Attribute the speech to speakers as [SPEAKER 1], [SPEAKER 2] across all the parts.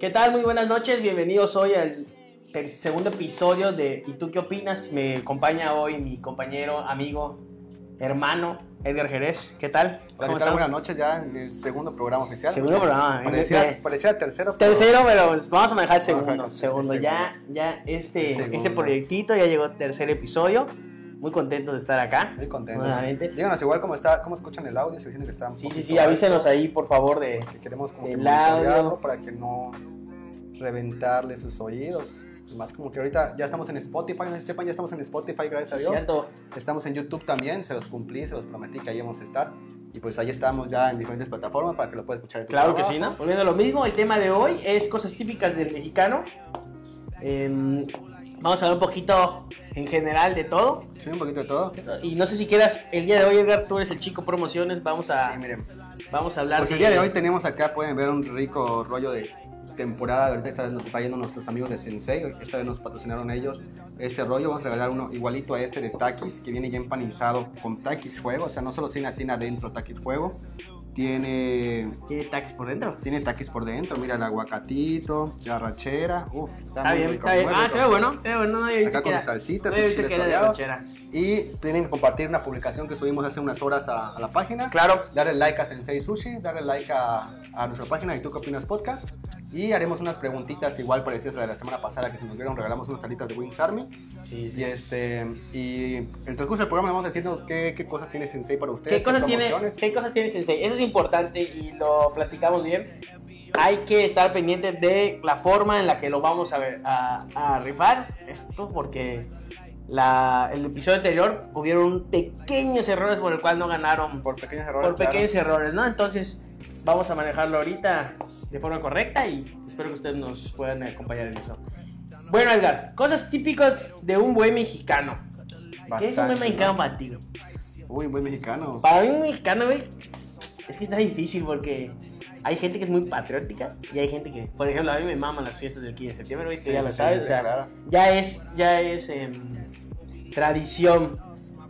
[SPEAKER 1] ¿Qué tal? Muy buenas noches, bienvenidos hoy al ter- segundo episodio de ¿Y tú qué opinas? Me acompaña hoy mi compañero, amigo, hermano, Edgar Jerez. ¿Qué tal?
[SPEAKER 2] Hola, ¿qué tal? Buenas noches, ya en el segundo programa oficial.
[SPEAKER 1] Segundo programa.
[SPEAKER 2] Parecía,
[SPEAKER 1] eh,
[SPEAKER 2] parecía tercero. pero-
[SPEAKER 1] Tercero, pero pues, vamos a manejar el segundo.
[SPEAKER 2] Ajá, sí, sí,
[SPEAKER 1] segundo.
[SPEAKER 2] sí,
[SPEAKER 1] ya, ya este,
[SPEAKER 2] El segundo.
[SPEAKER 1] este proyectito ya llegó tercer episodio. Muy contentos de estar acá.
[SPEAKER 2] Muy contento.
[SPEAKER 1] Nuevamente.
[SPEAKER 2] Díganos igual cómo, está, cómo escuchan el audio, si dicen que está un
[SPEAKER 1] Sí, sí,
[SPEAKER 2] poquito
[SPEAKER 1] sí, avísenos ahí por favor de,
[SPEAKER 2] alto, Que queremos como que
[SPEAKER 1] del audio.
[SPEAKER 2] monitorearlo para que no reventarle sus oídos. Y Más como que ahorita ya estamos en Spotify, no sé si sepan, ya estamos en Spotify, gracias a Dios.
[SPEAKER 1] ¿Cierto?
[SPEAKER 2] Estamos en YouTube también, se los cumplí, se los prometí que ahí íbamos a estar. Y pues ahí estamos ya en diferentes plataformas para que lo puedas escuchar en tu
[SPEAKER 1] Claro que
[SPEAKER 2] trabajo.
[SPEAKER 1] sí, ¿no? Volviendo a lo mismo, el tema de hoy es cosas típicas del mexicano. Em, vamos a hablar un poquito en general de todo.
[SPEAKER 2] Sí, un poquito de todo.
[SPEAKER 1] Y no sé si quieras, el día de hoy, Edgar, tú eres el chico promociones, vamos a,
[SPEAKER 2] Sí, miren.
[SPEAKER 1] vamos a hablar
[SPEAKER 2] Pues el día de hoy tenemos acá, pueden ver un rico rollo de temporada. Ahorita esta vez nos está yendo nuestros amigos de Sensei. Esta vez nos patrocinaron ellos este rollo. Vamos a regalar uno igualito a este de Takis, que viene ya empanizado con Takis Fuego. O sea, no solo tiene tiene adentro Takis Fuego. Tiene,
[SPEAKER 1] ¿Tiene tax por dentro?
[SPEAKER 2] tiene Takis por dentro. Mira el aguacatito, la rachera. Uf, está,
[SPEAKER 1] Está
[SPEAKER 2] muy
[SPEAKER 1] bien,
[SPEAKER 2] rico,
[SPEAKER 1] está bien.
[SPEAKER 2] muy
[SPEAKER 1] Ah,
[SPEAKER 2] rico.
[SPEAKER 1] se ve bueno, se ve bueno. No había visto
[SPEAKER 2] Acá
[SPEAKER 1] que
[SPEAKER 2] con
[SPEAKER 1] era,
[SPEAKER 2] salsita,
[SPEAKER 1] no
[SPEAKER 2] su
[SPEAKER 1] había visto
[SPEAKER 2] chile
[SPEAKER 1] que era de
[SPEAKER 2] toreado.
[SPEAKER 1] lonchera.
[SPEAKER 2] Y tienen que compartir una publicación que subimos hace unas horas a, a la página.
[SPEAKER 1] Claro,
[SPEAKER 2] darle like a Sensei Sushi, darle like a, a nuestra página de Tú qué opinas podcast y haremos unas preguntitas igual parecidas a la de la semana pasada que se nos dieron, regalamos unas salitas de Wings Army
[SPEAKER 1] sí,
[SPEAKER 2] y este y en el transcurso del programa vamos a decirnos qué, qué cosas tiene Sensei para ustedes,
[SPEAKER 1] ¿Qué cosas, tiene,
[SPEAKER 2] promociones.
[SPEAKER 1] ¿Qué cosas tiene Sensei? Eso es importante y lo platicamos bien. Hay que estar pendientes de la forma en la que lo vamos a, ver, a, a rifar. Esto porque la, el episodio anterior hubieron pequeños errores por el cual no ganaron. Por,
[SPEAKER 2] por pequeños errores.
[SPEAKER 1] por
[SPEAKER 2] claro.
[SPEAKER 1] pequeños errores, ¿no? Entonces vamos a manejarlo ahorita de forma correcta y espero que ustedes nos puedan acompañar en eso. Bueno, Edgar, cosas típicas de un buen mexicano. ¿Qué es un
[SPEAKER 2] Bastante,
[SPEAKER 1] buen mexicano
[SPEAKER 2] ¿no?
[SPEAKER 1] para ti?
[SPEAKER 2] Uy, buen mexicano.
[SPEAKER 1] Para mí un mexicano, güey, es que está difícil porque hay gente que es muy patriótica y hay gente que, por ejemplo, a mí me maman las fiestas del 15 de septiembre, güey, tú
[SPEAKER 2] Sí,
[SPEAKER 1] ya
[SPEAKER 2] sí,
[SPEAKER 1] lo
[SPEAKER 2] sí,
[SPEAKER 1] sabes,
[SPEAKER 2] sí,
[SPEAKER 1] o sea,
[SPEAKER 2] claro.
[SPEAKER 1] ya es, ya es em, tradición,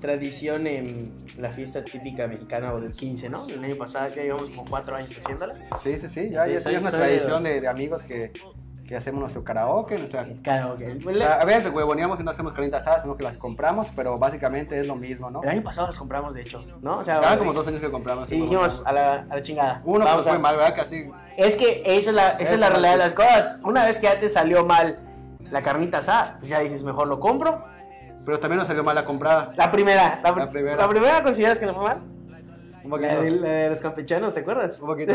[SPEAKER 1] tradición en la fiesta típica mexicana o del 15, ¿no? El año pasado ya llevamos como cuatro años haciéndola.
[SPEAKER 2] Sí, sí, sí, ya,
[SPEAKER 1] Sí,
[SPEAKER 2] ya
[SPEAKER 1] soy-
[SPEAKER 2] es una
[SPEAKER 1] soy-
[SPEAKER 2] tradición de, de amigos que, que hacemos nuestro karaoke, nuestra...
[SPEAKER 1] Claro, que
[SPEAKER 2] o sea, a veces huevoneamos y no hacemos calientes asadas, sino que las compramos, pero básicamente es lo mismo, ¿no?
[SPEAKER 1] el año pasado las compramos, de hecho, ¿no? O sea,
[SPEAKER 2] Cada como dos años que compramos.
[SPEAKER 1] y dijimos a la, a la chingada.
[SPEAKER 2] Uno pues
[SPEAKER 1] vamos
[SPEAKER 2] fue
[SPEAKER 1] a-
[SPEAKER 2] mal, ¿verdad? Casi.
[SPEAKER 1] Es que esa es la, esa es la
[SPEAKER 2] Esa.
[SPEAKER 1] realidad de las cosas. Una vez que ya te salió mal la carnita asada, pues ya dices, mejor lo compro.
[SPEAKER 2] Pero también nos salió mal la comprada.
[SPEAKER 1] La primera, la,
[SPEAKER 2] La primera.
[SPEAKER 1] consideras que no fue mal.
[SPEAKER 2] Un
[SPEAKER 1] La
[SPEAKER 2] poquito.
[SPEAKER 1] de, la de los campechanos, ¿te acuerdas?
[SPEAKER 2] Un poquito.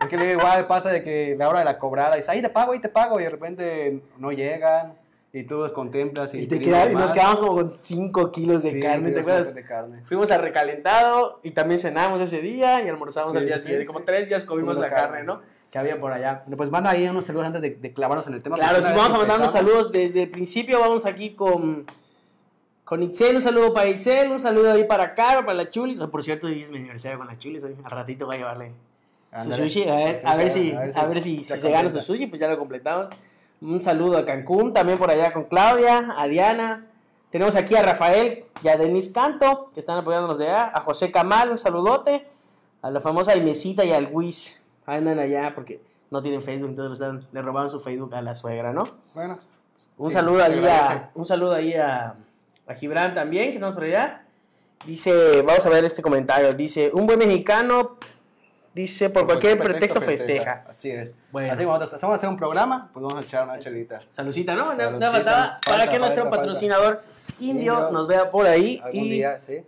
[SPEAKER 2] es que luego igual pasa de que la hora de la cobrada dice, ahí te pago, ahí te pago. Y de repente no llegan y tú los contemplas y,
[SPEAKER 1] Y, te
[SPEAKER 2] tienen
[SPEAKER 1] queda- y nos
[SPEAKER 2] más.
[SPEAKER 1] quedamos como con 5 kilos de
[SPEAKER 2] Sí,
[SPEAKER 1] carne, ¿te
[SPEAKER 2] kilos
[SPEAKER 1] acuerdas?
[SPEAKER 2] de carne.
[SPEAKER 1] Fuimos a recalentado y también cenamos ese día y almorzamos
[SPEAKER 2] Sí,
[SPEAKER 1] al día
[SPEAKER 2] sí,
[SPEAKER 1] siguiente.
[SPEAKER 2] sí.
[SPEAKER 1] Como tres días comimos la
[SPEAKER 2] Comimos carne.
[SPEAKER 1] carne, ¿no? Que había por allá.
[SPEAKER 2] Bueno, pues manda ahí unos saludos antes de, de clavarnos en el tema.
[SPEAKER 1] Claro,
[SPEAKER 2] porque
[SPEAKER 1] sí,
[SPEAKER 2] una vez
[SPEAKER 1] vamos a mandar unos
[SPEAKER 2] empezamos-
[SPEAKER 1] saludos desde el principio. Vamos aquí con, con Itzel, un saludo para Itzel, un saludo ahí para Caro, para la Chulis. Ah, por cierto, hoy es mi aniversario con la Chulis. Hoy. Al ratito va a llevarle
[SPEAKER 2] Ándale.
[SPEAKER 1] su sushi. A ver,
[SPEAKER 2] Sí,
[SPEAKER 1] a ver si, a ver si, si se gana su
[SPEAKER 2] completa.
[SPEAKER 1] sushi, pues ya lo completamos. Un saludo a Cancún, también por allá con Claudia, a Diana. Tenemos aquí a Rafael y a Denis Canto, que están apoyándonos de allá. A José Camal, un saludote. A la famosa Imesita y al Wiz. Andan allá porque no tienen Facebook, entonces lo están- le robaron su Facebook a la suegra, ¿no?
[SPEAKER 2] Bueno.
[SPEAKER 1] Un
[SPEAKER 2] sí,
[SPEAKER 1] saludo
[SPEAKER 2] se
[SPEAKER 1] ahí
[SPEAKER 2] agradece.
[SPEAKER 1] a, un saludo ahí a, a Gibran también, que estamos por allá. Dice, vamos a ver este comentario. Dice, un buen mexicano, dice, por cualquier pretexto festeja.
[SPEAKER 2] Así es.
[SPEAKER 1] Bueno.
[SPEAKER 2] Así que cuando hacemos hacer un programa, pues vamos a echar una chelita.
[SPEAKER 1] Salucita, ¿no? Nada-
[SPEAKER 2] Salucita.
[SPEAKER 1] Nada faltaba
[SPEAKER 2] Falta,
[SPEAKER 1] para que
[SPEAKER 2] falta,
[SPEAKER 1] nuestro
[SPEAKER 2] falta.
[SPEAKER 1] patrocinador indio,
[SPEAKER 2] Indio.
[SPEAKER 1] nos vea por ahí.
[SPEAKER 2] algún
[SPEAKER 1] Y
[SPEAKER 2] día, sí.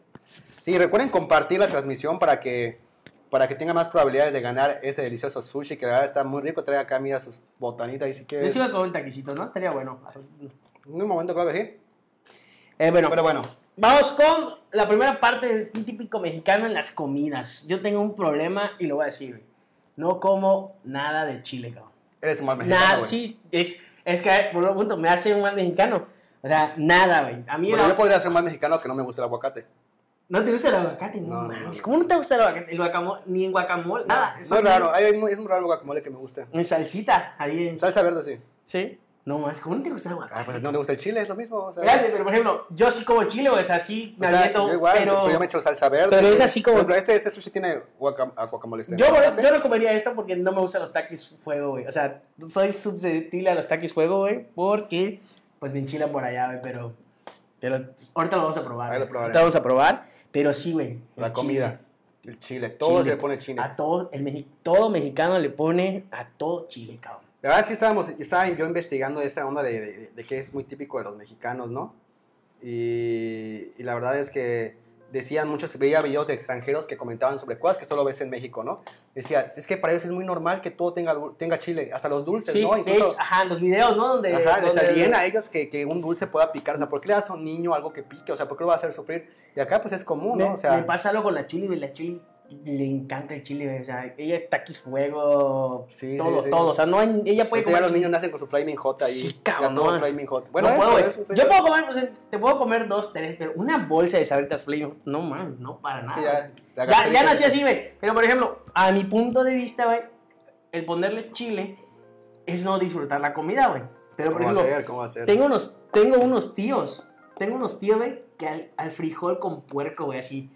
[SPEAKER 2] Sí, recuerden compartir la transmisión para que para que tenga más probabilidades de ganar ese delicioso sushi que la verdad está muy rico. Trae acá, mira, sus botanitas y si
[SPEAKER 1] yo
[SPEAKER 2] quieres.
[SPEAKER 1] sí iba a comer un taquicito, ¿no? Estaría bueno.
[SPEAKER 2] En un momento creo que sí.
[SPEAKER 1] Eh, bueno,
[SPEAKER 2] Pero bueno,
[SPEAKER 1] vamos con la primera parte del típico mexicano en las comidas. Yo tengo un problema y lo voy a decir. No como nada de chile, cabrón.
[SPEAKER 2] eres un mal mexicano,
[SPEAKER 1] Nada,
[SPEAKER 2] güey.
[SPEAKER 1] sí, es, es que por lo punto me hace un mal mexicano. O sea, nada, güey. A mí
[SPEAKER 2] Bueno,
[SPEAKER 1] era-
[SPEAKER 2] yo podría ser más mexicano que no me gusta el aguacate.
[SPEAKER 1] no te gusta el aguacate, no,
[SPEAKER 2] No, no,
[SPEAKER 1] mames.
[SPEAKER 2] no, no.
[SPEAKER 1] ¿Cómo no te gusta el aguacate? El guacamole, ni en guacamole, nada.
[SPEAKER 2] No,
[SPEAKER 1] Ah, eso
[SPEAKER 2] es raro, hay- hay muy- es muy raro el guacamole que me gusta.
[SPEAKER 1] En salsita, ahí en.
[SPEAKER 2] Salsa verde, sí.
[SPEAKER 1] Sí. No más, ¿cómo no te gusta el
[SPEAKER 2] Ah,
[SPEAKER 1] aguacate?
[SPEAKER 2] pues no te gusta el chile, es lo mismo. O sea,
[SPEAKER 1] Espérate, pero por ejemplo, yo sí como chile, o sea, sí
[SPEAKER 2] o
[SPEAKER 1] me
[SPEAKER 2] sea,
[SPEAKER 1] aviento,
[SPEAKER 2] yo igual,
[SPEAKER 1] pero,
[SPEAKER 2] pero yo me echo salsa verde.
[SPEAKER 1] pero es así como-
[SPEAKER 2] Por ejemplo, este, este sushi tiene guacam- ah, guacamole. este,
[SPEAKER 1] yo,
[SPEAKER 2] aguacate.
[SPEAKER 1] yo no comería esto porque no me gustan los taquis fuego, güey. O sea, soy susceptible a los taquis fuego, güey, porque pues me enchilan por allá, güey, pero, pero ahorita lo vamos a probar.
[SPEAKER 2] Ahí lo
[SPEAKER 1] güey.
[SPEAKER 2] probaremos.
[SPEAKER 1] ahorita vamos a probar, pero sí, güey.
[SPEAKER 2] La
[SPEAKER 1] el
[SPEAKER 2] comida. El chile, todo
[SPEAKER 1] Chile.
[SPEAKER 2] se le pone
[SPEAKER 1] chile.
[SPEAKER 2] chile.
[SPEAKER 1] A todo, el mexi- todo mexicano le pone a todo chile, cabrón.
[SPEAKER 2] La verdad sí estábamos, estaba yo investigando esa onda de, de- de que es muy típico de los mexicanos, ¿no? Y, y la verdad es que decían muchos, veía videos de extranjeros que comentaban sobre cosas que solo ves en México, ¿no? Decía, es que para ellos es muy normal que todo tenga, algún- tenga chile, hasta los dulces,
[SPEAKER 1] Sí,
[SPEAKER 2] ¿no?
[SPEAKER 1] de
[SPEAKER 2] Incluso,
[SPEAKER 1] hecho, ajá, los videos, ¿no? Donde,
[SPEAKER 2] ajá, les
[SPEAKER 1] donde-
[SPEAKER 2] aliena a ellos que, que un dulce pueda picar, o sea, ¿por qué le das a un niño algo que pique? O sea, ¿por qué lo va a hacer sufrir? Y acá pues es común,
[SPEAKER 1] me,
[SPEAKER 2] ¿no? O sea,
[SPEAKER 1] me pasa algo con la chili, güey. La chili le encanta el chile, güey. O sea, ella taquis fuego,
[SPEAKER 2] Sí, sí,
[SPEAKER 1] todo,
[SPEAKER 2] sí.
[SPEAKER 1] todo. O sea, no hay- ella puede
[SPEAKER 2] ahorita ya
[SPEAKER 1] comer.
[SPEAKER 2] los niños nacen con su flaming hot ahí.
[SPEAKER 1] Sí,
[SPEAKER 2] ya
[SPEAKER 1] cabrón.
[SPEAKER 2] todo flaming hot.
[SPEAKER 1] Bueno,
[SPEAKER 2] Bueno, eso,
[SPEAKER 1] puedo,
[SPEAKER 2] eso,
[SPEAKER 1] güey.
[SPEAKER 2] eso.
[SPEAKER 1] Yo puedo comer, o sea, te puedo comer dos, tres, pero una bolsa de sabritas flame, no man, no para
[SPEAKER 2] Es
[SPEAKER 1] nada.
[SPEAKER 2] que ya, la
[SPEAKER 1] Ya- ya,
[SPEAKER 2] característica-
[SPEAKER 1] nací así, güey. Pero por ejemplo, a mi punto de vista, güey, el ponerle chile es no disfrutar la comida, güey. Pero por
[SPEAKER 2] ¿Cómo
[SPEAKER 1] ejemplo,
[SPEAKER 2] hacer? ¿Cómo hacer?
[SPEAKER 1] Tengo unos, tengo unos tíos. Tengo unos tíos, güey, que al, al frijol con puerco, güey, así.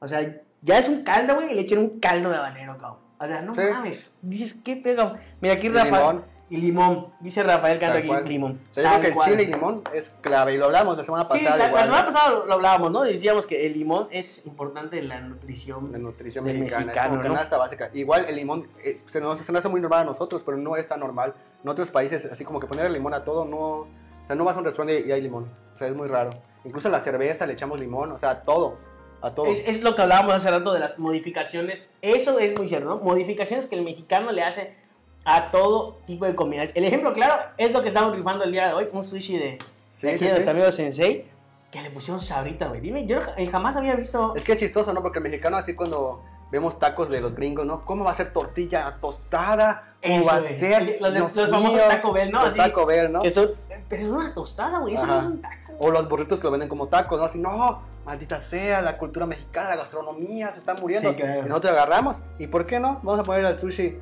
[SPEAKER 1] O sea, ya es un caldo, güey, y le echan un caldo de habanero, cabrón. O sea, no
[SPEAKER 2] Sí.
[SPEAKER 1] mames. Dices, qué pega. Mira, aquí
[SPEAKER 2] Y
[SPEAKER 1] Rafael.
[SPEAKER 2] limón.
[SPEAKER 1] Y limón. Dice Rafael Canto
[SPEAKER 2] Tal
[SPEAKER 1] aquí,
[SPEAKER 2] cual.
[SPEAKER 1] limón.
[SPEAKER 2] O sea, yo creo
[SPEAKER 1] Tal
[SPEAKER 2] que el
[SPEAKER 1] cual.
[SPEAKER 2] chile y limón es clave. Y lo hablamos la semana
[SPEAKER 1] Sí,
[SPEAKER 2] pasada.
[SPEAKER 1] la, la
[SPEAKER 2] igual,
[SPEAKER 1] semana pasada lo, lo hablábamos, ¿no? Decíamos que el limón es importante en la nutrición.
[SPEAKER 2] La nutrición
[SPEAKER 1] del
[SPEAKER 2] mexicana.
[SPEAKER 1] mexicano,
[SPEAKER 2] es como
[SPEAKER 1] ¿no?
[SPEAKER 2] canasta básica. Igual el limón es- se, nos, se nos hace muy normal a nosotros, pero no es tan normal. En otros países, así como que ponerle limón a todo, no. O sea, no vas a un restaurante y hay limón. O sea, es muy raro. Incluso a la cerveza le echamos limón. O sea, a todo. A todo.
[SPEAKER 1] Es, es lo que hablábamos hace rato de las modificaciones. Eso es muy cierto, ¿no? Modificaciones que el mexicano le hace a todo tipo de comidas. El ejemplo claro es lo que estamos rifando el día de hoy, un sushi de,
[SPEAKER 2] Sí,
[SPEAKER 1] de aquí de
[SPEAKER 2] sí, sí.
[SPEAKER 1] nuestro amigo Sensei, que le pusieron sabrita, güey. Dime, yo eh, jamás había visto...
[SPEAKER 2] Es que es chistoso, ¿no? Porque el mexicano, así cuando vemos tacos de los gringos, ¿no? ¿Cómo va a ser tortilla tostada? ¿Cómo
[SPEAKER 1] eso,
[SPEAKER 2] va a
[SPEAKER 1] güey.
[SPEAKER 2] ser?
[SPEAKER 1] Los, de-
[SPEAKER 2] Dios
[SPEAKER 1] los famosos
[SPEAKER 2] mío,
[SPEAKER 1] Taco Bell, ¿no?
[SPEAKER 2] los
[SPEAKER 1] Así,
[SPEAKER 2] Taco Bell, ¿no?
[SPEAKER 1] que son- eh, pero es una tostada, güey. Eso no
[SPEAKER 2] Ajá.
[SPEAKER 1] es un taco.
[SPEAKER 2] O los burritos que lo venden como tacos, ¿no? Así, no, maldita sea, la cultura mexicana, la gastronomía se está muriendo.
[SPEAKER 1] Sí, claro.
[SPEAKER 2] Y nosotros agarramos, ¿y por qué no? Vamos a poner al sushi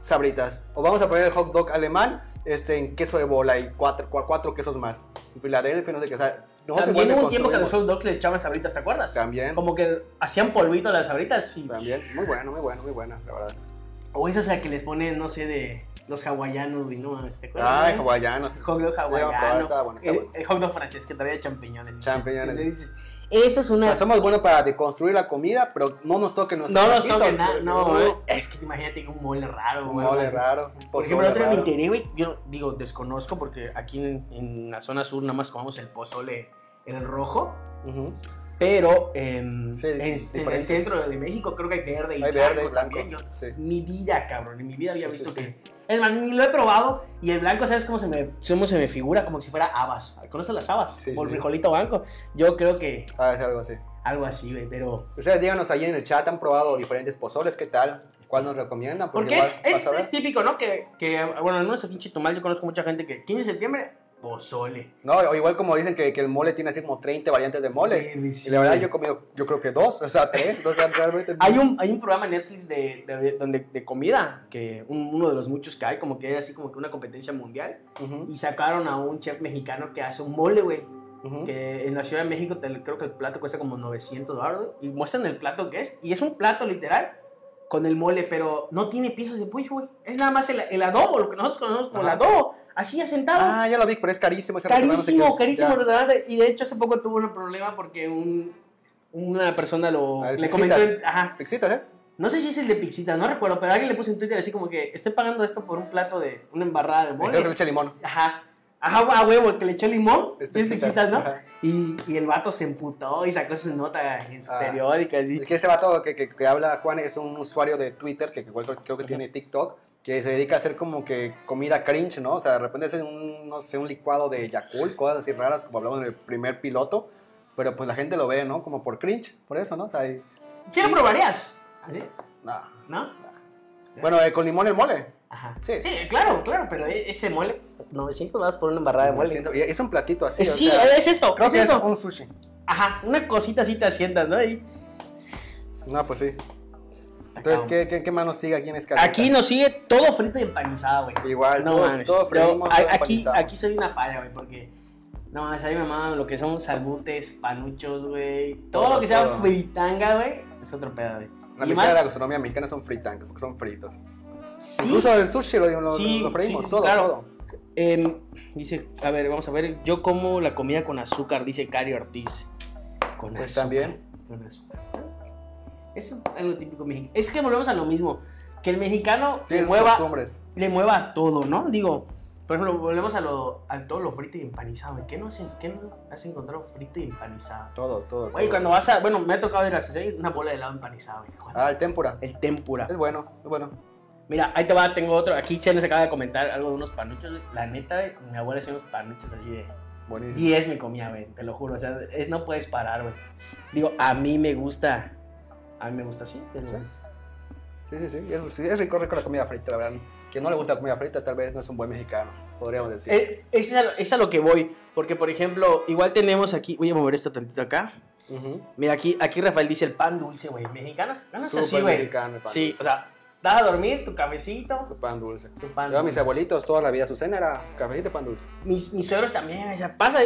[SPEAKER 2] sabritas. O vamos a poner el hot dog alemán este, en queso de bola y cuatro, cua- cuatro quesos más. Y Filadelfia, no sé qué. O sea, nosotros
[SPEAKER 1] También
[SPEAKER 2] igual
[SPEAKER 1] hubo
[SPEAKER 2] le
[SPEAKER 1] un tiempo que a los
[SPEAKER 2] construimos.
[SPEAKER 1] hot dogs le echaban sabritas, ¿te acuerdas?
[SPEAKER 2] También,
[SPEAKER 1] Como que hacían polvito las sabritas y...
[SPEAKER 2] también. Muy bueno, muy bueno, muy bueno, la verdad.
[SPEAKER 1] O eso, o sea, que les ponen, no sé, de los hawaianos, güey, ¿no? ¿Te acuerdas?
[SPEAKER 2] Ay,
[SPEAKER 1] güey?
[SPEAKER 2] hawaianos.
[SPEAKER 1] El hot dog
[SPEAKER 2] Ah, Sí,
[SPEAKER 1] hawaiano. Eh,
[SPEAKER 2] estaba bueno, estaba
[SPEAKER 1] el,
[SPEAKER 2] bueno.
[SPEAKER 1] el hot dog francés que traía champiñones.
[SPEAKER 2] Champiñones. Ah,
[SPEAKER 1] Entonces, Eso es
[SPEAKER 2] O
[SPEAKER 1] una...
[SPEAKER 2] sea, somos buenos para deconstruir la comida, pero no nos toquen nuestros
[SPEAKER 1] No nos
[SPEAKER 2] taquitos,
[SPEAKER 1] toquen nada, no,
[SPEAKER 2] porque-
[SPEAKER 1] güey. Es que imagínate un mole raro,
[SPEAKER 2] uh. Un
[SPEAKER 1] güey.
[SPEAKER 2] mole raro. un
[SPEAKER 1] Por ejemplo,
[SPEAKER 2] pozole
[SPEAKER 1] el otro día me
[SPEAKER 2] raro.
[SPEAKER 1] enteré, güey, yo digo, desconozco porque aquí en, en la zona sur nada más comemos el pozole, el rojo,
[SPEAKER 2] Ujú.
[SPEAKER 1] pero em,
[SPEAKER 2] Sí,
[SPEAKER 1] en, en el
[SPEAKER 2] diferentes.
[SPEAKER 1] centro de México creo que hay verde y
[SPEAKER 2] Hay verde y
[SPEAKER 1] blanco
[SPEAKER 2] blanco.
[SPEAKER 1] también. Yo
[SPEAKER 2] Sí.
[SPEAKER 1] mi vida, cabrón. En mi vida había
[SPEAKER 2] Sí, sí,
[SPEAKER 1] visto
[SPEAKER 2] sí.
[SPEAKER 1] que. Es más, ni lo he probado. Y el blanco, ¿sabes cómo se me, cómo se me figura? Como si fuera habas. ¿Conoces las habas?
[SPEAKER 2] Sí,
[SPEAKER 1] o el
[SPEAKER 2] sí.
[SPEAKER 1] frijolito blanco. Yo creo que
[SPEAKER 2] Ah, es algo así.
[SPEAKER 1] algo así, güey. Pero.
[SPEAKER 2] Ustedes díganos ahí en el chat, ¿han probado diferentes pozoles? ¿Qué tal? ¿Cuál nos recomiendan?
[SPEAKER 1] Porque
[SPEAKER 2] igual
[SPEAKER 1] es, es- este?
[SPEAKER 2] vas a ver.
[SPEAKER 1] es típico, ¿no? Que, que, bueno, al menos aquí en Chitumal yo conozco mucha gente que 15 de septiembre, pozole.
[SPEAKER 2] No, o igual como dicen que, que el mole tiene así como 30 variantes de mole.
[SPEAKER 1] Verga,
[SPEAKER 2] Y
[SPEAKER 1] sí,
[SPEAKER 2] la verdad
[SPEAKER 1] güey.
[SPEAKER 2] yo he comido, yo creo que dos, o sea, tres. Entonces realmente...
[SPEAKER 1] Hay un, hay un programa en Netflix de, de- donde, de comida, que un- uno de los muchos que hay, como que era así como que una competencia mundial,
[SPEAKER 2] Ujú,
[SPEAKER 1] y sacaron a un chef mexicano que hace un mole, güey.
[SPEAKER 2] ujú.
[SPEAKER 1] que en la Ciudad de México te- creo que el plato cuesta como 900 dólares y muestran el plato que es y es un plato literal con el mole pero no tiene piezas de pollo güey es nada más el, el adobo lo que nosotros conocemos como el
[SPEAKER 2] Ajá.
[SPEAKER 1] adobo así asentado
[SPEAKER 2] Ah, ya lo vi, pero es carísimo. ese restaurante, no sé
[SPEAKER 1] carísimo
[SPEAKER 2] qué.
[SPEAKER 1] carísimo
[SPEAKER 2] Ya.
[SPEAKER 1] el restaurante y de hecho hace poco tuvo un problema porque un- una persona lo
[SPEAKER 2] Al
[SPEAKER 1] le comentó
[SPEAKER 2] Pixitas.
[SPEAKER 1] en- ajá
[SPEAKER 2] ¿Pixitas es?
[SPEAKER 1] no sé si es el de Pixita no recuerdo pero alguien le puso en Twitter así como que estoy pagando esto por un plato de una embarrada de
[SPEAKER 2] Creo que le
[SPEAKER 1] mole
[SPEAKER 2] echa limón.
[SPEAKER 1] ajá ajá a huevo el que le echó limón
[SPEAKER 2] Es
[SPEAKER 1] sí es Pixitas no
[SPEAKER 2] Ajá.
[SPEAKER 1] y, y el vato se emputó y sacó su nota en su
[SPEAKER 2] Ah.
[SPEAKER 1] periódico. Así.
[SPEAKER 2] Es que ese vato que, que, que habla Juan es un usuario de Twitter que, que igual creo que
[SPEAKER 1] Ajá.
[SPEAKER 2] tiene TikTok que se dedica a hacer como que comida cringe, ¿no? O sea, de repente hacen un, no sé, un licuado de Yakult, cosas así raras como hablamos en el primer piloto, pero pues la gente lo ve, ¿no? Como por cringe, por eso, ¿no? O sea, y-
[SPEAKER 1] ¿Sí lo probarías? ¿Así?
[SPEAKER 2] nah.
[SPEAKER 1] ¿No?
[SPEAKER 2] Bueno, eh, con limón el mole.
[SPEAKER 1] Ajá.
[SPEAKER 2] Sí.
[SPEAKER 1] claro, claro, pero e- ese mole, 900 vas por una embarrada de Ah, mole.
[SPEAKER 2] Siento- y es un platito así.
[SPEAKER 1] Eh,
[SPEAKER 2] o
[SPEAKER 1] sí,
[SPEAKER 2] sea,
[SPEAKER 1] es esto,
[SPEAKER 2] creo
[SPEAKER 1] es
[SPEAKER 2] que es
[SPEAKER 1] esto.
[SPEAKER 2] un sushi.
[SPEAKER 1] Ajá, una cosita así te asientas, ¿no? Y
[SPEAKER 2] No, pues sí. Entonces, ¿qué, qué, qué más nos sigue aquí en Escaleta?
[SPEAKER 1] Ah, Aquí nos sigue todo frito y empanizado, güey.
[SPEAKER 2] Igual,
[SPEAKER 1] No
[SPEAKER 2] todo,
[SPEAKER 1] mames.
[SPEAKER 2] todo
[SPEAKER 1] Yo,
[SPEAKER 2] freímos,
[SPEAKER 1] a-
[SPEAKER 2] todo
[SPEAKER 1] aquí,
[SPEAKER 2] empanizado.
[SPEAKER 1] aquí soy una falla, güey, porque. No mames, ahí me maman lo que son salbutes, panuchos, güey. Todo,
[SPEAKER 2] Todo,
[SPEAKER 1] lo que sea
[SPEAKER 2] todo.
[SPEAKER 1] fritanga, güey, es otro pedo, güey.
[SPEAKER 2] La
[SPEAKER 1] Y
[SPEAKER 2] mitad de la gastronomía mexicana son fritangas, porque son fritos.
[SPEAKER 1] sí,
[SPEAKER 2] Incluso el sushi lo, lo-
[SPEAKER 1] Sí,
[SPEAKER 2] lo freímos,
[SPEAKER 1] sí,
[SPEAKER 2] todo,
[SPEAKER 1] claro.
[SPEAKER 2] todo.
[SPEAKER 1] em, dice, a ver, vamos a ver. Yo como la comida con azúcar, dice Cari Ortiz. Con
[SPEAKER 2] Pues
[SPEAKER 1] azúcar.
[SPEAKER 2] también.
[SPEAKER 1] Con azúcar. Eso es algo típico mexicano. Es que volvemos a lo mismo. Que el mexicano
[SPEAKER 2] Sí,
[SPEAKER 1] le
[SPEAKER 2] esas
[SPEAKER 1] mueva
[SPEAKER 2] costumbres.
[SPEAKER 1] le mueva a todo, ¿no? Digo, por ejemplo, volvemos a, lo, a todo lo frito y empanizado. güey. ¿Qué no, hacen, ¿Qué no has encontrado frito y empanizado?
[SPEAKER 2] Todo, todo.
[SPEAKER 1] Oye,
[SPEAKER 2] todo.
[SPEAKER 1] cuando vas a... Bueno, me ha tocado ir a hacer una bola de helado empanizado. güey. Joder.
[SPEAKER 2] Ah, el tempura.
[SPEAKER 1] El tempura.
[SPEAKER 2] Es bueno, es bueno.
[SPEAKER 1] Mira, ahí te va, tengo otro. Aquí se nos acaba de comentar algo de unos panuchos. güey. La neta, güey, mi abuela hacía unos panuchos así de...
[SPEAKER 2] Buenísimo.
[SPEAKER 1] Y es mi comida, güey, te lo juro. O sea, es- no puedes parar, güey. Digo, a mí me gusta... A mí me gusta así. pero-
[SPEAKER 2] Sí. Sí, sí, sí. Es, sí, es rico, rico la comida frita, la verdad. Quien no le gusta la comida frita tal vez no es un buen mexicano, podríamos decir.
[SPEAKER 1] Eh, es, a, es a lo que voy. Porque, por ejemplo, igual tenemos aquí... Voy a mover esto tantito acá.
[SPEAKER 2] Ujú.
[SPEAKER 1] Mira, aquí, aquí Rafael dice el pan dulce, güey. Mexicanos, no es así,
[SPEAKER 2] Súper
[SPEAKER 1] güey.
[SPEAKER 2] mexicano el pan
[SPEAKER 1] Sí,
[SPEAKER 2] dulce.
[SPEAKER 1] o sea, vas a dormir, tu cafecito,
[SPEAKER 2] Tu pan dulce.
[SPEAKER 1] tu pan.
[SPEAKER 2] Yo a mis abuelitos toda la vida su cena era cafecito y pan dulce.
[SPEAKER 1] Mis, mis suegros también, o sea, pasa.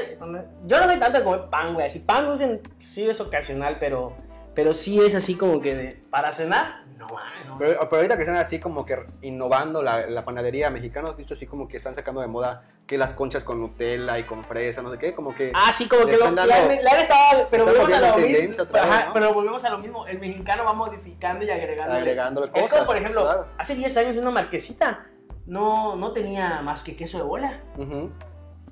[SPEAKER 1] Yo no soy tanto de comer pan, güey. Así, pan dulce sí es ocasional, pero, pero sí es así como que de- para cenar, no, ah, no.
[SPEAKER 2] Pero, pero ahorita que están así como que innovando la, la panadería mexicana, ¿has visto así como que están sacando de moda que las conchas con Nutella y con fresa, no sé qué? Como que...
[SPEAKER 1] Ah, sí, como
[SPEAKER 2] Le
[SPEAKER 1] que lo,
[SPEAKER 2] están
[SPEAKER 1] le han-
[SPEAKER 2] dando-
[SPEAKER 1] le han estado- pero
[SPEAKER 2] están
[SPEAKER 1] volvemos a lo
[SPEAKER 2] volviendo
[SPEAKER 1] mismo.
[SPEAKER 2] tendencia otra vez,
[SPEAKER 1] Ajá,
[SPEAKER 2] ¿no?
[SPEAKER 1] Pero volvemos a lo mismo. El mexicano va modificando y agregando.
[SPEAKER 2] Agregándole
[SPEAKER 1] Es como,
[SPEAKER 2] cosas,
[SPEAKER 1] por ejemplo,
[SPEAKER 2] claro.
[SPEAKER 1] hace 10 años una marquesita no, no tenía más que queso de bola.
[SPEAKER 2] ujú.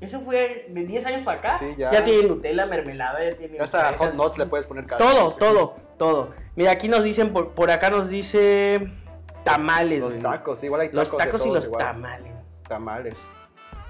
[SPEAKER 1] Eso fue de 10 años para acá.
[SPEAKER 2] Sí,
[SPEAKER 1] ya.
[SPEAKER 2] ya.
[SPEAKER 1] tiene Nutella, mermelada, ya tiene.
[SPEAKER 2] Ya hasta
[SPEAKER 1] fresas.
[SPEAKER 2] hot nuts le puedes poner cada
[SPEAKER 1] Todo, todo, todo. Mira, aquí nos dicen, por, por acá nos dice tamales.
[SPEAKER 2] Los
[SPEAKER 1] güey.
[SPEAKER 2] tacos, igual hay tacos,
[SPEAKER 1] Los
[SPEAKER 2] de
[SPEAKER 1] tacos y
[SPEAKER 2] todos
[SPEAKER 1] los
[SPEAKER 2] igual.
[SPEAKER 1] tamales.
[SPEAKER 2] tamales.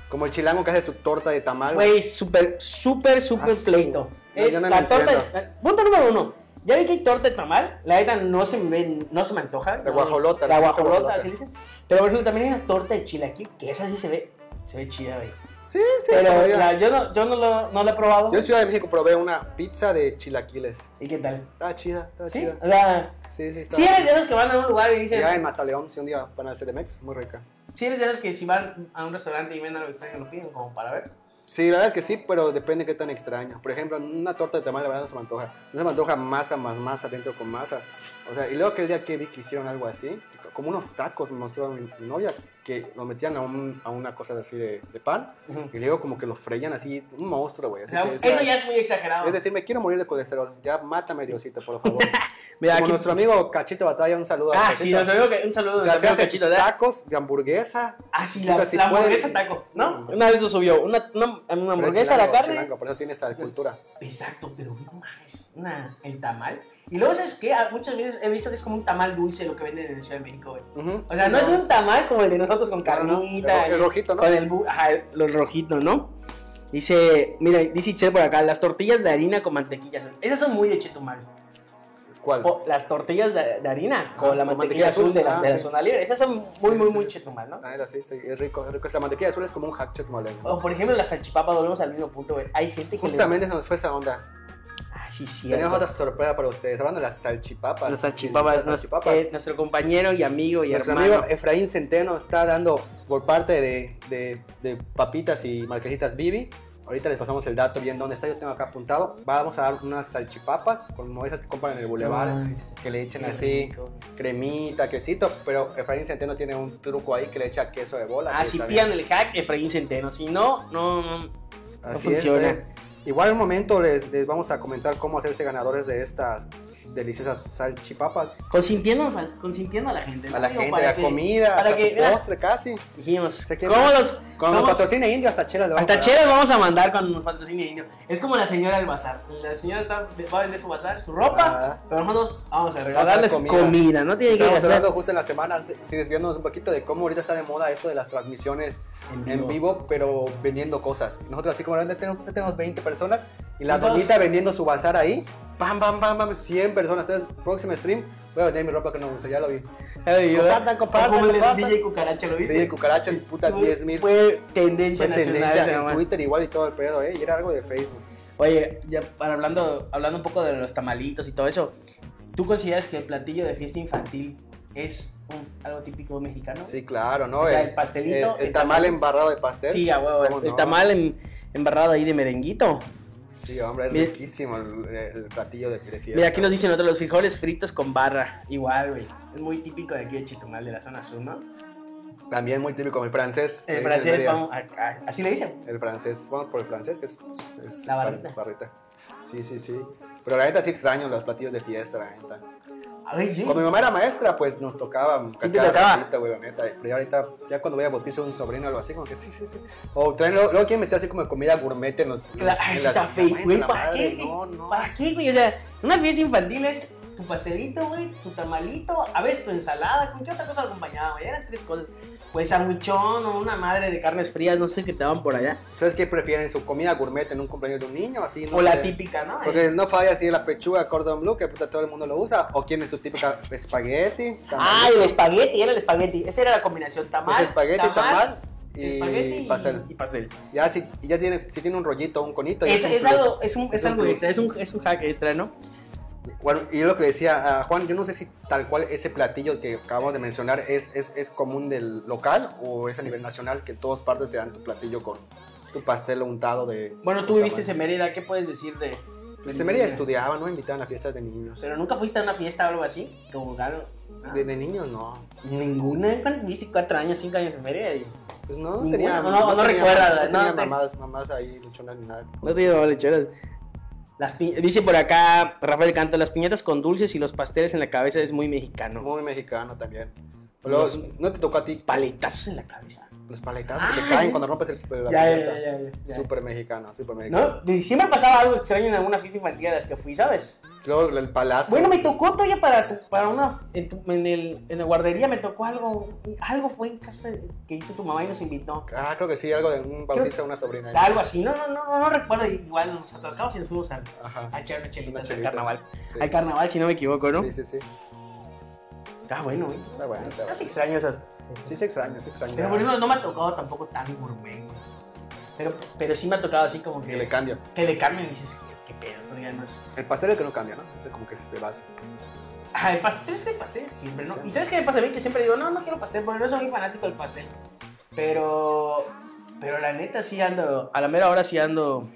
[SPEAKER 2] Como el chilango que hace su torta de tamal.
[SPEAKER 1] Güey, súper, súper, súper
[SPEAKER 2] Ah, su-
[SPEAKER 1] pleito.
[SPEAKER 2] No,
[SPEAKER 1] Es
[SPEAKER 2] yo no
[SPEAKER 1] la
[SPEAKER 2] lo
[SPEAKER 1] torta.
[SPEAKER 2] entiendo.
[SPEAKER 1] la- punto número uno. Ya vi que hay torta de tamal. La neta no se me ve, no se me antoja.
[SPEAKER 2] La
[SPEAKER 1] No,
[SPEAKER 2] guajolota,
[SPEAKER 1] La
[SPEAKER 2] la famosa
[SPEAKER 1] guajolota,
[SPEAKER 2] guajolota.
[SPEAKER 1] así dicen. Pero por ejemplo, también hay una torta de chilaquil, que esa sí se ve, se ve chida, güey.
[SPEAKER 2] Sí, sí.
[SPEAKER 1] Pero
[SPEAKER 2] todavía.
[SPEAKER 1] la- yo, no, yo no, lo, no la he probado.
[SPEAKER 2] Yo en Ciudad de México probé una pizza de chilaquiles.
[SPEAKER 1] ¿Y qué tal?
[SPEAKER 2] Está chida, está
[SPEAKER 1] ¿Sí?
[SPEAKER 2] chida.
[SPEAKER 1] O sea,
[SPEAKER 2] Sí, sí, está.
[SPEAKER 1] Si eres de esos que van a un lugar y dicen.
[SPEAKER 2] Ya en Mataleón, si un día van al CDMX, muy rica.
[SPEAKER 1] Si eres de esos que si van a un restaurante y ven algo extraño lo piden como para ver.
[SPEAKER 2] Sí, la verdad es que sí, pero depende de qué tan extraño. Por ejemplo, una torta de tamal, la verdad no se me antoja. No se me antoja masa más masa dentro con masa. O sea, y luego aquel día que vi que hicieron algo así, como unos tacos me mostró mi, mi novia, que lo metían a, un- a una cosa así de, de pan, y luego como que lo freían así, un monstruo, güey.
[SPEAKER 1] O
[SPEAKER 2] Así
[SPEAKER 1] sea,
[SPEAKER 2] que es-
[SPEAKER 1] eso ya es muy exagerado.
[SPEAKER 2] Es decir, me quiero morir de colesterol. Ya mátame, Diosito, por favor.
[SPEAKER 1] Mira,
[SPEAKER 2] Como
[SPEAKER 1] aquí-
[SPEAKER 2] nuestro amigo Cachito Batalla, un saludo. a
[SPEAKER 1] Ah,
[SPEAKER 2] Cachito.
[SPEAKER 1] sí, nos amigo que- un saludo
[SPEAKER 2] O
[SPEAKER 1] a
[SPEAKER 2] sea,
[SPEAKER 1] nuestro amigo
[SPEAKER 2] se hace
[SPEAKER 1] Cachito,
[SPEAKER 2] sus
[SPEAKER 1] ¿verdad?
[SPEAKER 2] tacos de hamburguesa.
[SPEAKER 1] Ah, sí, la,
[SPEAKER 2] puta, si
[SPEAKER 1] la
[SPEAKER 2] puede-
[SPEAKER 1] hamburguesa taco, ¿no?
[SPEAKER 2] Mm.
[SPEAKER 1] Una vez lo subió, una, una, una
[SPEAKER 2] Pero
[SPEAKER 1] hamburguesa,
[SPEAKER 2] chilango,
[SPEAKER 1] la carne.
[SPEAKER 2] chilango, por eso tiene esa cultura.
[SPEAKER 1] Exacto, pero no mames, una, el tamal. Y luego, ¿sabes qué? Ah, Muchas veces he visto que es como un tamal dulce lo que venden en Ciudad de México, güey.
[SPEAKER 2] Ujú.
[SPEAKER 1] O sea, no, es un tamal como el de nosotros con
[SPEAKER 2] No, no, no. El
[SPEAKER 1] carnita.
[SPEAKER 2] ro-
[SPEAKER 1] y-
[SPEAKER 2] el rojito, ¿no?
[SPEAKER 1] Con el, bu- ajá, el- los rojitos, ¿no? Dice, mira, dice Chel por acá, las tortillas de harina con mantequilla. son- Esas son muy de Chetumal.
[SPEAKER 2] ¿Cuál?
[SPEAKER 1] O las tortillas de, de harina con la
[SPEAKER 2] con
[SPEAKER 1] mantequilla
[SPEAKER 2] mantequilla
[SPEAKER 1] azul,
[SPEAKER 2] azul,
[SPEAKER 1] de, la,
[SPEAKER 2] ah,
[SPEAKER 1] de la
[SPEAKER 2] sí.
[SPEAKER 1] zona libre. Esas son muy,
[SPEAKER 2] Sí,
[SPEAKER 1] muy,
[SPEAKER 2] sí,
[SPEAKER 1] muy
[SPEAKER 2] sí.
[SPEAKER 1] Chetumal, ¿no?
[SPEAKER 2] La neta, sí, sí, es rico, es rico. La mantequilla azul es como un hack chetmolengo.
[SPEAKER 1] O por ejemplo, las salchipapas, volvemos al mismo punto, güey. Hay gente que... le-
[SPEAKER 2] Justamente se nos fue esa onda.
[SPEAKER 1] Ah, sí,
[SPEAKER 2] Tenemos
[SPEAKER 1] cierto.
[SPEAKER 2] otra sorpresa para ustedes. Hablando de las salchipapas.
[SPEAKER 1] Las salchipapas,
[SPEAKER 2] Las
[SPEAKER 1] nuestro,
[SPEAKER 2] salchipapas.
[SPEAKER 1] eh, nuestro compañero y amigo y
[SPEAKER 2] Nuestro
[SPEAKER 1] hermano.
[SPEAKER 2] amigo eh, Efraín Centeno está dando por parte de, de- de papitas y marquesitas Bibi. Ahorita les pasamos el dato bien dónde está. Yo tengo acá apuntado. Vamos a dar unas salchipapas, como esas que compran en el bulevar,
[SPEAKER 1] Ay, sí.
[SPEAKER 2] que le echen
[SPEAKER 1] Qué
[SPEAKER 2] así
[SPEAKER 1] rico.
[SPEAKER 2] cremita, quesito. Pero Efraín Centeno tiene un truco ahí que le echa queso de bola.
[SPEAKER 1] Ah,
[SPEAKER 2] que
[SPEAKER 1] si
[SPEAKER 2] está
[SPEAKER 1] pidan
[SPEAKER 2] bien.
[SPEAKER 1] el hack, Efraín Centeno. Si no, no, no.
[SPEAKER 2] Así es,
[SPEAKER 1] funciona.
[SPEAKER 2] entonces, igual en un momento les, les vamos a comentar cómo hacerse ganadores de estas deliciosas salchipapas.
[SPEAKER 1] Consintiéndonos a, consintiendo a la gente. ¿no?
[SPEAKER 2] A la
[SPEAKER 1] Digo,
[SPEAKER 2] gente,
[SPEAKER 1] para
[SPEAKER 2] la
[SPEAKER 1] que-
[SPEAKER 2] comida,
[SPEAKER 1] para
[SPEAKER 2] hasta
[SPEAKER 1] que,
[SPEAKER 2] su
[SPEAKER 1] mira,
[SPEAKER 2] postre casi.
[SPEAKER 1] Dijimos,
[SPEAKER 2] Se quiere-
[SPEAKER 1] ¿cómo los...?
[SPEAKER 2] Con
[SPEAKER 1] vamos-
[SPEAKER 2] patrocinio indio hasta chelas. le vamos a
[SPEAKER 1] Hasta
[SPEAKER 2] dar.
[SPEAKER 1] chelas vamos a mandar con patrocinio indio. Es como la señora del bazar. La señora está- va a vender su bazar, su ropa,
[SPEAKER 2] Ah.
[SPEAKER 1] pero nosotros vamos a
[SPEAKER 2] a dar
[SPEAKER 1] regalarles comida.
[SPEAKER 2] comida.
[SPEAKER 1] No tiene que
[SPEAKER 2] Estábamos
[SPEAKER 1] gastar
[SPEAKER 2] hablando justo en la semana, si desviándonos un poquito de cómo ahorita está de moda esto de las transmisiones
[SPEAKER 1] en
[SPEAKER 2] en vivo, pero vendiendo cosas. Nosotros así como ahorita tenemos, ya tenemos 20 personas y la
[SPEAKER 1] Nosotros-
[SPEAKER 2] doñita vendiendo su bazar ahí, pam, pam, pam, pam, 100 personas. Entonces, próximo stream, voy a vender mi ropa que no me gusta, ya lo vi.
[SPEAKER 1] Ay, yo-
[SPEAKER 2] Compartan, compartan,
[SPEAKER 1] Como el de
[SPEAKER 2] compartan.
[SPEAKER 1] DJ Cucaracha, ¿lo viste?
[SPEAKER 2] Sí, cucarachas, puta,
[SPEAKER 1] Fue-
[SPEAKER 2] 10 mil. Fue
[SPEAKER 1] Fue tendencia nacional.
[SPEAKER 2] tendencia
[SPEAKER 1] esa
[SPEAKER 2] en
[SPEAKER 1] mamá.
[SPEAKER 2] Twitter igual y todo el pedo, ¿eh? Y era algo de Facebook.
[SPEAKER 1] Oye, ya para hablando, hablando un poco de los tamalitos y todo eso. ¿Tú consideras que el platillo de fiesta infantil es un- algo típico mexicano?
[SPEAKER 2] Sí, claro, ¿no?
[SPEAKER 1] O sea, el pastelito,
[SPEAKER 2] El, el
[SPEAKER 1] el
[SPEAKER 2] tamal
[SPEAKER 1] tamal.
[SPEAKER 2] embarrado de pastel.
[SPEAKER 1] Sí, a huevo,
[SPEAKER 2] ¿Cómo
[SPEAKER 1] el, el
[SPEAKER 2] no?
[SPEAKER 1] tamal en- embarrado ahí de merenguito.
[SPEAKER 2] Sí, hombre, es
[SPEAKER 1] Mira-
[SPEAKER 2] riquísimo el, el platillo de, de fiesta.
[SPEAKER 1] Mira, aquí nos dicen otros, los frijoles fritos con barra. Igual, güey. Es muy típico de aquí de Chetumal, de la zona sur, ¿no?
[SPEAKER 2] También muy típico, el francés. le
[SPEAKER 1] El
[SPEAKER 2] dicen
[SPEAKER 1] francés,
[SPEAKER 2] feria.
[SPEAKER 1] vamos, a- a- así le dicen.
[SPEAKER 2] El francés, vamos por el francés, que es, es
[SPEAKER 1] La
[SPEAKER 2] bar-
[SPEAKER 1] barrita.
[SPEAKER 2] Sí, sí, sí. Pero la neta sí extraño los platillos de fiesta, la neta.
[SPEAKER 1] A ver, sí.
[SPEAKER 2] Cuando mi mamá era maestra, pues nos tocaba
[SPEAKER 1] te
[SPEAKER 2] cada
[SPEAKER 1] tocaba.
[SPEAKER 2] ratito, güey, la neta. Pero ya ahorita, ya cuando voy a bautizar a un sobrino o algo así, como que sí, sí, sí. O traen, luego, luego quieren meter así como comida gourmet en los.
[SPEAKER 1] La-
[SPEAKER 2] en
[SPEAKER 1] eso
[SPEAKER 2] las-
[SPEAKER 1] está
[SPEAKER 2] en
[SPEAKER 1] feo,
[SPEAKER 2] la
[SPEAKER 1] güey.
[SPEAKER 2] la
[SPEAKER 1] ¿Para
[SPEAKER 2] madre,
[SPEAKER 1] qué? güey?
[SPEAKER 2] No, no.
[SPEAKER 1] ¿Para qué, güey? O sea, una fiesta infantil es tu pastelito, güey, tu tamalito, a veces tu ensalada, con qué otra cosa acompañada, güey. Eran tres cosas. Pues sandwichón o una madre de carnes frías, no sé qué te daban por allá.
[SPEAKER 2] ¿Ustedes qué prefieren? ¿Su comida gourmet en un cumpleaños de un niño? Así, no
[SPEAKER 1] o la
[SPEAKER 2] sé.
[SPEAKER 1] típica, ¿no?
[SPEAKER 2] Porque no falla así la pechuga cordon bleu, que puta todo el mundo lo usa. ¿O quién es su típica espagueti?
[SPEAKER 1] Ah,
[SPEAKER 2] tamalito?
[SPEAKER 1] el espagueti, era el espagueti. Esa era la combinación tamal.
[SPEAKER 2] Es Pues espagueti, tamal, y
[SPEAKER 1] espagueti y
[SPEAKER 2] pastel.
[SPEAKER 1] Y pastel.
[SPEAKER 2] Ya si, ya tiene, si tiene un rollito, un conito. ya
[SPEAKER 1] Es,
[SPEAKER 2] un
[SPEAKER 1] es
[SPEAKER 2] plus.
[SPEAKER 1] algo, es un, es
[SPEAKER 2] Es un
[SPEAKER 1] algo
[SPEAKER 2] plus.
[SPEAKER 1] extra, es un, es un hack extra, ¿no?
[SPEAKER 2] Bueno, y lo que decía ah, Juan, yo no sé si tal cual ese platillo que acabamos de mencionar es, es, es común del local o es a nivel nacional, que en todas partes te dan tu platillo con tu pastel untado de...
[SPEAKER 1] Bueno, tú
[SPEAKER 2] de
[SPEAKER 1] viviste en
[SPEAKER 2] tamal.
[SPEAKER 1] Mérida, ¿qué puedes decir de...?
[SPEAKER 2] Pues en Mérida estudiaba, no me invitaban a fiestas de niños.
[SPEAKER 1] Pero ah. nunca fuiste a una fiesta o algo así, como claro. ¿no?
[SPEAKER 2] De, de niños no.
[SPEAKER 1] Ninguna, ¿cuándo viviste cuatro años, cinco años en Mérida? y-
[SPEAKER 2] Pues no,
[SPEAKER 1] Ninguna,
[SPEAKER 2] tenía...
[SPEAKER 1] no, no
[SPEAKER 2] tenía-
[SPEAKER 1] recuerda,
[SPEAKER 2] No
[SPEAKER 1] no,
[SPEAKER 2] tenía
[SPEAKER 1] te-
[SPEAKER 2] mamás, mamás ahí, luchonas ni nada.
[SPEAKER 1] No te digo, lecheras. Las pi- Dice por acá Rafael Canto, las piñatas con dulces y los pasteles en la cabeza es muy mexicano.
[SPEAKER 2] Muy mexicano también. Luego,
[SPEAKER 1] Los-
[SPEAKER 2] ¿No te tocó a ti
[SPEAKER 1] Paletazos en la cabeza.
[SPEAKER 2] los paletazos que te
[SPEAKER 1] Ah,
[SPEAKER 2] caen
[SPEAKER 1] ya.
[SPEAKER 2] cuando rompes el, la piñata? Súper mexicano, súper mexicano.
[SPEAKER 1] ¿No? Y Siempre pasaba algo extraño en alguna fiesta infantil a las que fui, ¿sabes?
[SPEAKER 2] Pues, Luego el palacio.
[SPEAKER 1] Bueno, me tocó todavía para, tu- para una... En, tu- en el, en la guardería me tocó algo... Algo fue en casa que hizo tu mamá y nos invitó.
[SPEAKER 2] Ah, creo que sí, algo de un bautizo de una sobrina.
[SPEAKER 1] Algo así, no, no, no, no, no recuerdo. Igual nos atascamos y nos fuimos a,
[SPEAKER 2] Ajá.
[SPEAKER 1] a echar una chelita
[SPEAKER 2] Una
[SPEAKER 1] al
[SPEAKER 2] chelita.
[SPEAKER 1] carnaval.
[SPEAKER 2] Sí.
[SPEAKER 1] Al carnaval, si no me equivoco, ¿no?
[SPEAKER 2] Sí, sí, sí.
[SPEAKER 1] Está bueno, güey.
[SPEAKER 2] Está bueno, está
[SPEAKER 1] Estás
[SPEAKER 2] bueno.
[SPEAKER 1] extraño esas.
[SPEAKER 2] Sí, se extraña, se extraña.
[SPEAKER 1] Ah, Pero por ejemplo, no me ha tocado tampoco tan gourmet, güey. Pero, pero sí me ha tocado así como que,
[SPEAKER 2] Que le cambia.
[SPEAKER 1] que le cambien y dices, qué, qué pedo, esto ya no es.
[SPEAKER 2] El pastel es que no cambia, ¿no? O sea, como que es de base.
[SPEAKER 1] Ah, el pastel, pero es que el pastel es siempre, ¿no?
[SPEAKER 2] Sí.
[SPEAKER 1] Y sabes qué me pasa a mí que siempre digo, no, no quiero pastel, porque no soy muy fanático del pastel. Pero, pero la neta sí ando, a la mera hora sí ando.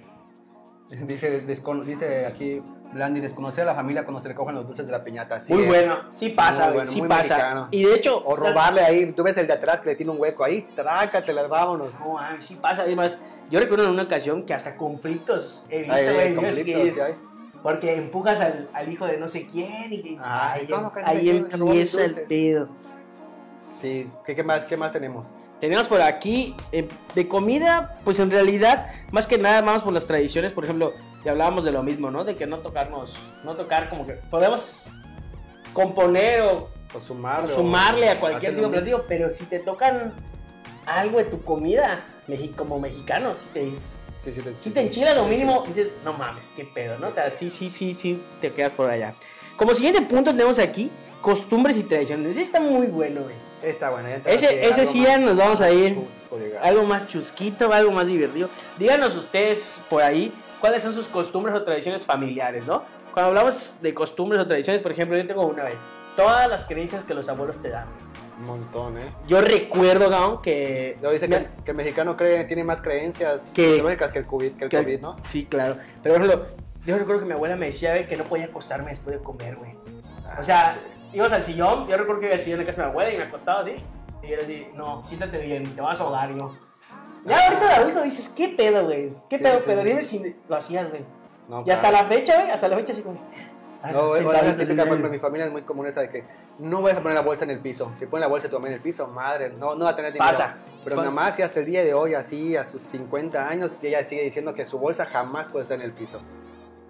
[SPEAKER 2] Dice, descono- dice aquí Blandi, desconocer a la familia cuando se recogen los dulces de la piñata. Así
[SPEAKER 1] muy
[SPEAKER 2] es.
[SPEAKER 1] bueno, sí pasa,
[SPEAKER 2] eh. Muy
[SPEAKER 1] güey,
[SPEAKER 2] bueno,
[SPEAKER 1] sí
[SPEAKER 2] muy
[SPEAKER 1] pasa.
[SPEAKER 2] mexicano.
[SPEAKER 1] Y de hecho,
[SPEAKER 2] O robarle ahí, tú ves el de atrás que le tiene un hueco ahí, trácatelas, vámonos.
[SPEAKER 1] No, mames, sí pasa. Además, yo recuerdo en una ocasión que hasta conflictos he visto,
[SPEAKER 2] Ahí,
[SPEAKER 1] güey, en videos que
[SPEAKER 2] conflictos
[SPEAKER 1] dices,
[SPEAKER 2] que hay.
[SPEAKER 1] Porque empujas al, al hijo de no sé quién y que-
[SPEAKER 2] Ay,
[SPEAKER 1] ahí,
[SPEAKER 2] ¿cómo que no
[SPEAKER 1] ahí
[SPEAKER 2] me quieren robar mis
[SPEAKER 1] empieza el
[SPEAKER 2] dulces?
[SPEAKER 1] pedo.
[SPEAKER 2] Sí, ¿qué, qué más, ¿qué más tenemos?
[SPEAKER 1] Tenemos por aquí eh, de comida, pues en realidad, más que nada vamos por las tradiciones, por ejemplo, ya hablábamos de lo mismo, ¿no? De que no tocarnos, no tocar como que podemos componer o
[SPEAKER 2] O Pues sumarle. o
[SPEAKER 1] sumarle a cualquier
[SPEAKER 2] hacerle
[SPEAKER 1] tipo
[SPEAKER 2] un
[SPEAKER 1] de platillo,
[SPEAKER 2] mix.
[SPEAKER 1] pero si te tocan algo de tu comida, mexi- como mexicano, si te,
[SPEAKER 2] Sí, sí, te,
[SPEAKER 1] si te enchilas lo mínimo, dices, no mames, qué pedo, ¿no? O sea, sí, sí, sí, sí, te quedas por allá. Como siguiente punto tenemos aquí costumbres y tradiciones. Ese está muy bueno, güey.
[SPEAKER 2] Está bueno. ya entramos
[SPEAKER 1] Ese,
[SPEAKER 2] en
[SPEAKER 1] ese
[SPEAKER 2] algo
[SPEAKER 1] sí
[SPEAKER 2] más
[SPEAKER 1] ya nos vamos a ir.
[SPEAKER 2] chusco, digamos.
[SPEAKER 1] Algo más chusquito, algo más divertido. Díganos ustedes por ahí cuáles son sus costumbres o tradiciones familiares, ¿no? Cuando hablamos de costumbres o tradiciones, por ejemplo, yo tengo una vez. Todas las creencias que los abuelos te dan.
[SPEAKER 2] Un montón, ¿eh?
[SPEAKER 1] Yo recuerdo, Gaon, que...
[SPEAKER 2] Luego dice
[SPEAKER 1] me-
[SPEAKER 2] que, que el mexicano cree, tiene más creencias
[SPEAKER 1] Que-
[SPEAKER 2] ideológicas que el COVID, que el
[SPEAKER 1] que-
[SPEAKER 2] COVID, ¿no?
[SPEAKER 1] Sí, claro. Pero, por ejemplo, yo recuerdo que mi abuela me decía güey, que no podía acostarme después de comer, güey.
[SPEAKER 2] Ah,
[SPEAKER 1] O sea,
[SPEAKER 2] sí.
[SPEAKER 1] íbamos al sillón, yo recuerdo que iba al sillón de casa de mi abuela y me acostaba así. Y yo le decía, no, siéntate bien, te vas a ahogar y yo. Ya ahorita de adulto dices, ¿qué pedo, güey? ¿Qué
[SPEAKER 2] Sí,
[SPEAKER 1] pedo,
[SPEAKER 2] sí,
[SPEAKER 1] pero
[SPEAKER 2] sí.
[SPEAKER 1] dime si lo hacías, güey.
[SPEAKER 2] Ah, No,
[SPEAKER 1] y hasta
[SPEAKER 2] claro.
[SPEAKER 1] la fecha, güey, hasta la fecha así como. ah,
[SPEAKER 2] No, bueno,
[SPEAKER 1] sentadito
[SPEAKER 2] es típica,
[SPEAKER 1] en
[SPEAKER 2] por ejemplo,
[SPEAKER 1] el-
[SPEAKER 2] en mi familia es muy común esa de que no vayas a poner la bolsa en el piso. Si pones la bolsa de tu mamá en el piso, madre, no, no va a tener dinero.
[SPEAKER 1] Pasa.
[SPEAKER 2] Pero
[SPEAKER 1] Pasa.
[SPEAKER 2] nada más, y hasta el día de hoy, así, a sus 50 años, que ella sigue diciendo que su bolsa jamás puede estar en el piso.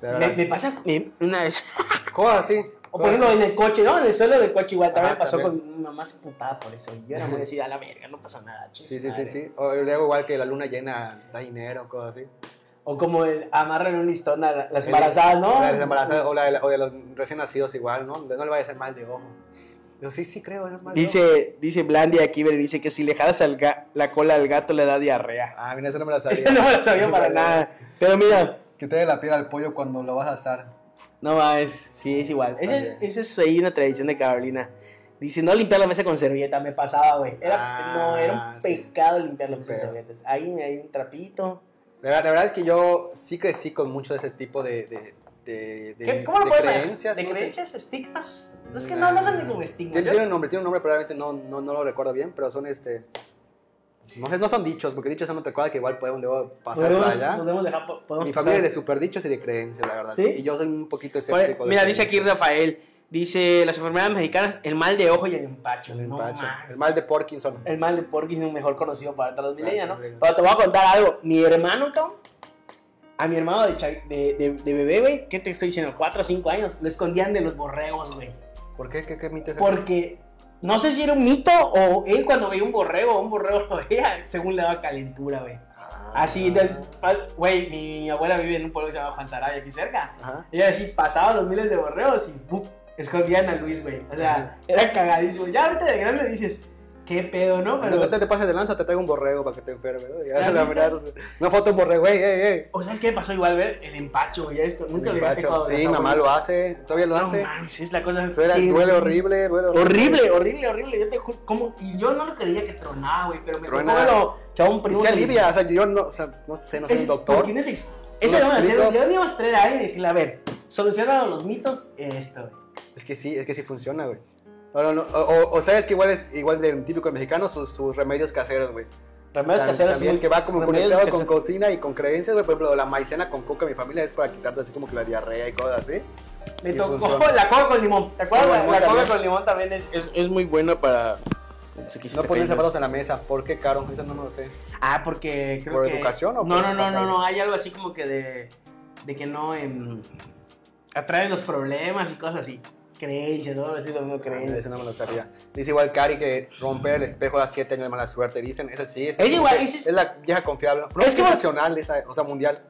[SPEAKER 2] De
[SPEAKER 1] me,
[SPEAKER 2] verdad.
[SPEAKER 1] me pasa me- una vez.
[SPEAKER 2] Cosas así.
[SPEAKER 1] O por
[SPEAKER 2] cosas
[SPEAKER 1] ejemplo,
[SPEAKER 2] así.
[SPEAKER 1] en el coche, ¿no? En el suelo del coche igual. También
[SPEAKER 2] Ajá,
[SPEAKER 1] pasó
[SPEAKER 2] también.
[SPEAKER 1] con mi mamá se putada por eso. Y yo era muy así, a la verga, no pasa nada. chis,
[SPEAKER 2] Sí, sí, sí,
[SPEAKER 1] madre".
[SPEAKER 2] sí. O luego igual que la luna llena da dinero, cosas así.
[SPEAKER 1] O como el amarran un listón a la- las
[SPEAKER 2] Sí.
[SPEAKER 1] embarazadas, ¿no?
[SPEAKER 2] La de las
[SPEAKER 1] pues.
[SPEAKER 2] embarazadas, o, la de la- o de los recién nacidos igual, ¿no? No le vaya a hacer mal de ojo. Yo sí, sí creo, no es mal de ojo.
[SPEAKER 1] Dice, dice Blandy aquí, pero dice que si le jalas al ga- la cola al gato le da diarrea.
[SPEAKER 2] Ah, mira, eso no me la sabía.
[SPEAKER 1] Yo no me lo sabía para nada. Pero mira,
[SPEAKER 2] Que te dé la piel al pollo cuando lo vas a asar.
[SPEAKER 1] No más, sí, es igual. Esa es,
[SPEAKER 2] Ok.
[SPEAKER 1] esa es ahí una tradición de Carolina. Dice, no limpiar la mesa con servilleta, me pasaba, güey. Era,
[SPEAKER 2] Ah,
[SPEAKER 1] no, era un
[SPEAKER 2] sí.
[SPEAKER 1] pecado limpiar la mesa con
[SPEAKER 2] Feo.
[SPEAKER 1] servilletas. Ahí hay un trapito.
[SPEAKER 2] La verdad, la verdad es que yo sí crecí con mucho de ese tipo de, de, de, de-
[SPEAKER 1] ¿Qué- ¿Cómo lo
[SPEAKER 2] de
[SPEAKER 1] pueden
[SPEAKER 2] creencias.
[SPEAKER 1] ¿De
[SPEAKER 2] no sé.
[SPEAKER 1] creencias? ¿Estigmas? No, Es que no, no son ningún estigma.
[SPEAKER 2] Tiene,
[SPEAKER 1] Yo-
[SPEAKER 2] tiene un nombre, tiene un nombre, probablemente no, no, no lo recuerdo bien, pero son este. No sé, no son dichos, porque dichos son otra cosa que igual podemos luego pasar
[SPEAKER 1] podemos,
[SPEAKER 2] para allá.
[SPEAKER 1] podemos dejar, po- podemos
[SPEAKER 2] Mi
[SPEAKER 1] pasar.
[SPEAKER 2] familia es de superdichos y de creencias, la verdad.
[SPEAKER 1] ¿Sí?
[SPEAKER 2] Y yo soy un poquito escéptico. de
[SPEAKER 1] Mira, dice
[SPEAKER 2] creencias.
[SPEAKER 1] aquí Rafael, dice, las enfermedades mexicanas, el mal de ojo y el empacho.
[SPEAKER 2] El,
[SPEAKER 1] no
[SPEAKER 2] empacho.
[SPEAKER 1] más.
[SPEAKER 2] el mal de Parkinson.
[SPEAKER 1] El mal de Porky es un mejor conocido para todos los
[SPEAKER 2] Claro,
[SPEAKER 1] milenios, ¿no?
[SPEAKER 2] claro.
[SPEAKER 1] Pero te voy a contar algo. Mi hermano, cabrón, a mi hermano de, chav- de, de- de bebé, güey, ¿qué te estoy diciendo? Cuatro o cinco años, lo escondían de los borregos, güey.
[SPEAKER 2] ¿Por qué? ¿Qué, qué mito es ese?
[SPEAKER 1] Porque no sé si era un mito o él cuando veía un borrego, un borrego lo veía, según le daba calentura, güey.
[SPEAKER 2] Ah.
[SPEAKER 1] Así, entonces, pa- güey, mi abuela vive en un pueblo que se llama Juan Sarabia, aquí cerca.
[SPEAKER 2] Ajá.
[SPEAKER 1] Ella así pasaba los miles de borreos y ¡pum! escondían a Luis, güey. O sea, era cagadísimo. Ya ahorita de grande dices, qué pedo, ¿no?
[SPEAKER 2] No, no
[SPEAKER 1] Pero,
[SPEAKER 2] te, te pases de lanza, te traigo un borrego para que te enferme. ¿no? Ya,
[SPEAKER 1] ¿La
[SPEAKER 2] la
[SPEAKER 1] neta?
[SPEAKER 2] verdad, una foto de un borrego, ey, ey, ey.
[SPEAKER 1] o sabes qué pasó igual, ver el empacho, güey. ya Esto, nunca
[SPEAKER 2] El
[SPEAKER 1] lo había
[SPEAKER 2] empacho.
[SPEAKER 1] sacado.
[SPEAKER 2] Sí, mamá lo hace, todavía lo
[SPEAKER 1] No
[SPEAKER 2] hace.
[SPEAKER 1] mames, es la cosa.
[SPEAKER 2] Suena,
[SPEAKER 1] que-
[SPEAKER 2] duele horrible, duele
[SPEAKER 1] Horrible, horrible, horrible. Yo te juro, ¿cómo? Y yo no lo creía que tronaba, güey, pero me
[SPEAKER 2] Truena.
[SPEAKER 1] tronaba lo chavo un
[SPEAKER 2] Y
[SPEAKER 1] primo.
[SPEAKER 2] se
[SPEAKER 1] que me
[SPEAKER 2] alivia, o sea, yo no, o sea, no sé, no soy
[SPEAKER 1] Es,
[SPEAKER 2] un doctor.
[SPEAKER 1] porque no es ex- Eso
[SPEAKER 2] No,
[SPEAKER 1] lo vamos a hacer.
[SPEAKER 2] explico.
[SPEAKER 1] Le deberíamos traer a alguien y decirle, a ver, soluciona los mitos, esto, güey.
[SPEAKER 2] Es que sí, es que sí funciona, güey. O, no, no, o- o- o sabes que igual es igual del típico mexicano sus, sus remedios caseros, güey.
[SPEAKER 1] Remedios
[SPEAKER 2] Tam-
[SPEAKER 1] caseros,
[SPEAKER 2] También
[SPEAKER 1] sí.
[SPEAKER 2] que va como
[SPEAKER 1] Remedios
[SPEAKER 2] conectado con
[SPEAKER 1] caseros.
[SPEAKER 2] cocina y con creencias, güey. Por ejemplo, la maicena con coca, mi familia es para quitarte así como que la diarrea y cosas así.
[SPEAKER 1] Me
[SPEAKER 2] Y
[SPEAKER 1] tocó
[SPEAKER 2] funciona.
[SPEAKER 1] la coca con limón. ¿Te acuerdas?
[SPEAKER 2] Con
[SPEAKER 1] La,
[SPEAKER 2] limón
[SPEAKER 1] la coca
[SPEAKER 2] también.
[SPEAKER 1] con limón también es, es, es muy buena para.
[SPEAKER 2] No ponen zapatos en la mesa, ¿por qué caro? Eso no lo sé.
[SPEAKER 1] Ah, porque creo
[SPEAKER 2] ¿Por
[SPEAKER 1] que.
[SPEAKER 2] educación o
[SPEAKER 1] No,
[SPEAKER 2] por
[SPEAKER 1] no, no,
[SPEAKER 2] pasar?
[SPEAKER 1] no, no. Hay algo así como que de. De que no. em, atrae los problemas y cosas así. Creencias, ¿no? Así lo mismo creencias.
[SPEAKER 2] Eso no me lo sabía. Dice igual Cari que romper el espejo da 7 años de mala suerte. Dicen, esa sí es.
[SPEAKER 1] Es igual, esa es-
[SPEAKER 2] es la vieja confiable. No,
[SPEAKER 1] Es
[SPEAKER 2] es
[SPEAKER 1] que-
[SPEAKER 2] que nacional, esa, o sea, mundial.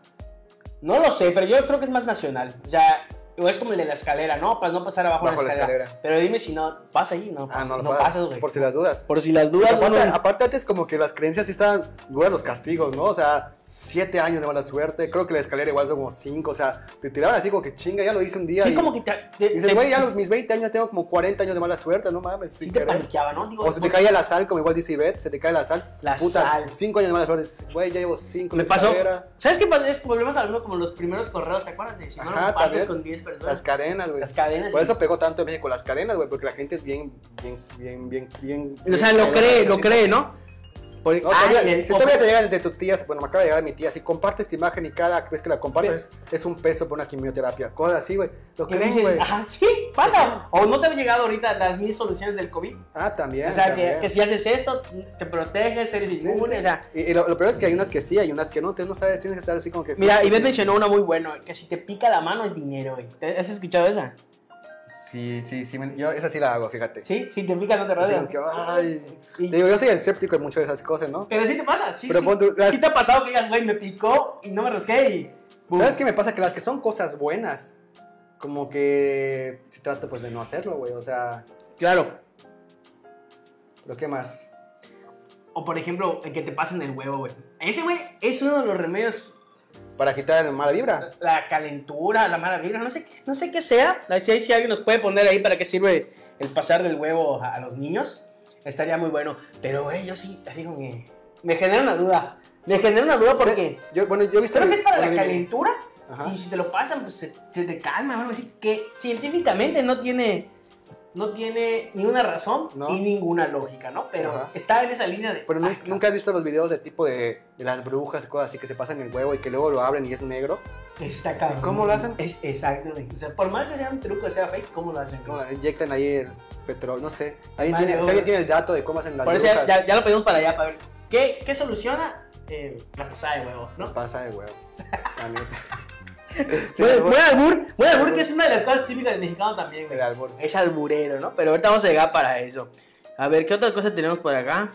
[SPEAKER 1] No lo sé, pero yo creo que es más nacional. O sea, o es como el de la escalera, ¿no? Para no pasar abajo de la
[SPEAKER 2] Bajo la
[SPEAKER 1] escalera.
[SPEAKER 2] escalera.
[SPEAKER 1] Pero dime si no. Pasa ahí, no.
[SPEAKER 2] Ah,
[SPEAKER 1] Pasa,
[SPEAKER 2] no,
[SPEAKER 1] no,
[SPEAKER 2] lo
[SPEAKER 1] pasas, güey.
[SPEAKER 2] Por si las dudas.
[SPEAKER 1] Por si las dudas,
[SPEAKER 2] aparte,
[SPEAKER 1] uno-
[SPEAKER 2] aparte antes como que las creencias sí estaban duras los castigos, ¿no? O sea, siete años de mala suerte, creo que la escalera igual son como cinco, o sea, te tiraban así como que chinga, ya lo hice un día.
[SPEAKER 1] Sí,
[SPEAKER 2] y-
[SPEAKER 1] como que te. te-
[SPEAKER 2] y
[SPEAKER 1] te-
[SPEAKER 2] dices, güey, ya los, mis 20 años tengo como 40 años de mala suerte, no mames,
[SPEAKER 1] sí
[SPEAKER 2] sin
[SPEAKER 1] te
[SPEAKER 2] querer.
[SPEAKER 1] paniqueaba, ¿no? Digo,
[SPEAKER 2] O se te caía la sal, como igual dice Ivette, se te cae la sal.
[SPEAKER 1] La
[SPEAKER 2] Puta,
[SPEAKER 1] sal.
[SPEAKER 2] cinco años de mala suerte. Güey, ya llevo cinco. en
[SPEAKER 1] Me
[SPEAKER 2] la
[SPEAKER 1] pasó.
[SPEAKER 2] escalera.
[SPEAKER 1] ¿Sabes qué? pasa? Es que volvemos a lo mismo como los primeros correos, ¿te acuerdas? De si no lo
[SPEAKER 2] Ajá,
[SPEAKER 1] compartes
[SPEAKER 2] también.
[SPEAKER 1] con 10 personas.
[SPEAKER 2] Las cadenas, güey.
[SPEAKER 1] Las cadenas,
[SPEAKER 2] Por
[SPEAKER 1] sí.
[SPEAKER 2] eso pegó tanto en México las cadenas, güey, porque la gente es bien, bien, bien, bien, bien.
[SPEAKER 1] O sea, lo
[SPEAKER 2] bien-
[SPEAKER 1] cree, lo cree, ¿no? Por-
[SPEAKER 2] No,
[SPEAKER 1] Ah,
[SPEAKER 2] todavía-
[SPEAKER 1] y el-
[SPEAKER 2] si todavía te llegan de tus tías, bueno, me acaba de llegar de mi tía, si compartes esta imagen y cada vez que la compartes es, es un peso por una quimioterapia, cosas así, güey. Lo
[SPEAKER 1] que
[SPEAKER 2] creen,
[SPEAKER 1] dices,
[SPEAKER 2] güey.
[SPEAKER 1] ajá, sí, pasa. O no te han llegado ahorita las mil soluciones del COVID.
[SPEAKER 2] Ah, también.
[SPEAKER 1] o sea,
[SPEAKER 2] también.
[SPEAKER 1] que, que si haces esto, te proteges, eres
[SPEAKER 2] Sí,
[SPEAKER 1] inmune.
[SPEAKER 2] sí.
[SPEAKER 1] O sea,
[SPEAKER 2] Y, y lo, lo peor es que hay unas que sí, hay unas que no, entonces no sabes, tienes que estar así como que...
[SPEAKER 1] mira, Ivette mencionó una muy buena: que si te pica la mano es dinero, güey. ¿Te- ¿Has escuchado esa?
[SPEAKER 2] Sí, sí, sí, me- yo esa sí la hago, fíjate.
[SPEAKER 1] Sí, si te pica no te
[SPEAKER 2] Así
[SPEAKER 1] rasgas.
[SPEAKER 2] como que, ay.
[SPEAKER 1] Y-
[SPEAKER 2] Digo, yo soy escéptico en muchas de esas cosas, ¿no?
[SPEAKER 1] Pero sí te pasa, sí.
[SPEAKER 2] Pero
[SPEAKER 1] sí.
[SPEAKER 2] pon tú- las-
[SPEAKER 1] Sí te ha pasado que digas, güey, me picó y no me rasqué y. ¡pum!
[SPEAKER 2] ¿Sabes qué me pasa? Que las que son cosas buenas, como que se trata pues de no hacerlo, güey, o sea,
[SPEAKER 1] Claro,
[SPEAKER 2] ¿pero qué más?
[SPEAKER 1] O por ejemplo, el que te pasen el huevo, güey. Ese, güey, es uno de los remedios.
[SPEAKER 2] Para quitar mala vibra.
[SPEAKER 1] La calentura, la mala vibra, no sé qué, no sé qué sea. La- Si, si alguien nos puede poner ahí para qué sirve el pasar del huevo a, a los niños, estaría muy bueno. Pero, güey, yo sí, te digo que me genera una duda. Me genera una duda porque
[SPEAKER 2] Yo, bueno, yo he visto...
[SPEAKER 1] creo que es para
[SPEAKER 2] bueno,
[SPEAKER 1] la
[SPEAKER 2] dime.
[SPEAKER 1] calentura
[SPEAKER 2] Ajá.
[SPEAKER 1] y si te lo pasan, pues se, se te calma. Algo así que científicamente no tiene, no tiene ni una razón
[SPEAKER 2] No.
[SPEAKER 1] ni ninguna lógica, ¿no? Pero
[SPEAKER 2] Ajá.
[SPEAKER 1] está en esa línea de. "Ah,
[SPEAKER 2] Pero nu-
[SPEAKER 1] ay, cabrón.
[SPEAKER 2] nunca has visto los videos de tipo de, de las brujas y cosas así que se pasan el huevo y que luego lo abren y es negro.
[SPEAKER 1] Está cabrón.
[SPEAKER 2] ¿Cómo lo hacen?
[SPEAKER 1] Es, exactamente. O sea, por más que sea un truco, sea fake, ¿cómo lo hacen?
[SPEAKER 2] ¿no? Inyectan ahí el petróleo, no sé. ¿Alguien
[SPEAKER 1] Vale,
[SPEAKER 2] tiene, si
[SPEAKER 1] güey.
[SPEAKER 2] alguien tiene el dato de cómo hacen las
[SPEAKER 1] Por eso ya,
[SPEAKER 2] brujas,
[SPEAKER 1] ya- ya lo pedimos para allá, para ver. ¿Qué, qué soluciona eh, la pasada de huevos, no?
[SPEAKER 2] pasa de huevo. La neta. Sí,
[SPEAKER 1] Buen
[SPEAKER 2] el
[SPEAKER 1] buen
[SPEAKER 2] albur-
[SPEAKER 1] albur, buen albur, que es una de las cosas típicas del mexicano también, güey.
[SPEAKER 2] el albur.
[SPEAKER 1] Es alburero, ¿no? Pero ahorita vamos a llegar para eso. A ver, ¿qué otra cosa tenemos por acá?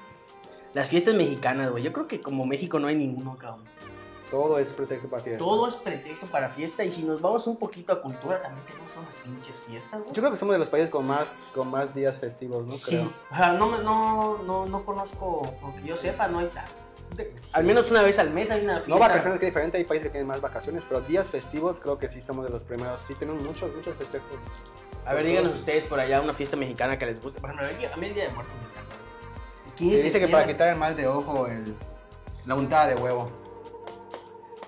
[SPEAKER 1] Las fiestas mexicanas, güey. Yo creo que como México no hay ninguno, cabrón.
[SPEAKER 2] Todo es pretexto para fiesta.
[SPEAKER 1] Todo es pretexto para fiesta. Y si nos vamos un poquito a cultura, también tenemos unas pinches fiestas, güey.
[SPEAKER 2] Yo creo que somos de los países con más, con más días festivos, ¿no?
[SPEAKER 1] sí.
[SPEAKER 2] Creo.
[SPEAKER 1] O sea, no, me- no, no, no conozco, porque yo sepa, no hay tal. al menos una vez al mes hay una fiesta.
[SPEAKER 2] No vacaciones que es diferente, hay países que tienen más vacaciones, pero días festivos creo que sí somos de los primeros. Sí, tenemos muchos, muchos festejos.
[SPEAKER 1] A ver, díganos ustedes por allá una fiesta mexicana que les guste. Por ejemplo, a mí- a mí el Día de Muertos me encanta. El
[SPEAKER 2] Se
[SPEAKER 1] 15 de
[SPEAKER 2] dice que para
[SPEAKER 1] septiembre.
[SPEAKER 2] quitar el mal de ojo, el- la untada de huevo.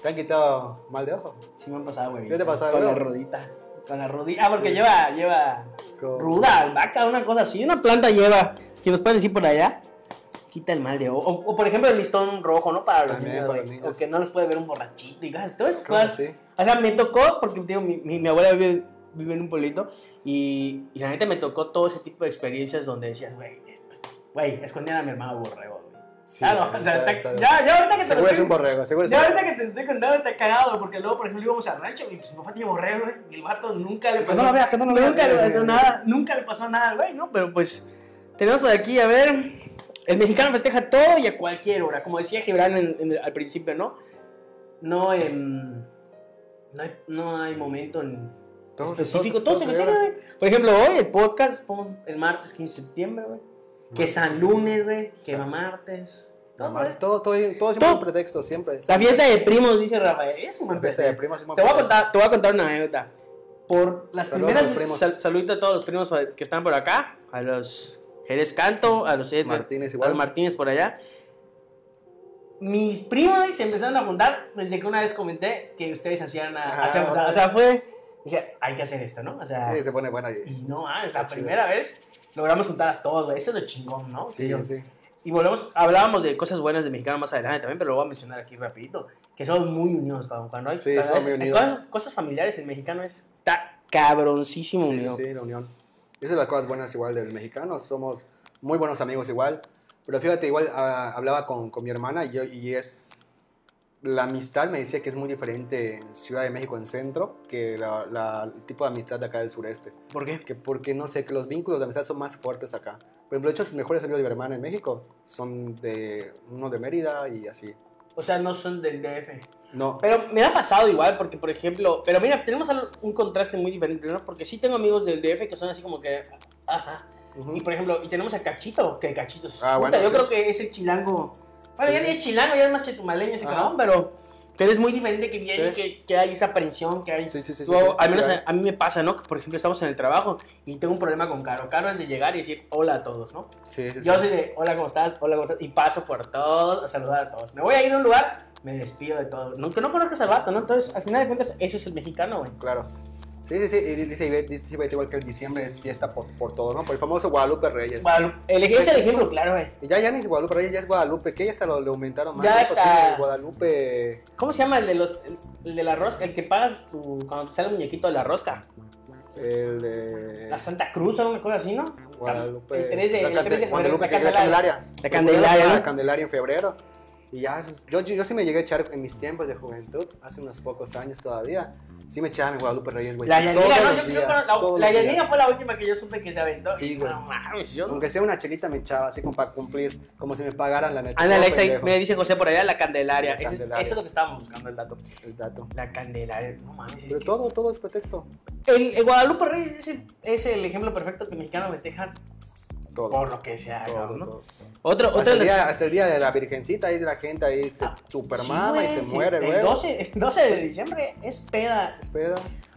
[SPEAKER 2] ¿Te han quitado mal de ojo?
[SPEAKER 1] Sí me han pasado, güey.
[SPEAKER 2] ¿Qué te pasaba,
[SPEAKER 1] Con la
[SPEAKER 2] güey?
[SPEAKER 1] rodita. Con la rodita. Ah, porque lleva, lleva
[SPEAKER 2] Con-
[SPEAKER 1] ruda, albahaca, una cosa así. Una planta lleva. Si nos pueden decir por allá, quita el mal de ojo. O, o, por ejemplo, el listón rojo, ¿no? Para los
[SPEAKER 2] También
[SPEAKER 1] niños,
[SPEAKER 2] para
[SPEAKER 1] güey.
[SPEAKER 2] los niños.
[SPEAKER 1] O que no los puede ver un borrachito y cosas. Todas esas
[SPEAKER 2] Creo que
[SPEAKER 1] cosas.
[SPEAKER 2] sí.
[SPEAKER 1] O sea, me tocó, porque digo, mi, mi, mi abuela vive, vive en un pueblito, y, y la neta me tocó todo ese tipo de experiencias donde decías, güey, es- pues, güey, escondían a mi hermano borrego, güey.
[SPEAKER 2] Sí,
[SPEAKER 1] claro,
[SPEAKER 2] está-
[SPEAKER 1] Ah, o sea,
[SPEAKER 2] está-
[SPEAKER 1] está-
[SPEAKER 2] está-
[SPEAKER 1] ya, ya ahorita que te lo
[SPEAKER 2] Seguro es un
[SPEAKER 1] estoy,
[SPEAKER 2] borrego, seguro es
[SPEAKER 1] ya
[SPEAKER 2] un-
[SPEAKER 1] ahorita que te estoy contando está cagado, güey, porque luego, por ejemplo, íbamos al rancho y pues, mi papá tiene borrego, güey, y el vato nunca le
[SPEAKER 2] Que
[SPEAKER 1] pasó
[SPEAKER 2] no lo veas, que no lo veas.
[SPEAKER 1] Nunca le pasó nada, nunca le pasó nada, al güey, ¿no? Pero pues, tenemos por aquí, a ver, el mexicano festeja todo y a cualquier hora, como decía Gibran en- en el- al principio, ¿no? No, em, no, hay, no hay momento en
[SPEAKER 2] Todo se-
[SPEAKER 1] específico, todo se
[SPEAKER 2] todo se
[SPEAKER 1] festeja,
[SPEAKER 2] celebra.
[SPEAKER 1] güey. Por ejemplo, hoy el podcast, pum, el martes 15 de septiembre, güey. Que San Lunes, güey, que va martes. Todo,
[SPEAKER 2] Normal.
[SPEAKER 1] güey.
[SPEAKER 2] Todo, todo, todo siempre
[SPEAKER 1] Todo.
[SPEAKER 2] un pretexto, siempre. Este,
[SPEAKER 1] La fiesta de primos, dice Rafael, es un
[SPEAKER 2] La
[SPEAKER 1] buen
[SPEAKER 2] fiesta de
[SPEAKER 1] pretexto.
[SPEAKER 2] primos siempre un
[SPEAKER 1] Te voy a
[SPEAKER 2] pretexto.
[SPEAKER 1] contar, te voy a contar una anécdota. Por las
[SPEAKER 2] Saludos a
[SPEAKER 1] primeras
[SPEAKER 2] los
[SPEAKER 1] veces,
[SPEAKER 2] primos.
[SPEAKER 1] sal- saludito a todos los primos que están por acá, a los Jerez Canto, a los Edwin,
[SPEAKER 2] Martínez
[SPEAKER 1] a
[SPEAKER 2] igual.
[SPEAKER 1] los Martínez por allá. Mis primos se empezaron a juntar desde que una vez comenté que ustedes hacían, a-
[SPEAKER 2] Ajá,
[SPEAKER 1] hacíamos a- o sea, fue, dije, hay que hacer esto, ¿no? O sea,
[SPEAKER 2] Sí, se pone buena.
[SPEAKER 1] y
[SPEAKER 2] Sí,
[SPEAKER 1] no, ah, es la
[SPEAKER 2] Está chido.
[SPEAKER 1] primera vez logramos juntar a todos, güey. eso es lo chingón, ¿no? Que yo-
[SPEAKER 2] sí.
[SPEAKER 1] y volvemos, hablábamos de cosas buenas de mexicano más adelante también, pero lo voy a mencionar aquí rapidito, que somos muy unidos, cabrón. Cuando hay,
[SPEAKER 2] Sí,
[SPEAKER 1] cuando
[SPEAKER 2] somos
[SPEAKER 1] hay-
[SPEAKER 2] muy
[SPEAKER 1] hay
[SPEAKER 2] unidos.
[SPEAKER 1] Cosas, cosas familiares, el mexicano está cabroncísimo
[SPEAKER 2] Sí,
[SPEAKER 1] unido.
[SPEAKER 2] sí, sí, la unión. Esa es las cosas buenas igual del mexicano. Somos muy buenos amigos igual. Pero fíjate, igual ah, hablaba con, con mi hermana y, yo, y es... La amistad me decía que es muy diferente en Ciudad de México, en centro, que la- la- el tipo de amistad de acá del sureste.
[SPEAKER 1] ¿Por qué?
[SPEAKER 2] Que porque, no sé, que los vínculos de amistad son más fuertes acá. Por ejemplo, de hecho, sus mejores amigos de mi hermana en México son de uno de Mérida y así.
[SPEAKER 1] O sea, no son del DF.
[SPEAKER 2] No,
[SPEAKER 1] Pero me ha pasado igual, porque por ejemplo, pero mira, tenemos algo- un contraste muy diferente, ¿no? Porque sí tengo amigos del DF que son así como que... Ajá.
[SPEAKER 2] ujú.
[SPEAKER 1] Y por ejemplo, y tenemos a Cachito, que Cachito es...
[SPEAKER 2] Mm.
[SPEAKER 1] puta,
[SPEAKER 2] Ah, bueno,
[SPEAKER 1] yo
[SPEAKER 2] sí.
[SPEAKER 1] creo que es el chilango... Bueno,
[SPEAKER 2] Sí.
[SPEAKER 1] ya ni es chilango, ya es más chetumaleño ese
[SPEAKER 2] Ajá.
[SPEAKER 1] cabrón, pero... Pero es muy diferente que viene,
[SPEAKER 2] Sí.
[SPEAKER 1] que, que hay esa aprensión, que hay...
[SPEAKER 2] Sí, sí, sí,
[SPEAKER 1] Tú,
[SPEAKER 2] sí, sí,
[SPEAKER 1] al
[SPEAKER 2] sí,
[SPEAKER 1] menos
[SPEAKER 2] hay.
[SPEAKER 1] a, a mí me pasa, ¿no? Que por ejemplo estamos en el trabajo y tengo un problema con Caro. Caro es de llegar y decir hola a todos, ¿no?
[SPEAKER 2] Sí, sí,
[SPEAKER 1] Yo
[SPEAKER 2] sí.
[SPEAKER 1] soy de hola, ¿cómo estás? Hola, ¿cómo estás? Y paso por todos a saludar a todos. Me voy a ir a un lugar, me despido de todos. No, que no conozcas al vato, ¿no? Entonces, al final de cuentas, ese es el mexicano, güey.
[SPEAKER 2] Claro. Sí, sí, sí. Y dice, Ivette- dice Ivette igual que el diciembre es fiesta por, por todo, ¿no? Por el famoso Guadalupe Reyes.
[SPEAKER 1] Guadalu- el, ese es el ejemplo, claro, güey.
[SPEAKER 2] Y ya, ya ni es Guadalupe Reyes, ya es Guadalupe. Que ya hasta lo, le aumentaron más.
[SPEAKER 1] Ya
[SPEAKER 2] ¿no? Porque
[SPEAKER 1] está.
[SPEAKER 2] Guadalupe.
[SPEAKER 1] ¿Cómo se llama el de los el de la rosca? El que pagas tu- cuando te sale el muñequito de la rosca.
[SPEAKER 2] El de.
[SPEAKER 1] La Santa Cruz o una cosa así, ¿no?
[SPEAKER 2] Ah, Guadalupe.
[SPEAKER 1] El 3 de,
[SPEAKER 2] la
[SPEAKER 1] el 3
[SPEAKER 2] Cande-
[SPEAKER 1] de febrero,
[SPEAKER 2] Guadalupe,
[SPEAKER 1] la
[SPEAKER 2] que es
[SPEAKER 1] Candelaria.
[SPEAKER 2] La
[SPEAKER 1] Candelaria,
[SPEAKER 2] Candelaria.
[SPEAKER 1] ¿no?
[SPEAKER 2] La Candelaria en febrero. Y ya, eso es- yo, yo, yo sí me llegué a echar en mis tiempos de juventud, hace unos pocos años todavía. Sí me echaba mi Guadalupe Reyes, güey.
[SPEAKER 1] La Yanira, ¿no?
[SPEAKER 2] todos
[SPEAKER 1] Yo
[SPEAKER 2] los
[SPEAKER 1] creo
[SPEAKER 2] días,
[SPEAKER 1] que la-
[SPEAKER 2] todos
[SPEAKER 1] la,
[SPEAKER 2] los días.
[SPEAKER 1] Yanira fue la última que yo supe que se aventó.
[SPEAKER 2] Sí,
[SPEAKER 1] Y,
[SPEAKER 2] güey.
[SPEAKER 1] No mames, yo.
[SPEAKER 2] Aunque sea una chelita me echaba, así como para cumplir, como si me pagaran la neta.
[SPEAKER 1] Ándale,
[SPEAKER 2] todo
[SPEAKER 1] ahí está,
[SPEAKER 2] pendejo.
[SPEAKER 1] me dice José por allá, la Candelaria.
[SPEAKER 2] La
[SPEAKER 1] Ese-
[SPEAKER 2] Candelaria.
[SPEAKER 1] Eso es lo que estábamos buscando el dato.
[SPEAKER 2] El dato.
[SPEAKER 1] La Candelaria, no mames. es
[SPEAKER 2] Pero
[SPEAKER 1] que-
[SPEAKER 2] todo, todo es pretexto.
[SPEAKER 1] el, el Guadalupe Reyes es el, es el ejemplo perfecto que el mexicano festeja
[SPEAKER 2] Todo.
[SPEAKER 1] por lo que sea,
[SPEAKER 2] todo,
[SPEAKER 1] cabrón, ¿no?
[SPEAKER 2] todo.
[SPEAKER 1] Otro,
[SPEAKER 2] Hasta,
[SPEAKER 1] otra
[SPEAKER 2] el
[SPEAKER 1] de las-
[SPEAKER 2] día, hasta el día de la virgencita, ahí de la gente ahí se
[SPEAKER 1] Ah,
[SPEAKER 2] supermama
[SPEAKER 1] Sí,
[SPEAKER 2] y se
[SPEAKER 1] güey, sí,
[SPEAKER 2] muere,
[SPEAKER 1] el
[SPEAKER 2] güey.
[SPEAKER 1] 12, el 12 de diciembre es peda.
[SPEAKER 2] Espera.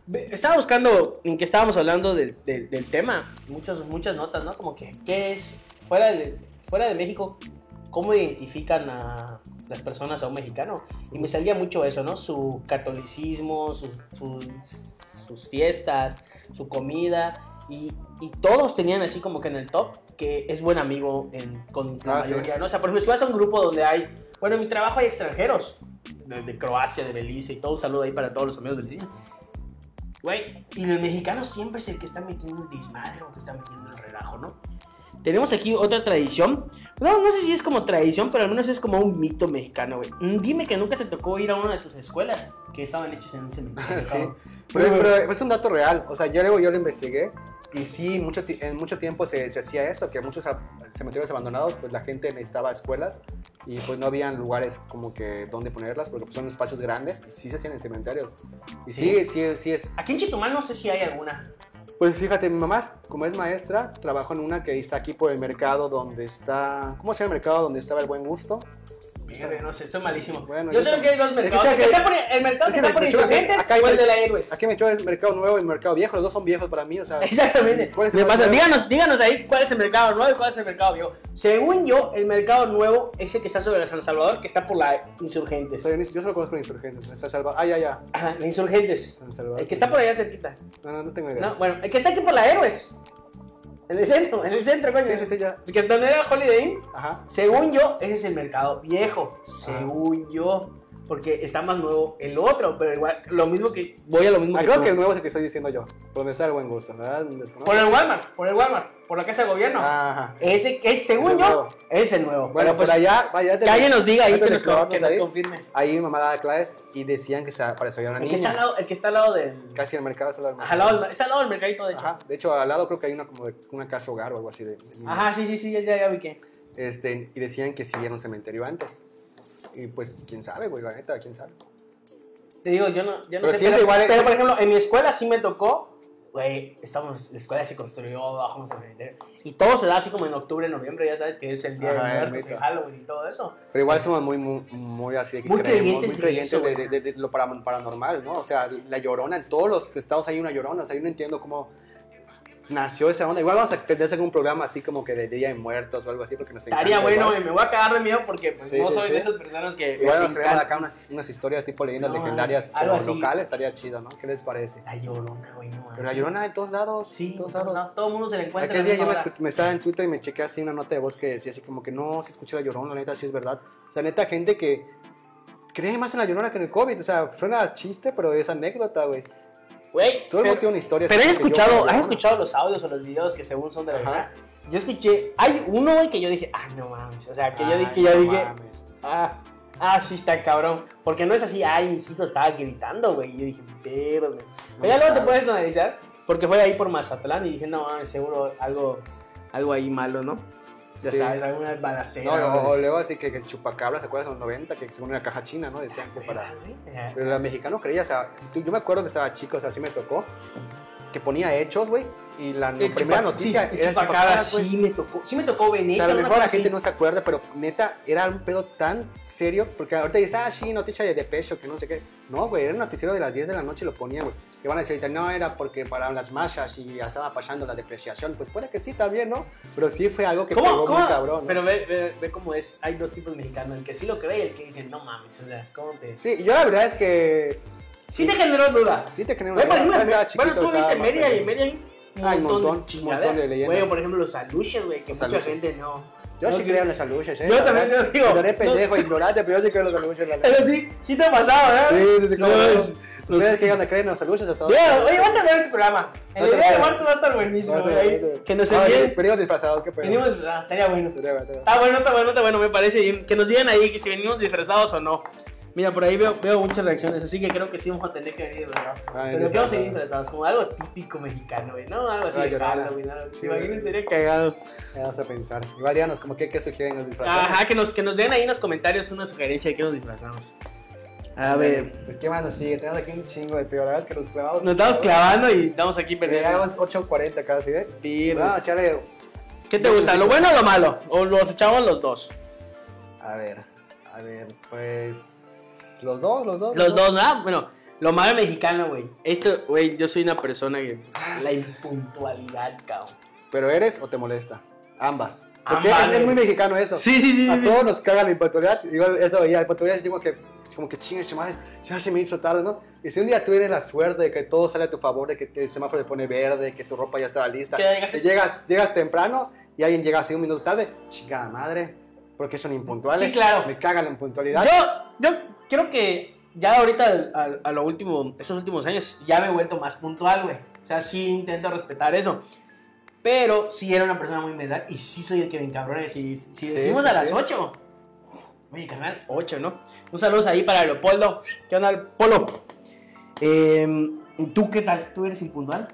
[SPEAKER 1] Ve- Estaba buscando en que estábamos hablando del, del- del tema. Muchas, muchas notas, ¿no? Como que, ¿qué es? Fuera de, fuera de México, ¿cómo identifican a las personas a un mexicano? Y me salía mucho eso, ¿no? Su catolicismo, sus, sus- sus fiestas, su comida. Y, y todos tenían así como que en el top que es buen amigo en, con la
[SPEAKER 2] Ah, sí.
[SPEAKER 1] mayoría, ¿no? O sea, por ejemplo, si vas a un grupo donde hay. Bueno, en mi trabajo hay extranjeros de, de Croacia, de Belice y todo. Un saludo ahí para todos los amigos de Belice. Güey, y el mexicano siempre es el que está metiendo el desmadre o que está metiendo el relajo, ¿no? Tenemos aquí otra tradición. No, no sé si es como tradición, pero al menos es como un mito mexicano, güey. Mm, Dime que nunca te tocó ir a una de tus escuelas que estaban hechas en un cementerio.
[SPEAKER 2] Sí.
[SPEAKER 1] cabrón.
[SPEAKER 2] Pero, pero es un dato real. O sea, yo luego yo lo investigué. Y sí, mucho, ti- en mucho tiempo se, se hacía eso, que muchos a- cementerios abandonados, pues la gente necesitaba escuelas y pues no habían lugares como que donde ponerlas, porque pues, son espacios grandes y sí se hacían en cementerios. Y sí, sí, sí, es...
[SPEAKER 1] Aquí en Chetumal no sé si hay alguna.
[SPEAKER 2] Pues fíjate, mi mamá, como es maestra, trabajó en una que está aquí por el mercado donde está. ¿Cómo se llama el mercado donde estaba el buen gusto?
[SPEAKER 1] Mierda, no sé, estoy malísimo.
[SPEAKER 2] Bueno,
[SPEAKER 1] yo
[SPEAKER 2] yo
[SPEAKER 1] sé lo
[SPEAKER 2] tam-
[SPEAKER 1] que hay dos
[SPEAKER 2] es que
[SPEAKER 1] mercados.
[SPEAKER 2] sea
[SPEAKER 1] El, que
[SPEAKER 2] que-
[SPEAKER 1] está por, el mercado
[SPEAKER 2] es
[SPEAKER 1] que está
[SPEAKER 2] que me-
[SPEAKER 1] por
[SPEAKER 2] me choca,
[SPEAKER 1] insurgentes
[SPEAKER 2] acá hay
[SPEAKER 1] o el
[SPEAKER 2] mer-
[SPEAKER 1] de la Héroes.
[SPEAKER 2] Aquí me echó el mercado nuevo y el mercado viejo. Los dos son viejos para mí. O sea,
[SPEAKER 1] Exactamente.
[SPEAKER 2] ¿Cuál es el
[SPEAKER 1] Me pasa-
[SPEAKER 2] mercado?
[SPEAKER 1] díganos, díganos ahí cuál es el mercado nuevo y cuál es el mercado viejo. Según yo, el mercado nuevo es el que está sobre San Salvador, que está por la Insurgentes.
[SPEAKER 2] Soy un- Yo solo conozco Insurgentes. San Salvador. Ah, ya, ya.
[SPEAKER 1] Ajá, la Insurgentes.
[SPEAKER 2] San Salvador.
[SPEAKER 1] El que está por allá cerquita.
[SPEAKER 2] No, no, no tengo idea.
[SPEAKER 1] No, bueno, el que está aquí por la Héroes. En el centro, en el centro, coño.
[SPEAKER 2] Sí, sí, sí, ya.
[SPEAKER 1] El que está donde era Holiday Inn.
[SPEAKER 2] Ajá.
[SPEAKER 1] Según yo, ese es el mercado viejo.
[SPEAKER 2] Ah.
[SPEAKER 1] Según yo. Porque está más nuevo el otro, pero igual, lo mismo que. Voy a lo mismo
[SPEAKER 2] Ah, creo
[SPEAKER 1] tú.
[SPEAKER 2] que el nuevo es el que estoy diciendo yo. Por donde está el buen gusto, la ¿verdad? desconozco.
[SPEAKER 1] Por el Walmart, por el Walmart, por la Casa de Gobierno.
[SPEAKER 2] Ajá.
[SPEAKER 1] Ese que es, según
[SPEAKER 2] El
[SPEAKER 1] yo,
[SPEAKER 2] nuevo.
[SPEAKER 1] es el nuevo.
[SPEAKER 2] Bueno,
[SPEAKER 1] Pero, pues,
[SPEAKER 2] por allá, vaya.
[SPEAKER 1] que alguien nos diga ahí
[SPEAKER 2] antes
[SPEAKER 1] que
[SPEAKER 2] de
[SPEAKER 1] nos, con- que nos
[SPEAKER 2] ahí,
[SPEAKER 1] confirme.
[SPEAKER 2] Ahí mi mamá daba clases y decían que se aparecía una
[SPEAKER 1] El que, está al
[SPEAKER 2] niña.
[SPEAKER 1] lado, el que está al lado del.
[SPEAKER 2] Casi en el mercado. Está
[SPEAKER 1] Ajá, al lado del- está al lado del mercadito, de hecho. Ajá,
[SPEAKER 2] Ajá. De hecho, al lado creo que hay una como de, una casa hogar o algo así de. de niños.
[SPEAKER 1] sí, sí, sí, ya, ya, ya vi que.
[SPEAKER 2] Este, y decían que sí era un cementerio antes. Y pues, quién sabe, güey, la neta, quién sabe.
[SPEAKER 1] Te digo, yo no, yo no
[SPEAKER 2] Pero
[SPEAKER 1] sé.
[SPEAKER 2] siempre
[SPEAKER 1] pero,
[SPEAKER 2] igual es-
[SPEAKER 1] pero, por ejemplo, en mi escuela sí me tocó. Güey, estamos, la escuela se construyó bajo un cementerio. Y todo se da así como en octubre, noviembre, ya sabes que es el día
[SPEAKER 2] Ajá,
[SPEAKER 1] de muertos,
[SPEAKER 2] neta.
[SPEAKER 1] el Halloween y todo eso.
[SPEAKER 2] Pero igual somos muy, muy, muy así de que
[SPEAKER 1] Muy
[SPEAKER 2] creemos,
[SPEAKER 1] creyentes
[SPEAKER 2] muy
[SPEAKER 1] de
[SPEAKER 2] creyentes
[SPEAKER 1] eso,
[SPEAKER 2] de,
[SPEAKER 1] güey.
[SPEAKER 2] de- de- de lo para- paranormal, ¿no? O sea, la llorona, en todos los estados hay una llorona, o sea, yo no entiendo cómo nació esa onda. Igual vamos a tener algún programa así como que de Día de Muertos o algo así, porque nos encanta.
[SPEAKER 1] Estaría bueno,
[SPEAKER 2] igual.
[SPEAKER 1] güey, me voy a cagar de miedo porque pues,
[SPEAKER 2] Sí,
[SPEAKER 1] no
[SPEAKER 2] sí,
[SPEAKER 1] soy
[SPEAKER 2] sí.
[SPEAKER 1] de esas personas que.
[SPEAKER 2] Igual
[SPEAKER 1] les
[SPEAKER 2] nos traemos
[SPEAKER 1] encanta.
[SPEAKER 2] acá unas, unas historias tipo leyendas
[SPEAKER 1] No,
[SPEAKER 2] legendarias,
[SPEAKER 1] algo
[SPEAKER 2] pero
[SPEAKER 1] así.
[SPEAKER 2] locales, estaría chido, ¿no? ¿Qué les parece?
[SPEAKER 1] La llorona, güey, no mames.
[SPEAKER 2] Pero la llorona en todos lados,
[SPEAKER 1] Sí,
[SPEAKER 2] en todos
[SPEAKER 1] no,
[SPEAKER 2] lados.
[SPEAKER 1] no, todo el mundo se le encuentra.
[SPEAKER 2] Aquel
[SPEAKER 1] en la
[SPEAKER 2] día yo
[SPEAKER 1] misma
[SPEAKER 2] me,
[SPEAKER 1] hora.
[SPEAKER 2] escu- me estaba en Twitter y me chequé así una nota de voz que decía así como que no, se escucha la llorona, la neta, sí es verdad. O sea, neta, gente que cree más en la llorona que en el COVID. O sea, suena a chiste, pero es anécdota, güey.
[SPEAKER 1] Güey,
[SPEAKER 2] Todo el mundo
[SPEAKER 1] pero-
[SPEAKER 2] tiene una historia.
[SPEAKER 1] Pero
[SPEAKER 2] así
[SPEAKER 1] has
[SPEAKER 2] que yo
[SPEAKER 1] escuchado,
[SPEAKER 2] con la
[SPEAKER 1] has
[SPEAKER 2] llorona.
[SPEAKER 1] escuchado los audios o los videos que según son de la
[SPEAKER 2] Ajá.
[SPEAKER 1] verdad. Yo escuché, hay uno güey, que yo dije, ah, no mames, o sea, que yo dije,
[SPEAKER 2] Ay,
[SPEAKER 1] que yo
[SPEAKER 2] no
[SPEAKER 1] dije,
[SPEAKER 2] mames.
[SPEAKER 1] ah, ah, sí está cabrón, porque no es así, ay, mis hijos estaban gritando, güey, y yo dije, verde. Pero ya luego te
[SPEAKER 2] mames.
[SPEAKER 1] puedes analizar, porque fue ahí por Mazatlán y dije, no mames, seguro algo, algo ahí malo, ¿no? Ya
[SPEAKER 2] Sí.
[SPEAKER 1] sabes, alguna balacera.
[SPEAKER 2] No, o- o
[SPEAKER 1] güey.
[SPEAKER 2] luego así que, que el chupacabra, ¿se acuerdan de los 90? Que según una caja china, ¿no? Decían que para... Pero la mexicano creía, o sea, tú- yo me acuerdo que estaba chico, o sea, sí me tocó, que ponía hechos, güey, y la no-
[SPEAKER 1] El
[SPEAKER 2] primera
[SPEAKER 1] chupa-
[SPEAKER 2] noticia
[SPEAKER 1] sí, el
[SPEAKER 2] era el
[SPEAKER 1] chupacabra,
[SPEAKER 2] chupacabra, güey.
[SPEAKER 1] sí me tocó, sí me tocó
[SPEAKER 2] O
[SPEAKER 1] venir.
[SPEAKER 2] sea, a lo mejor la gente no se acuerda, pero neta, era un pedo tan serio, porque ahorita dices, ah, sí, noticia de Depecho, que no sé qué. No, güey, era un noticiero de las 10 de la noche y lo ponía, güey. Que van a decir ahorita, no, era porque para las machas y ya estaba pasando la depreciación. Pues puede que sí también, ¿no? Pero sí fue algo que pegó muy cabrón, ¿no?
[SPEAKER 1] Pero ve, ve, ve cómo es, hay dos tipos de mexicanos, el que sí lo cree y el que dice, no mames, o sea, ¿cómo te...? Sí,
[SPEAKER 2] Sí, yo la verdad es que
[SPEAKER 1] te generó duda.
[SPEAKER 2] sí te genera
[SPEAKER 1] Güey, por
[SPEAKER 2] duda.
[SPEAKER 1] ejemplo,
[SPEAKER 2] Yo estaba
[SPEAKER 1] me- bueno, tú
[SPEAKER 2] estaba
[SPEAKER 1] viste
[SPEAKER 2] más
[SPEAKER 1] media y
[SPEAKER 2] pendejo.
[SPEAKER 1] media hay
[SPEAKER 2] Hay
[SPEAKER 1] un
[SPEAKER 2] un
[SPEAKER 1] montón de
[SPEAKER 2] montón, montón de
[SPEAKER 1] chingaderas.
[SPEAKER 2] leyendas.
[SPEAKER 1] Güey, por ejemplo, los aluches, güey, que
[SPEAKER 2] Los
[SPEAKER 1] mucha
[SPEAKER 2] aluches.
[SPEAKER 1] gente no...
[SPEAKER 2] Yo
[SPEAKER 1] no
[SPEAKER 2] sí
[SPEAKER 1] te-
[SPEAKER 2] creo en las aluches, ¿eh?
[SPEAKER 1] Yo también te lo digo.
[SPEAKER 2] Yo
[SPEAKER 1] No.
[SPEAKER 2] era pendejo, ignorante, pero yo sí creo en las aluches, la verdad.
[SPEAKER 1] Pero sí, sí te ha pasado, ¿verdad?
[SPEAKER 2] Sí, sí, sí, cómo no.
[SPEAKER 1] Los-
[SPEAKER 2] ¿Ustedes qué onda creen en las aluches? Hasta dónde-
[SPEAKER 1] Mira, oye, vas a ver ese programa. El
[SPEAKER 2] No te
[SPEAKER 1] día de
[SPEAKER 2] creo.
[SPEAKER 1] muertos va a estar buenísimo,
[SPEAKER 2] Vamos a
[SPEAKER 1] güey.
[SPEAKER 2] ver,
[SPEAKER 1] Que nos
[SPEAKER 2] a ver,
[SPEAKER 1] envíen...
[SPEAKER 2] Venimos disfrazados, qué pedo.
[SPEAKER 1] Venimos, ah, estaría bueno.
[SPEAKER 2] Te veo, te veo.
[SPEAKER 1] Está bueno, está bueno, está bueno, me parece bien. Que nos digan ahí que si venimos disfrazados o no. Mira, por ahí veo, veo muchas reacciones, así que creo que sí vamos a tener que venir disfrazados.
[SPEAKER 2] Ah,
[SPEAKER 1] Pero que vamos a ir
[SPEAKER 2] disfrazados.
[SPEAKER 1] disfrazados, como algo típico mexicano, güey, ¿no? Algo así
[SPEAKER 2] Ah,
[SPEAKER 1] de
[SPEAKER 2] llorona.
[SPEAKER 1] Halloween, algo así.
[SPEAKER 2] Sí,
[SPEAKER 1] Imagínate,
[SPEAKER 2] güey.
[SPEAKER 1] sería cagado.
[SPEAKER 2] Ya Vamos a pensar. Igual díganos como que, que sugieren los disfrazados.
[SPEAKER 1] Ajá, que nos, que nos den ahí en los comentarios una sugerencia de que nos disfrazamos. A ver,
[SPEAKER 2] Pues qué más nos sigue. Tenemos aquí un chingo de peor. La verdad es que nos clavamos.
[SPEAKER 1] nos estamos clavando y estamos aquí perdiendo.
[SPEAKER 2] Llegamos 8.40 casi, ¿eh?
[SPEAKER 1] Pirre.
[SPEAKER 2] Vamos a echarle...
[SPEAKER 1] ¿Qué te gusta, lo bueno o lo malo? ¿O los echamos los dos?
[SPEAKER 2] A ver, a ver, pues... Los dos, los dos.
[SPEAKER 1] Los dos, ¿no? Bueno, lo malo mexicano, güey. Esto, güey, yo soy una persona que...
[SPEAKER 2] Ah,
[SPEAKER 1] La impuntualidad, cabrón.
[SPEAKER 2] ¿Pero eres o te molesta? Ambas. Porque
[SPEAKER 1] Ambas,
[SPEAKER 2] es- es,
[SPEAKER 1] güey.
[SPEAKER 2] muy mexicano eso.
[SPEAKER 1] Sí, sí, sí.
[SPEAKER 2] A
[SPEAKER 1] sí, sí.
[SPEAKER 2] todos nos caga la impuntualidad. Igual eso veía, la impuntualidad es como que, como que chingas, madre, ya se me hizo tarde, ¿no? Y si un día tú tienes la suerte de que todo sale a tu favor, de que el semáforo te pone verde, que tu ropa ya estaba lista,
[SPEAKER 1] Que ya llegaste-
[SPEAKER 2] y llegas, llegas temprano y alguien llega así un minuto tarde, chingada madre, porque son impuntuales.
[SPEAKER 1] Sí, claro.
[SPEAKER 2] Me caga la impuntualidad.
[SPEAKER 1] Yo, yo creo que ya ahorita a, a lo último, esos últimos años, ya me he vuelto más puntual, güey. O sea, sí intento respetar eso. Pero sí era una persona muy medal y sí soy el que me encabrona. Si, si
[SPEAKER 2] Sí,
[SPEAKER 1] decimos
[SPEAKER 2] sí,
[SPEAKER 1] a las
[SPEAKER 2] sí.
[SPEAKER 1] 8. Oye, canal 8, ¿no? Un saludo ahí para Leopoldo. ¿Qué onda, Polo? Em, ¿Tú qué tal? ¿Tú eres impuntual?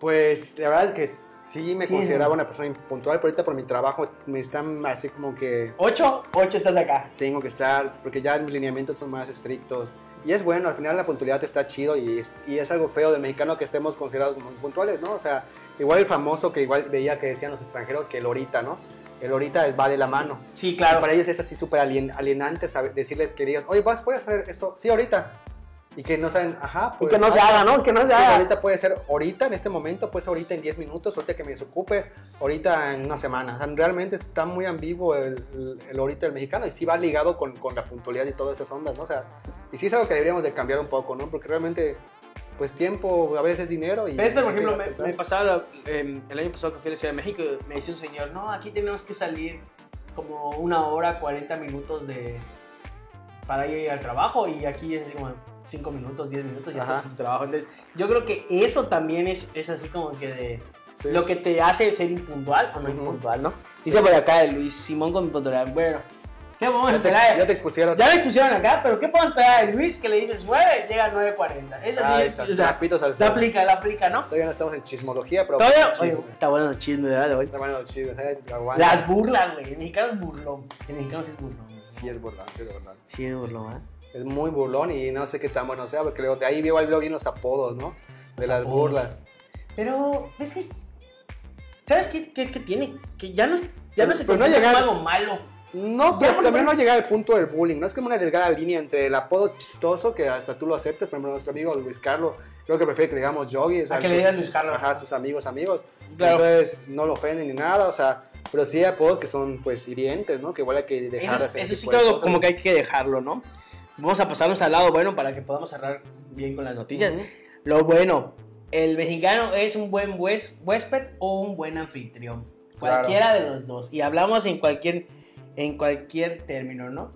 [SPEAKER 2] Pues la verdad es que sí me
[SPEAKER 1] Sí.
[SPEAKER 2] consideraba una persona impuntual, pero ahorita por mi trabajo me están así como que
[SPEAKER 1] 8, 8 estás acá.
[SPEAKER 2] tengo que estar, porque ya mis lineamientos son más estrictos. Y es bueno, al final la puntualidad está chido y es, y es algo feo del mexicano que estemos considerados muy puntuales, ¿no? O sea, igual el famoso que igual veía que decían los extranjeros que el horita, ¿no? el ahorita va de la mano.
[SPEAKER 1] Sí,
[SPEAKER 2] Y
[SPEAKER 1] claro.
[SPEAKER 2] para ellos es así súper alien- alienante saber- decirles que digas, oye, vas, voy a hacer esto, sí, ahorita. Y que no saben, ajá,
[SPEAKER 1] Y
[SPEAKER 2] pues.
[SPEAKER 1] que no se
[SPEAKER 2] ah,
[SPEAKER 1] haga, ¿no? Que no se
[SPEAKER 2] sí,
[SPEAKER 1] haga.
[SPEAKER 2] ahorita puede ser ahorita, en este momento, pues ahorita en 10 minutos, ahorita que me desocupe, ahorita en una semana. O sea, realmente está muy ambiguo el, el- el ahorita del mexicano y sí va ligado con, con la puntualidad y todas esas ondas, ¿no? O sea, y sí es algo que deberíamos de cambiar un poco, ¿no? Porque realmente, pues tiempo a veces es dinero y...
[SPEAKER 1] Pero, por ejemplo, me, me pasaba la- em, el año pasado que fui a la Ciudad de México, me decía un señor, no, aquí tenemos que salir como una hora, 40 minutos de para ir al trabajo y aquí es así como 5 minutos, 10 minutos, ya estás
[SPEAKER 2] Ajá.
[SPEAKER 1] en tu trabajo. Entonces, yo creo que eso también es, es así como que de...
[SPEAKER 2] Sí.
[SPEAKER 1] Lo que te hace ser impuntual o no
[SPEAKER 2] Ujú.
[SPEAKER 1] impuntual, ¿no? Dice por acá el Luis Simón con impuntualidad. Bueno, ¿qué podemos
[SPEAKER 2] Ya te,
[SPEAKER 1] esperar?
[SPEAKER 2] ya te expusieron.
[SPEAKER 1] Ya lo expusieron acá, pero ¿qué podemos esperar de Luis que le dices 9? Llega a 9.40. Es
[SPEAKER 2] Ahí
[SPEAKER 1] así,
[SPEAKER 2] está,
[SPEAKER 1] o sea,
[SPEAKER 2] trapitos al
[SPEAKER 1] la
[SPEAKER 2] sol.
[SPEAKER 1] aplica, la aplica, ¿no?
[SPEAKER 2] Todavía no estamos en chismología, pero...
[SPEAKER 1] Todavía.
[SPEAKER 2] Chisme.
[SPEAKER 1] Oye, está bueno el chisme de verdad, hoy.
[SPEAKER 2] Está bueno, chido, ¿eh? Aguanta.
[SPEAKER 1] Las burlas, güey. El mexicano es burlón. El mexicano sí es burlón. güey.
[SPEAKER 2] Sí, es burlón, sí, es burlón.
[SPEAKER 1] Sí es burlón, ¿eh?
[SPEAKER 2] Es muy burlón y no sé qué tan bueno sea, porque luego de ahí veo al bien los apodos, ¿no? De
[SPEAKER 1] Los
[SPEAKER 2] las
[SPEAKER 1] apodos.
[SPEAKER 2] burlas.
[SPEAKER 1] Pero, ¿ves que es- ¿Sabes qué, qué, qué tiene? Que ya no, es, ya pues no se
[SPEAKER 2] Pero no
[SPEAKER 1] convierte
[SPEAKER 2] llegar-
[SPEAKER 1] en algo malo.
[SPEAKER 2] No,
[SPEAKER 1] Ya,
[SPEAKER 2] pero
[SPEAKER 1] por
[SPEAKER 2] también
[SPEAKER 1] ejemplo-
[SPEAKER 2] no llegar al punto del bullying, ¿no? Es como una delgada línea entre el apodo chistoso, que hasta tú lo aceptas, por ejemplo, nuestro amigo Luis Carlos, creo que prefiere que le digamos Yogi. o sea,
[SPEAKER 1] A que le
[SPEAKER 2] sus-
[SPEAKER 1] digas Luis Carlos.
[SPEAKER 2] Ajá, sus amigos, amigos.
[SPEAKER 1] Claro.
[SPEAKER 2] Entonces, no lo ofenden ni nada, o sea, pero sí hay apodos que son, pues, hirientes, ¿no? Que igual hay que dejar
[SPEAKER 1] Eso,
[SPEAKER 2] de
[SPEAKER 1] es-
[SPEAKER 2] hacer
[SPEAKER 1] eso
[SPEAKER 2] ese
[SPEAKER 1] sí
[SPEAKER 2] tipo de
[SPEAKER 1] creo
[SPEAKER 2] cosas.
[SPEAKER 1] como que hay que dejarlo, ¿no? Vamos a pasarnos al lado bueno para que podamos cerrar bien con las noticias.
[SPEAKER 2] Ujú.
[SPEAKER 1] Lo bueno, el mexicano es un buen hues- huésped o un buen anfitrión.
[SPEAKER 2] Claro.
[SPEAKER 1] Cualquiera de los dos. Y hablamos en cualquier, en cualquier término, ¿no?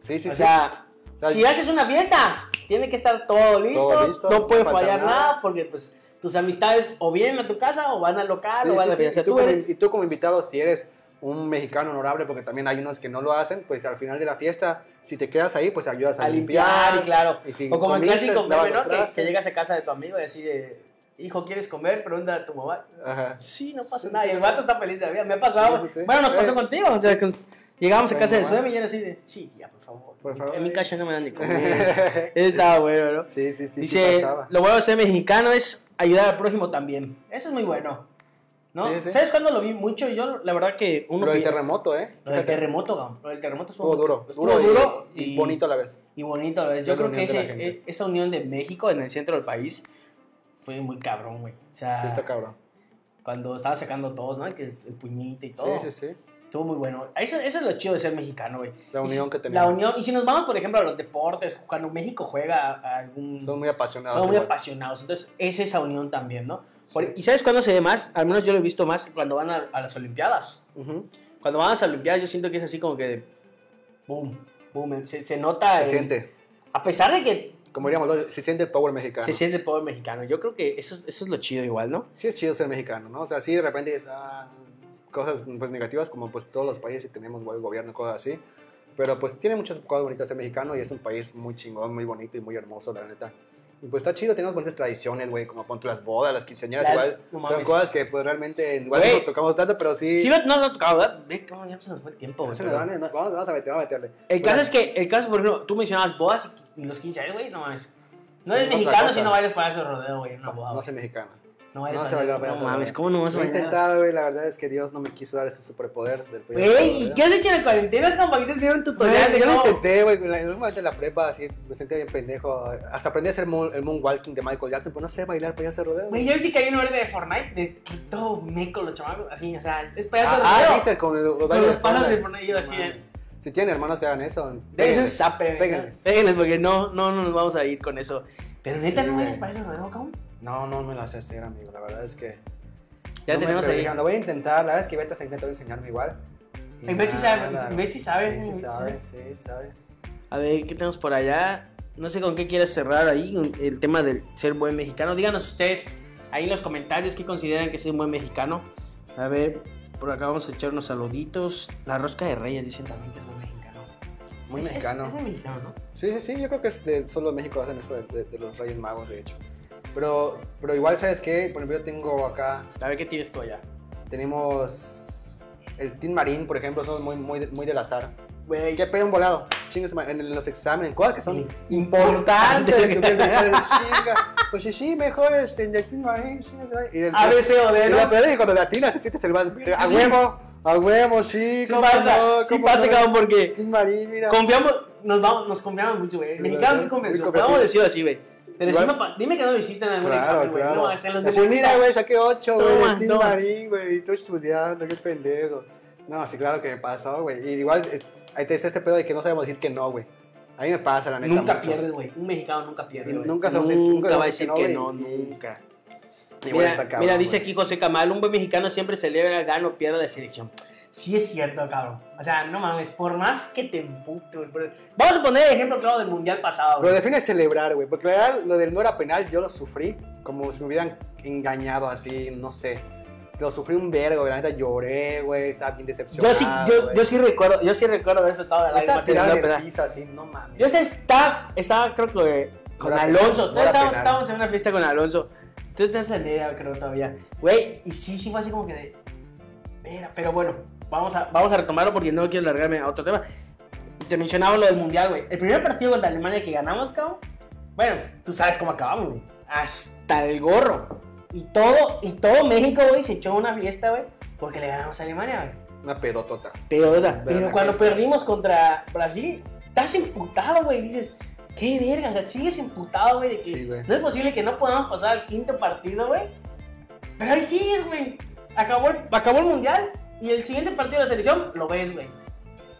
[SPEAKER 2] Sí, sí,
[SPEAKER 1] o
[SPEAKER 2] sí.
[SPEAKER 1] sea,
[SPEAKER 2] O sea,
[SPEAKER 1] si haces una fiesta, tiene que estar todo listo.
[SPEAKER 2] listo,
[SPEAKER 1] no puede
[SPEAKER 2] no falta
[SPEAKER 1] fallar nada.
[SPEAKER 2] nada.
[SPEAKER 1] porque pues tus amistades o vienen a tu casa o van al local
[SPEAKER 2] Sí,
[SPEAKER 1] o van
[SPEAKER 2] sí,
[SPEAKER 1] a la
[SPEAKER 2] sí.
[SPEAKER 1] fiesta.
[SPEAKER 2] Y, tú
[SPEAKER 1] Tú
[SPEAKER 2] como,
[SPEAKER 1] eres-
[SPEAKER 2] y tú como invitado, si eres un mexicano honorable, porque también hay unos que no lo hacen, pues al final de la fiesta, si te quedas ahí, pues ayudas a,
[SPEAKER 1] a limpiar, claro.
[SPEAKER 2] y si
[SPEAKER 1] o como el
[SPEAKER 2] comiste,
[SPEAKER 1] clásico
[SPEAKER 2] lavas
[SPEAKER 1] meme,
[SPEAKER 2] los
[SPEAKER 1] ¿no? Que,
[SPEAKER 2] trastes.
[SPEAKER 1] que llegas a casa de tu amigo y así de, hijo, ¿quieres comer? Pregunta a tu mamá.
[SPEAKER 2] Ajá.
[SPEAKER 1] Sí, no pasa nada. Y el vato está feliz de la vida. Me ha pasado.
[SPEAKER 2] Sí, sí, sí.
[SPEAKER 1] Bueno, nos pasó
[SPEAKER 2] Eh.
[SPEAKER 1] contigo. O sea, con- llegamos a
[SPEAKER 2] Con
[SPEAKER 1] casa de
[SPEAKER 2] mamá.
[SPEAKER 1] Suemi y era así de, sí, tía, por favor.
[SPEAKER 2] Por favor,
[SPEAKER 1] en mi
[SPEAKER 2] eh.
[SPEAKER 1] casa no me dan ni comer. Eso estaba bueno, ¿no?
[SPEAKER 2] sí, sí, sí, sí
[SPEAKER 1] Dice,
[SPEAKER 2] pasaba.
[SPEAKER 1] lo bueno de ser mexicano es ayudar al prójimo también. Eso es muy bueno. ¿no?
[SPEAKER 2] Sí, sí.
[SPEAKER 1] ¿Sabes cuándo lo vi mucho? Yo, la verdad que uno...
[SPEAKER 2] Lo del
[SPEAKER 1] vi-
[SPEAKER 2] terremoto, ¿eh?
[SPEAKER 1] Lo del
[SPEAKER 2] Fíjate,
[SPEAKER 1] terremoto, cabrón. Lo del terremoto estuvo,
[SPEAKER 2] Estuvo duro,
[SPEAKER 1] estuvo
[SPEAKER 2] duro, y-
[SPEAKER 1] duro
[SPEAKER 2] y, bonito a la vez.
[SPEAKER 1] Y bonito, a la vez. Yo
[SPEAKER 2] Fue la
[SPEAKER 1] creo que
[SPEAKER 2] unión de la
[SPEAKER 1] ese-
[SPEAKER 2] gente.
[SPEAKER 1] e- esa unión de México en el centro del país fue muy cabrón, güey. O sea,
[SPEAKER 2] Sí, está cabrón.
[SPEAKER 1] cuando estaban sacando todos, ¿no? Que es el puñito y todo.
[SPEAKER 2] Sí, sí, sí.
[SPEAKER 1] Estuvo muy bueno. Eso, eso es lo chido de ser mexicano, güey.
[SPEAKER 2] La
[SPEAKER 1] Y si-
[SPEAKER 2] unión que
[SPEAKER 1] La
[SPEAKER 2] tenemos.
[SPEAKER 1] unión. Y si nos vamos, por ejemplo, a los deportes, cuando México juega a algún
[SPEAKER 2] Son muy apasionados.
[SPEAKER 1] son muy
[SPEAKER 2] igual.
[SPEAKER 1] apasionados. Entonces, es esa unión también, ¿no? Por-
[SPEAKER 2] Sí.
[SPEAKER 1] ¿Y sabes cuándo se ve más? Al menos yo lo he visto más cuando van a, a las Olimpiadas.
[SPEAKER 2] Ujú.
[SPEAKER 1] Cuando van a las Olimpiadas, yo siento que es así como que de. ¡Boom! ¡Boom! Se, se nota.
[SPEAKER 2] Se
[SPEAKER 1] el-
[SPEAKER 2] siente,
[SPEAKER 1] A pesar de que
[SPEAKER 2] como diríamos, ¿no? se siente el power mexicano.
[SPEAKER 1] se siente el pueblo mexicano, yo creo que eso, es- eso es lo chido, igual, ¿no?
[SPEAKER 2] sí es chido ser mexicano, ¿no? O sea, sí de repente es, ah, cosas pues, negativas, como pues todos los países tenemos buen gobierno, cosas así. Pero pues tiene muchas cosas bonitas ser mexicano y es un país muy chingón, muy bonito y muy hermoso, la neta. Y pues está chido, tenemos bonitas tradiciones, güey, como pon tú las bodas, las quinceañeras,
[SPEAKER 1] La-
[SPEAKER 2] igual.
[SPEAKER 1] no
[SPEAKER 2] son
[SPEAKER 1] mames.
[SPEAKER 2] cosas que pues realmente igual
[SPEAKER 1] Güey.
[SPEAKER 2] no tocamos tanto, pero sí.
[SPEAKER 1] Sí, no, no, no, tocaba, ¿verdad? Ve cómo ya se nos fue el tiempo, güey.
[SPEAKER 2] se nos van, eh, no, vamos, vamos a meter, vamos a meterle.
[SPEAKER 1] El caso es que, el caso, por ejemplo, tú mencionabas bodas y los 15 años, güey, no mames. No
[SPEAKER 2] Sí,
[SPEAKER 1] eres
[SPEAKER 2] otra
[SPEAKER 1] mexicano
[SPEAKER 2] cosa.
[SPEAKER 1] si no bailas para ese rodeo, güey, en una boda.
[SPEAKER 2] No, no
[SPEAKER 1] güey.
[SPEAKER 2] soy mexicano.
[SPEAKER 1] No, bailes
[SPEAKER 2] no
[SPEAKER 1] para
[SPEAKER 2] sé
[SPEAKER 1] ese-
[SPEAKER 2] bailar para
[SPEAKER 1] no
[SPEAKER 2] ese
[SPEAKER 1] mames,
[SPEAKER 2] rodeo.
[SPEAKER 1] ¿cómo no vas a
[SPEAKER 2] Lo he
[SPEAKER 1] bailar?
[SPEAKER 2] intentado, güey, la verdad es que Dios no me quiso dar ese superpoder del poder
[SPEAKER 1] Güey, ¿y qué has hecho en la cuarentena? Estas pamaditas vieron tutorial
[SPEAKER 2] ¿eh? Güey,
[SPEAKER 1] de
[SPEAKER 2] yo lo
[SPEAKER 1] cómo-
[SPEAKER 2] intenté, güey. En la- en un momento en la prepa, así, me sentía bien pendejo. Hasta aprendí a hacer moon- el moonwalking de Michael Jackson, pero no sé bailar pues payaso de rodeo.
[SPEAKER 1] Güey, yo sí que hay una verde de Fortnite de que todo meco los chamacos, así, o sea, es pedazo
[SPEAKER 2] Ah,
[SPEAKER 1] de
[SPEAKER 2] ah,
[SPEAKER 1] video.
[SPEAKER 2] viste, con el- los
[SPEAKER 1] Con
[SPEAKER 2] bailes
[SPEAKER 1] los
[SPEAKER 2] de
[SPEAKER 1] palos de
[SPEAKER 2] Fortnite.
[SPEAKER 1] Fortnite, yo así eh. de...
[SPEAKER 2] Mames. Si tienen hermanos que hagan eso,
[SPEAKER 1] Déjenles un
[SPEAKER 2] déjenles.
[SPEAKER 1] zape, güey.
[SPEAKER 2] Péguenles.
[SPEAKER 1] Péguenles, porque no, no, no nos vamos a ir con eso. Pero neta,
[SPEAKER 2] Sí,
[SPEAKER 1] no
[SPEAKER 2] güey.
[SPEAKER 1] vayas para eso, ¿no, cabrón?
[SPEAKER 2] No, no me lo sé hacer, amigo. La verdad es que.
[SPEAKER 1] Ya
[SPEAKER 2] no me
[SPEAKER 1] tenemos ahí.
[SPEAKER 2] pegan. Lo voy a intentar. La verdad es que Betas ha intentado enseñarme igual. Y
[SPEAKER 1] Ay, Betsy
[SPEAKER 2] nada,
[SPEAKER 1] sabe,
[SPEAKER 2] nada.
[SPEAKER 1] Betsy sabe,
[SPEAKER 2] Sí, sí
[SPEAKER 1] Betsy
[SPEAKER 2] sabe, sí, sabe.
[SPEAKER 1] A ver, ¿qué tenemos por allá? No sé con qué quieres cerrar ahí un- el tema del ser buen mexicano. Díganos ustedes ahí en los comentarios qué consideran que es un buen mexicano. A ver, por acá vamos a echar unos saluditos. La rosca de reyes dicen también que es buen mexicano.
[SPEAKER 2] Muy
[SPEAKER 1] Es- es-
[SPEAKER 2] mexicano.
[SPEAKER 1] Es, muy mexicano, ¿no?
[SPEAKER 2] Sí, sí, sí, yo creo que es de- solo en México hacen eso de, de- de los Reyes Magos, de hecho. Pero, pero igual, ¿sabes qué? Por ejemplo, yo tengo acá,
[SPEAKER 1] A ver qué tienes tú allá.
[SPEAKER 2] tenemos el Team Marín, por ejemplo, son muy, muy, de- muy del azar.
[SPEAKER 1] Güey,
[SPEAKER 2] ¿Qué pega un volado? Chingues, ma- en los exámenes, cosas que son
[SPEAKER 1] Importantes.
[SPEAKER 2] importantes. que me dejan chinga. Pues sí, sí, mejor este, el Team Marín, chingas, Y el-
[SPEAKER 1] ABC o D,
[SPEAKER 2] y
[SPEAKER 1] ¿no?
[SPEAKER 2] la peor es que cuando la atinas te sientes el más verga. A
[SPEAKER 1] Sí.
[SPEAKER 2] huevo, A huevo, sí,
[SPEAKER 1] Sí
[SPEAKER 2] cómo
[SPEAKER 1] pasa,
[SPEAKER 2] no,
[SPEAKER 1] sí
[SPEAKER 2] cómo
[SPEAKER 1] pasa,
[SPEAKER 2] no.
[SPEAKER 1] cabrón, porque
[SPEAKER 2] Team Marín, mira.
[SPEAKER 1] confiamos, nos, vamos, nos confiamos mucho, güey. El
[SPEAKER 2] Sí,
[SPEAKER 1] mexicano
[SPEAKER 2] sí,
[SPEAKER 1] es convencido,
[SPEAKER 2] muy
[SPEAKER 1] podemos
[SPEAKER 2] convencido.
[SPEAKER 1] decirlo así, güey. Pero
[SPEAKER 2] Igual-
[SPEAKER 1] sí me pa- dime que no lo hiciste en algún examen,
[SPEAKER 2] Claro,
[SPEAKER 1] güey.
[SPEAKER 2] claro.
[SPEAKER 1] No, es en los de
[SPEAKER 2] Así, mira, güey, saqué 8, güey,
[SPEAKER 1] Toma,
[SPEAKER 2] de Team
[SPEAKER 1] toma.
[SPEAKER 2] Marín, güey, y tú estudiando, qué pendejo. No, sí, claro que me pasó, güey. Y igual, es- ahí te dice este pedo de que no sabemos decir que no, güey. A mí me pasa, la neta.
[SPEAKER 1] Nunca
[SPEAKER 2] mucho.
[SPEAKER 1] pierdes, güey. Un mexicano nunca pierde, güey.
[SPEAKER 2] Nunca se va a decir- nunca se
[SPEAKER 1] Nunca va a
[SPEAKER 2] va a
[SPEAKER 1] decir
[SPEAKER 2] decir
[SPEAKER 1] que
[SPEAKER 2] no,
[SPEAKER 1] no,
[SPEAKER 2] güey.
[SPEAKER 1] nunca.
[SPEAKER 2] Igual
[SPEAKER 1] Mira,
[SPEAKER 2] está cabrón,
[SPEAKER 1] mira, dice
[SPEAKER 2] güey.
[SPEAKER 1] aquí José Camal, un buen mexicano siempre celebra el gano, pierde la selección. Sí es cierto, cabrón. O sea, no mames, por más que te empute, güey, pero- Vamos a poner el ejemplo claro del Mundial pasado,
[SPEAKER 2] Lo
[SPEAKER 1] güey.
[SPEAKER 2] define celebrar, güey. Porque la verdad, lo del no era penal, yo lo sufrí. Como si me hubieran engañado así, no sé. Lo sufrí un vergo, güey. La neta lloré, güey. Estaba bien decepcionado.
[SPEAKER 1] Yo sí, yo,
[SPEAKER 2] güey.
[SPEAKER 1] yo sí recuerdo, yo sí recuerdo haber soltado la
[SPEAKER 2] Yo estaba
[SPEAKER 1] lágrima si no
[SPEAKER 2] tirado
[SPEAKER 1] era
[SPEAKER 2] en el
[SPEAKER 1] penal.
[SPEAKER 2] piso así, no mames.
[SPEAKER 1] Yo estaba, estaba creo que con
[SPEAKER 2] No era
[SPEAKER 1] Alonso.
[SPEAKER 2] penal, no era
[SPEAKER 1] estábamos,
[SPEAKER 2] penal.
[SPEAKER 1] estábamos en una fiesta con Alonso. Tú estás en idea, creo, todavía. Güey, y sí, sí fue así como que de... Mira, pero bueno, vamos a, vamos a retomarlo porque no quiero largarme a otro tema. Te mencionaba lo del Mundial, güey. El primer partido contra Alemania que ganamos, cabrón. Bueno, tú sabes cómo acabamos, güey. Hasta el gorro. Y todo, y todo México, güey, se echó una fiesta, güey. Porque le ganamos a Alemania, güey.
[SPEAKER 2] Una pedotota.
[SPEAKER 1] Peor, pero
[SPEAKER 2] Verdad,
[SPEAKER 1] cuando
[SPEAKER 2] que-
[SPEAKER 1] perdimos contra Brasil, estás emputado, güey. Dices, qué verga, o sea, sigues emputado, güey. de que
[SPEAKER 2] Sí, güey.
[SPEAKER 1] No es posible que no podamos pasar al quinto partido, güey. Pero ahí sigues, güey. Acabó el, acabó el mundial y el siguiente partido de la selección lo ves, güey.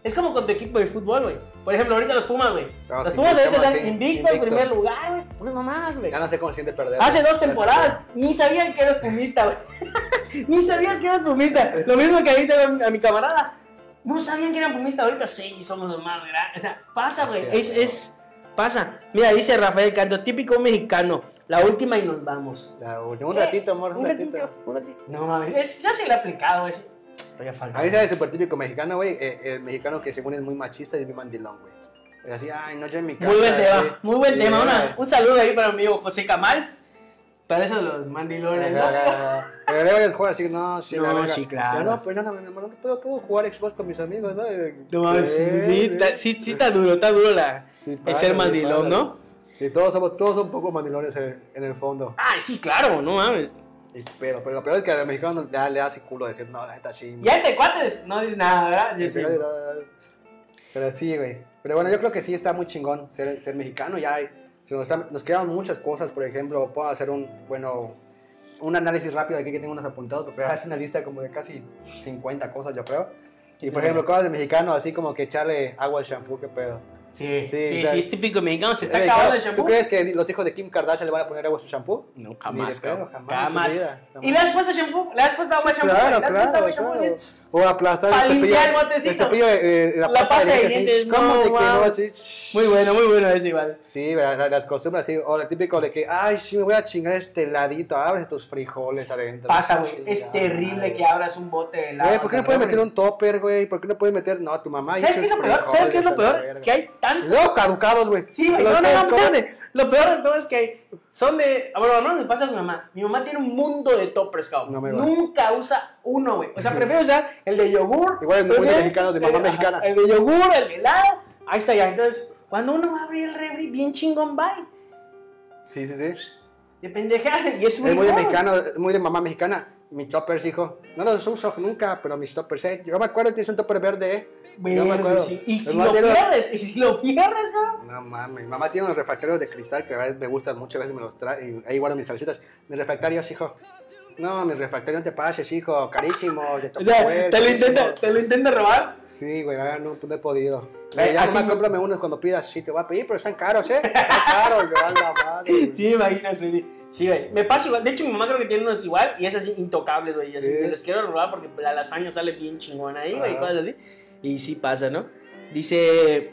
[SPEAKER 1] Es como con tu equipo de fútbol, güey. Por ejemplo, ahorita los Pumas, güey.
[SPEAKER 2] Ah,
[SPEAKER 1] los
[SPEAKER 2] sí,
[SPEAKER 1] Pumas ahorita
[SPEAKER 2] estamos
[SPEAKER 1] están
[SPEAKER 2] así,
[SPEAKER 1] invictos en primer
[SPEAKER 2] invictos.
[SPEAKER 1] lugar, güey. Puras mamadas, güey.
[SPEAKER 2] Ya no sé cómo se siente perder.
[SPEAKER 1] Hace
[SPEAKER 2] güey.
[SPEAKER 1] dos temporadas ni sabían que eras pumista, güey. ni sabías que eras pumista. Lo mismo que ahí tengo a mi- a mi camarada. No sabían que eran pumista. Ahorita sí, somos los más grandes. O sea, pasa, güey.
[SPEAKER 2] Sí,
[SPEAKER 1] Es,
[SPEAKER 2] güey.
[SPEAKER 1] es, pasa. Mira, dice Rafael Canto, típico mexicano. La última y nos vamos.
[SPEAKER 2] La última. Un
[SPEAKER 1] Eh,
[SPEAKER 2] ratito, amor, un,
[SPEAKER 1] Un
[SPEAKER 2] ratito.
[SPEAKER 1] ratito, un ratito. No mames, es- yo sí lo he aplicado, güey. Todavía falta.
[SPEAKER 2] A mí sabes súper típico mexicano, güey. eh, el mexicano que según es muy machista y es muy mandilón, güey. Es así, ay, no, yo en mi casa.
[SPEAKER 1] Muy buen
[SPEAKER 2] güey.
[SPEAKER 1] tema, muy buen
[SPEAKER 2] Sí,
[SPEAKER 1] tema. Una-
[SPEAKER 2] güey.
[SPEAKER 1] un saludo ahí para mi amigo José Camal. Para esos los mandilones, ¿no?
[SPEAKER 2] Ajá, Pero luego ellos juegan así, no, sí, la
[SPEAKER 1] No,
[SPEAKER 2] verga.
[SPEAKER 1] sí, claro.
[SPEAKER 2] Yo, no, pues no, no, no, no puedo, puedo jugar Xbox con mis amigos, ¿no? Eh,
[SPEAKER 1] No mames, sí, sí,
[SPEAKER 2] eh,
[SPEAKER 1] está- sí, sí está duro, está duro la,
[SPEAKER 2] sí,
[SPEAKER 1] el
[SPEAKER 2] pasa,
[SPEAKER 1] ser
[SPEAKER 2] sí,
[SPEAKER 1] mandilón,
[SPEAKER 2] pasa.
[SPEAKER 1] ¿no?
[SPEAKER 2] Sí, todos somos, todos son un poco mandilones en, en el fondo.
[SPEAKER 1] Ay, sí, claro, no mames.
[SPEAKER 2] Es- Pero, pero lo peor es que al mexicano ya le hace culo decir, no, la neta, sí.
[SPEAKER 1] Ya te cuates, no dices nada, ¿verdad? Yo
[SPEAKER 2] Sí,
[SPEAKER 1] sí.
[SPEAKER 2] pero- Pero sí, güey. Pero bueno, yo creo que sí está muy chingón ser, ser mexicano. Ya hay- se nos, está- nos quedan muchas cosas, por ejemplo, puedo hacer un, bueno, un análisis rápido aquí que tengo unos apuntados, pero es una lista como de casi 50 cosas, yo creo. Y por ejemplo, cosas de mexicano, así como que echarle agua al shampoo, qué pedo.
[SPEAKER 1] Sí, sí,
[SPEAKER 2] sí,
[SPEAKER 1] sí,
[SPEAKER 2] o sea,
[SPEAKER 1] es típico mexicano, se está
[SPEAKER 2] Eh,
[SPEAKER 1] acabando el
[SPEAKER 2] claro, ¿Tú
[SPEAKER 1] shampoo.
[SPEAKER 2] crees que los hijos de Kim Kardashian le van a poner agua a su shampoo?
[SPEAKER 1] No,
[SPEAKER 2] Ni de
[SPEAKER 1] jamás,
[SPEAKER 2] pedo,
[SPEAKER 1] cabrón,
[SPEAKER 2] jamás. en su
[SPEAKER 1] jamás.
[SPEAKER 2] vida, jamás.
[SPEAKER 1] ¿Y le has puesto shampoo? ¿Le has puesto agua
[SPEAKER 2] Sí,
[SPEAKER 1] shampoo?
[SPEAKER 2] claro,
[SPEAKER 1] ¿Le has puesto
[SPEAKER 2] claro,
[SPEAKER 1] agua shampoo?
[SPEAKER 2] claro.
[SPEAKER 1] Sí.
[SPEAKER 2] O aplastar
[SPEAKER 1] Pa'
[SPEAKER 2] el cepillo.
[SPEAKER 1] limpiar el botecito.
[SPEAKER 2] el cepillo, eh, la, pasta de dientes. así, ¿Cómo
[SPEAKER 1] no,
[SPEAKER 2] de que no?
[SPEAKER 1] mames.
[SPEAKER 2] Así,
[SPEAKER 1] Muy bueno, muy bueno ese igual.
[SPEAKER 2] Sí, la- la- las costumbres así, o el típico de que, ay, sí, me voy a chingar este ladito, abre tus frijoles adentro.
[SPEAKER 1] Pasa, güey. Es
[SPEAKER 2] Chingada
[SPEAKER 1] terrible
[SPEAKER 2] madre.
[SPEAKER 1] que abras un bote de helado.
[SPEAKER 2] Güey, ¿por qué no puedes meter un topper, güey? ¿Por qué no puedes meter, no, tu mamá
[SPEAKER 1] ¿Sabes
[SPEAKER 2] hizo este
[SPEAKER 1] qué es lo
[SPEAKER 2] frijoles
[SPEAKER 1] peor? ¿Sabes qué es lo
[SPEAKER 2] a la
[SPEAKER 1] peor?
[SPEAKER 2] verga.
[SPEAKER 1] Que hay tanto.
[SPEAKER 2] Luego caducados, güey.
[SPEAKER 1] Sí, güey,
[SPEAKER 2] Los
[SPEAKER 1] no, no,
[SPEAKER 2] puedes
[SPEAKER 1] no,
[SPEAKER 2] comer.
[SPEAKER 1] espérame. Lo peor de todo es que son de. Bueno, al menos me pasa a mi mamá. Mi mamá tiene un mundo de toppers, cabrón.
[SPEAKER 2] No me vale.
[SPEAKER 1] Nunca usa uno, güey. O sea, prefiero usar el de yogur.
[SPEAKER 2] Igual el de
[SPEAKER 1] prefiero-
[SPEAKER 2] mexicano, de mamá
[SPEAKER 1] el-
[SPEAKER 2] mexicana.
[SPEAKER 1] ajá, El de yogur, el de helado. Ahí está ya. Entonces, cuando uno va a abrir el refri, bien chingón, bye.
[SPEAKER 2] Sí, sí, sí.
[SPEAKER 1] De pendejada. Y es un.
[SPEAKER 2] Es muy de
[SPEAKER 1] error.
[SPEAKER 2] mexicano, es muy de mamá mexicana. Mis toppers, hijo. No los uso nunca, pero mis toppers, eh. Yo me acuerdo que es un topper verde, eh.
[SPEAKER 1] Verde,
[SPEAKER 2] Yo me acuerdo.
[SPEAKER 1] sí. Y si
[SPEAKER 2] Los
[SPEAKER 1] lo
[SPEAKER 2] más viejos-
[SPEAKER 1] pierdes, y si lo pierdes, cabrón.
[SPEAKER 2] No mames, mamá tiene unos refractarios de cristal que la verdad me gustan muchas veces me los trae y ahí guardo mis salsitas. Mis refractarios, hijo. No, mis refractarios no te pases, hijo, carísimo.
[SPEAKER 1] O sea, te lo intenta, te lo intenta robar.
[SPEAKER 2] Sí, güey, la verdad no, pues no he podido.
[SPEAKER 1] Eh,
[SPEAKER 2] Pero ya
[SPEAKER 1] así
[SPEAKER 2] nomás
[SPEAKER 1] me-
[SPEAKER 2] cómprame unos cuando pidas, sí te voy a pedir, pero están caros, ¿eh? Están caros, yo a la madre. güey.
[SPEAKER 1] Sí, imagínate, sí. Sí, güey. Me pasa igual. De hecho, mi mamá creo que tiene unos igual y es así intocable, güey. Y así,
[SPEAKER 2] Sí.
[SPEAKER 1] me los quiero robar porque la lasaña sale bien chingona ahí, güey. y
[SPEAKER 2] Ajá.
[SPEAKER 1] Cosas así. Y sí pasa, ¿no? Dice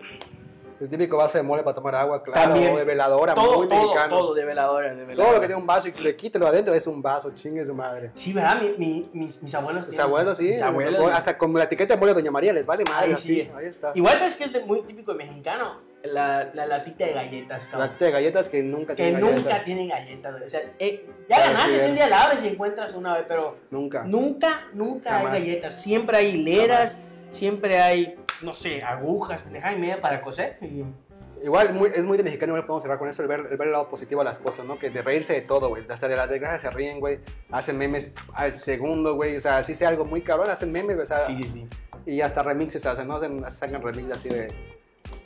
[SPEAKER 2] El típico vaso de mole para tomar agua, claro,
[SPEAKER 1] También.
[SPEAKER 2] de veladora,
[SPEAKER 1] todo,
[SPEAKER 2] muy
[SPEAKER 1] todo,
[SPEAKER 2] mexicano.
[SPEAKER 1] todo de veladora, de
[SPEAKER 2] Todo
[SPEAKER 1] veladora.
[SPEAKER 2] lo que tiene un vaso y que le quítelo adentro es un vaso, chingue su madre.
[SPEAKER 1] Sí, ¿verdad? Mi- mi- mis, mis abuelos.
[SPEAKER 2] Sus
[SPEAKER 1] tienen-
[SPEAKER 2] abuelos, sí.
[SPEAKER 1] Mis abuelos.
[SPEAKER 2] o- Hasta con la etiqueta de mole de Doña María les vale madre.
[SPEAKER 1] Ahí
[SPEAKER 2] así,
[SPEAKER 1] sí.
[SPEAKER 2] Ahí está.
[SPEAKER 1] Igual, ¿sabes que es de- muy típico de mexicano? La, la latita de galletas,
[SPEAKER 2] La
[SPEAKER 1] cabrón.
[SPEAKER 2] latita de galletas que nunca
[SPEAKER 1] Que
[SPEAKER 2] tiene galletas.
[SPEAKER 1] nunca tiene galletas, güey. O sea, eh, ya
[SPEAKER 2] Claro,
[SPEAKER 1] la naces,
[SPEAKER 2] sí,
[SPEAKER 1] un día la abres y encuentras una, güey, pero.
[SPEAKER 2] Nunca.
[SPEAKER 1] Nunca, nunca
[SPEAKER 2] Jamás.
[SPEAKER 1] hay galletas. Siempre hay hileras, siempre hay, no sé, agujas, pendeja y media para coser. Y
[SPEAKER 2] Igual muy- es muy de mexicano, igual podemos cerrar con eso, el ver, el ver el lado positivo a las cosas, ¿no? Que de reírse de todo, güey. Hasta de las desgracias se ríen, güey. Hacen memes al segundo, güey. O sea, así sea algo muy cabrón, hacen memes, güey. O sea,
[SPEAKER 1] Sí, sí, sí.
[SPEAKER 2] Y hasta remixes hacen, ¿no? Hacen, sacan remixes así de,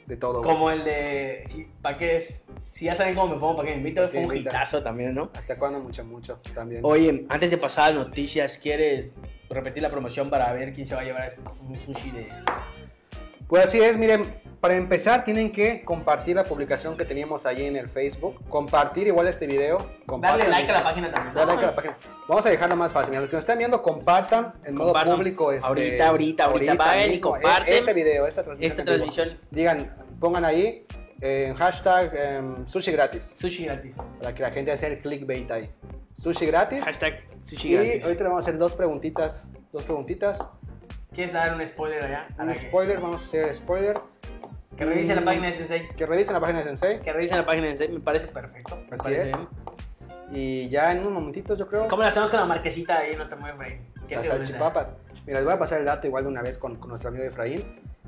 [SPEAKER 2] de todo, güey.
[SPEAKER 1] Como el de. ¿Para qué es? Si ya saben cómo me pongo, ¿para qué me invito?
[SPEAKER 2] ¿Pa' qué
[SPEAKER 1] Fue un
[SPEAKER 2] invita?
[SPEAKER 1] hitazo también, ¿no?
[SPEAKER 2] Hasta cuándo, mucho, mucho, también.
[SPEAKER 1] Oye, antes de pasar a las noticias, ¿quieres repetir la promoción para ver quién se va a llevar este un sushi de.
[SPEAKER 2] Pues así es, miren, para empezar tienen que compartir la publicación que teníamos allí en el Facebook, compartir igual este video,
[SPEAKER 1] Darle
[SPEAKER 2] compartan-
[SPEAKER 1] like a la página también.
[SPEAKER 2] Darle like a la página. Vamos a dejarlo más fácil. A los que nos están viendo, compartan en modo
[SPEAKER 1] Compartan.
[SPEAKER 2] público. Este,
[SPEAKER 1] Ahorita, ahorita, ahorita, vayan y
[SPEAKER 2] mismo, e-
[SPEAKER 1] comparten
[SPEAKER 2] Este video, esta transmisión.
[SPEAKER 1] Esta
[SPEAKER 2] en vivo.
[SPEAKER 1] transmisión,
[SPEAKER 2] Digan, pongan ahí eh, hashtag em, sushi gratis,
[SPEAKER 1] sushi gratis.
[SPEAKER 2] para que la gente haga el clickbait ahí. Sushi gratis.
[SPEAKER 1] Hashtag sushi
[SPEAKER 2] y
[SPEAKER 1] gratis.
[SPEAKER 2] ahorita le vamos a hacer dos preguntitas. Dos preguntitas.
[SPEAKER 1] ¿Quieres dar un spoiler allá? Para
[SPEAKER 2] Un
[SPEAKER 1] que-
[SPEAKER 2] spoiler, vamos a hacer spoiler.
[SPEAKER 1] Que revisen la
[SPEAKER 2] Mm.
[SPEAKER 1] página de Sensei.
[SPEAKER 2] Que revisen la página de Sensei.
[SPEAKER 1] Que revisen la página de Sensei, me parece perfecto. Me
[SPEAKER 2] Así
[SPEAKER 1] parece
[SPEAKER 2] es.
[SPEAKER 1] bien.
[SPEAKER 2] Y ya en unos momentitos, yo creo,
[SPEAKER 1] ¿Cómo la hacemos con la marquesita ahí? No está muy bien. ¿Qué
[SPEAKER 2] las
[SPEAKER 1] te gusta?
[SPEAKER 2] salchipapas. Mira, les voy a pasar el dato igual de una vez con, con nuestro amigo Efraín,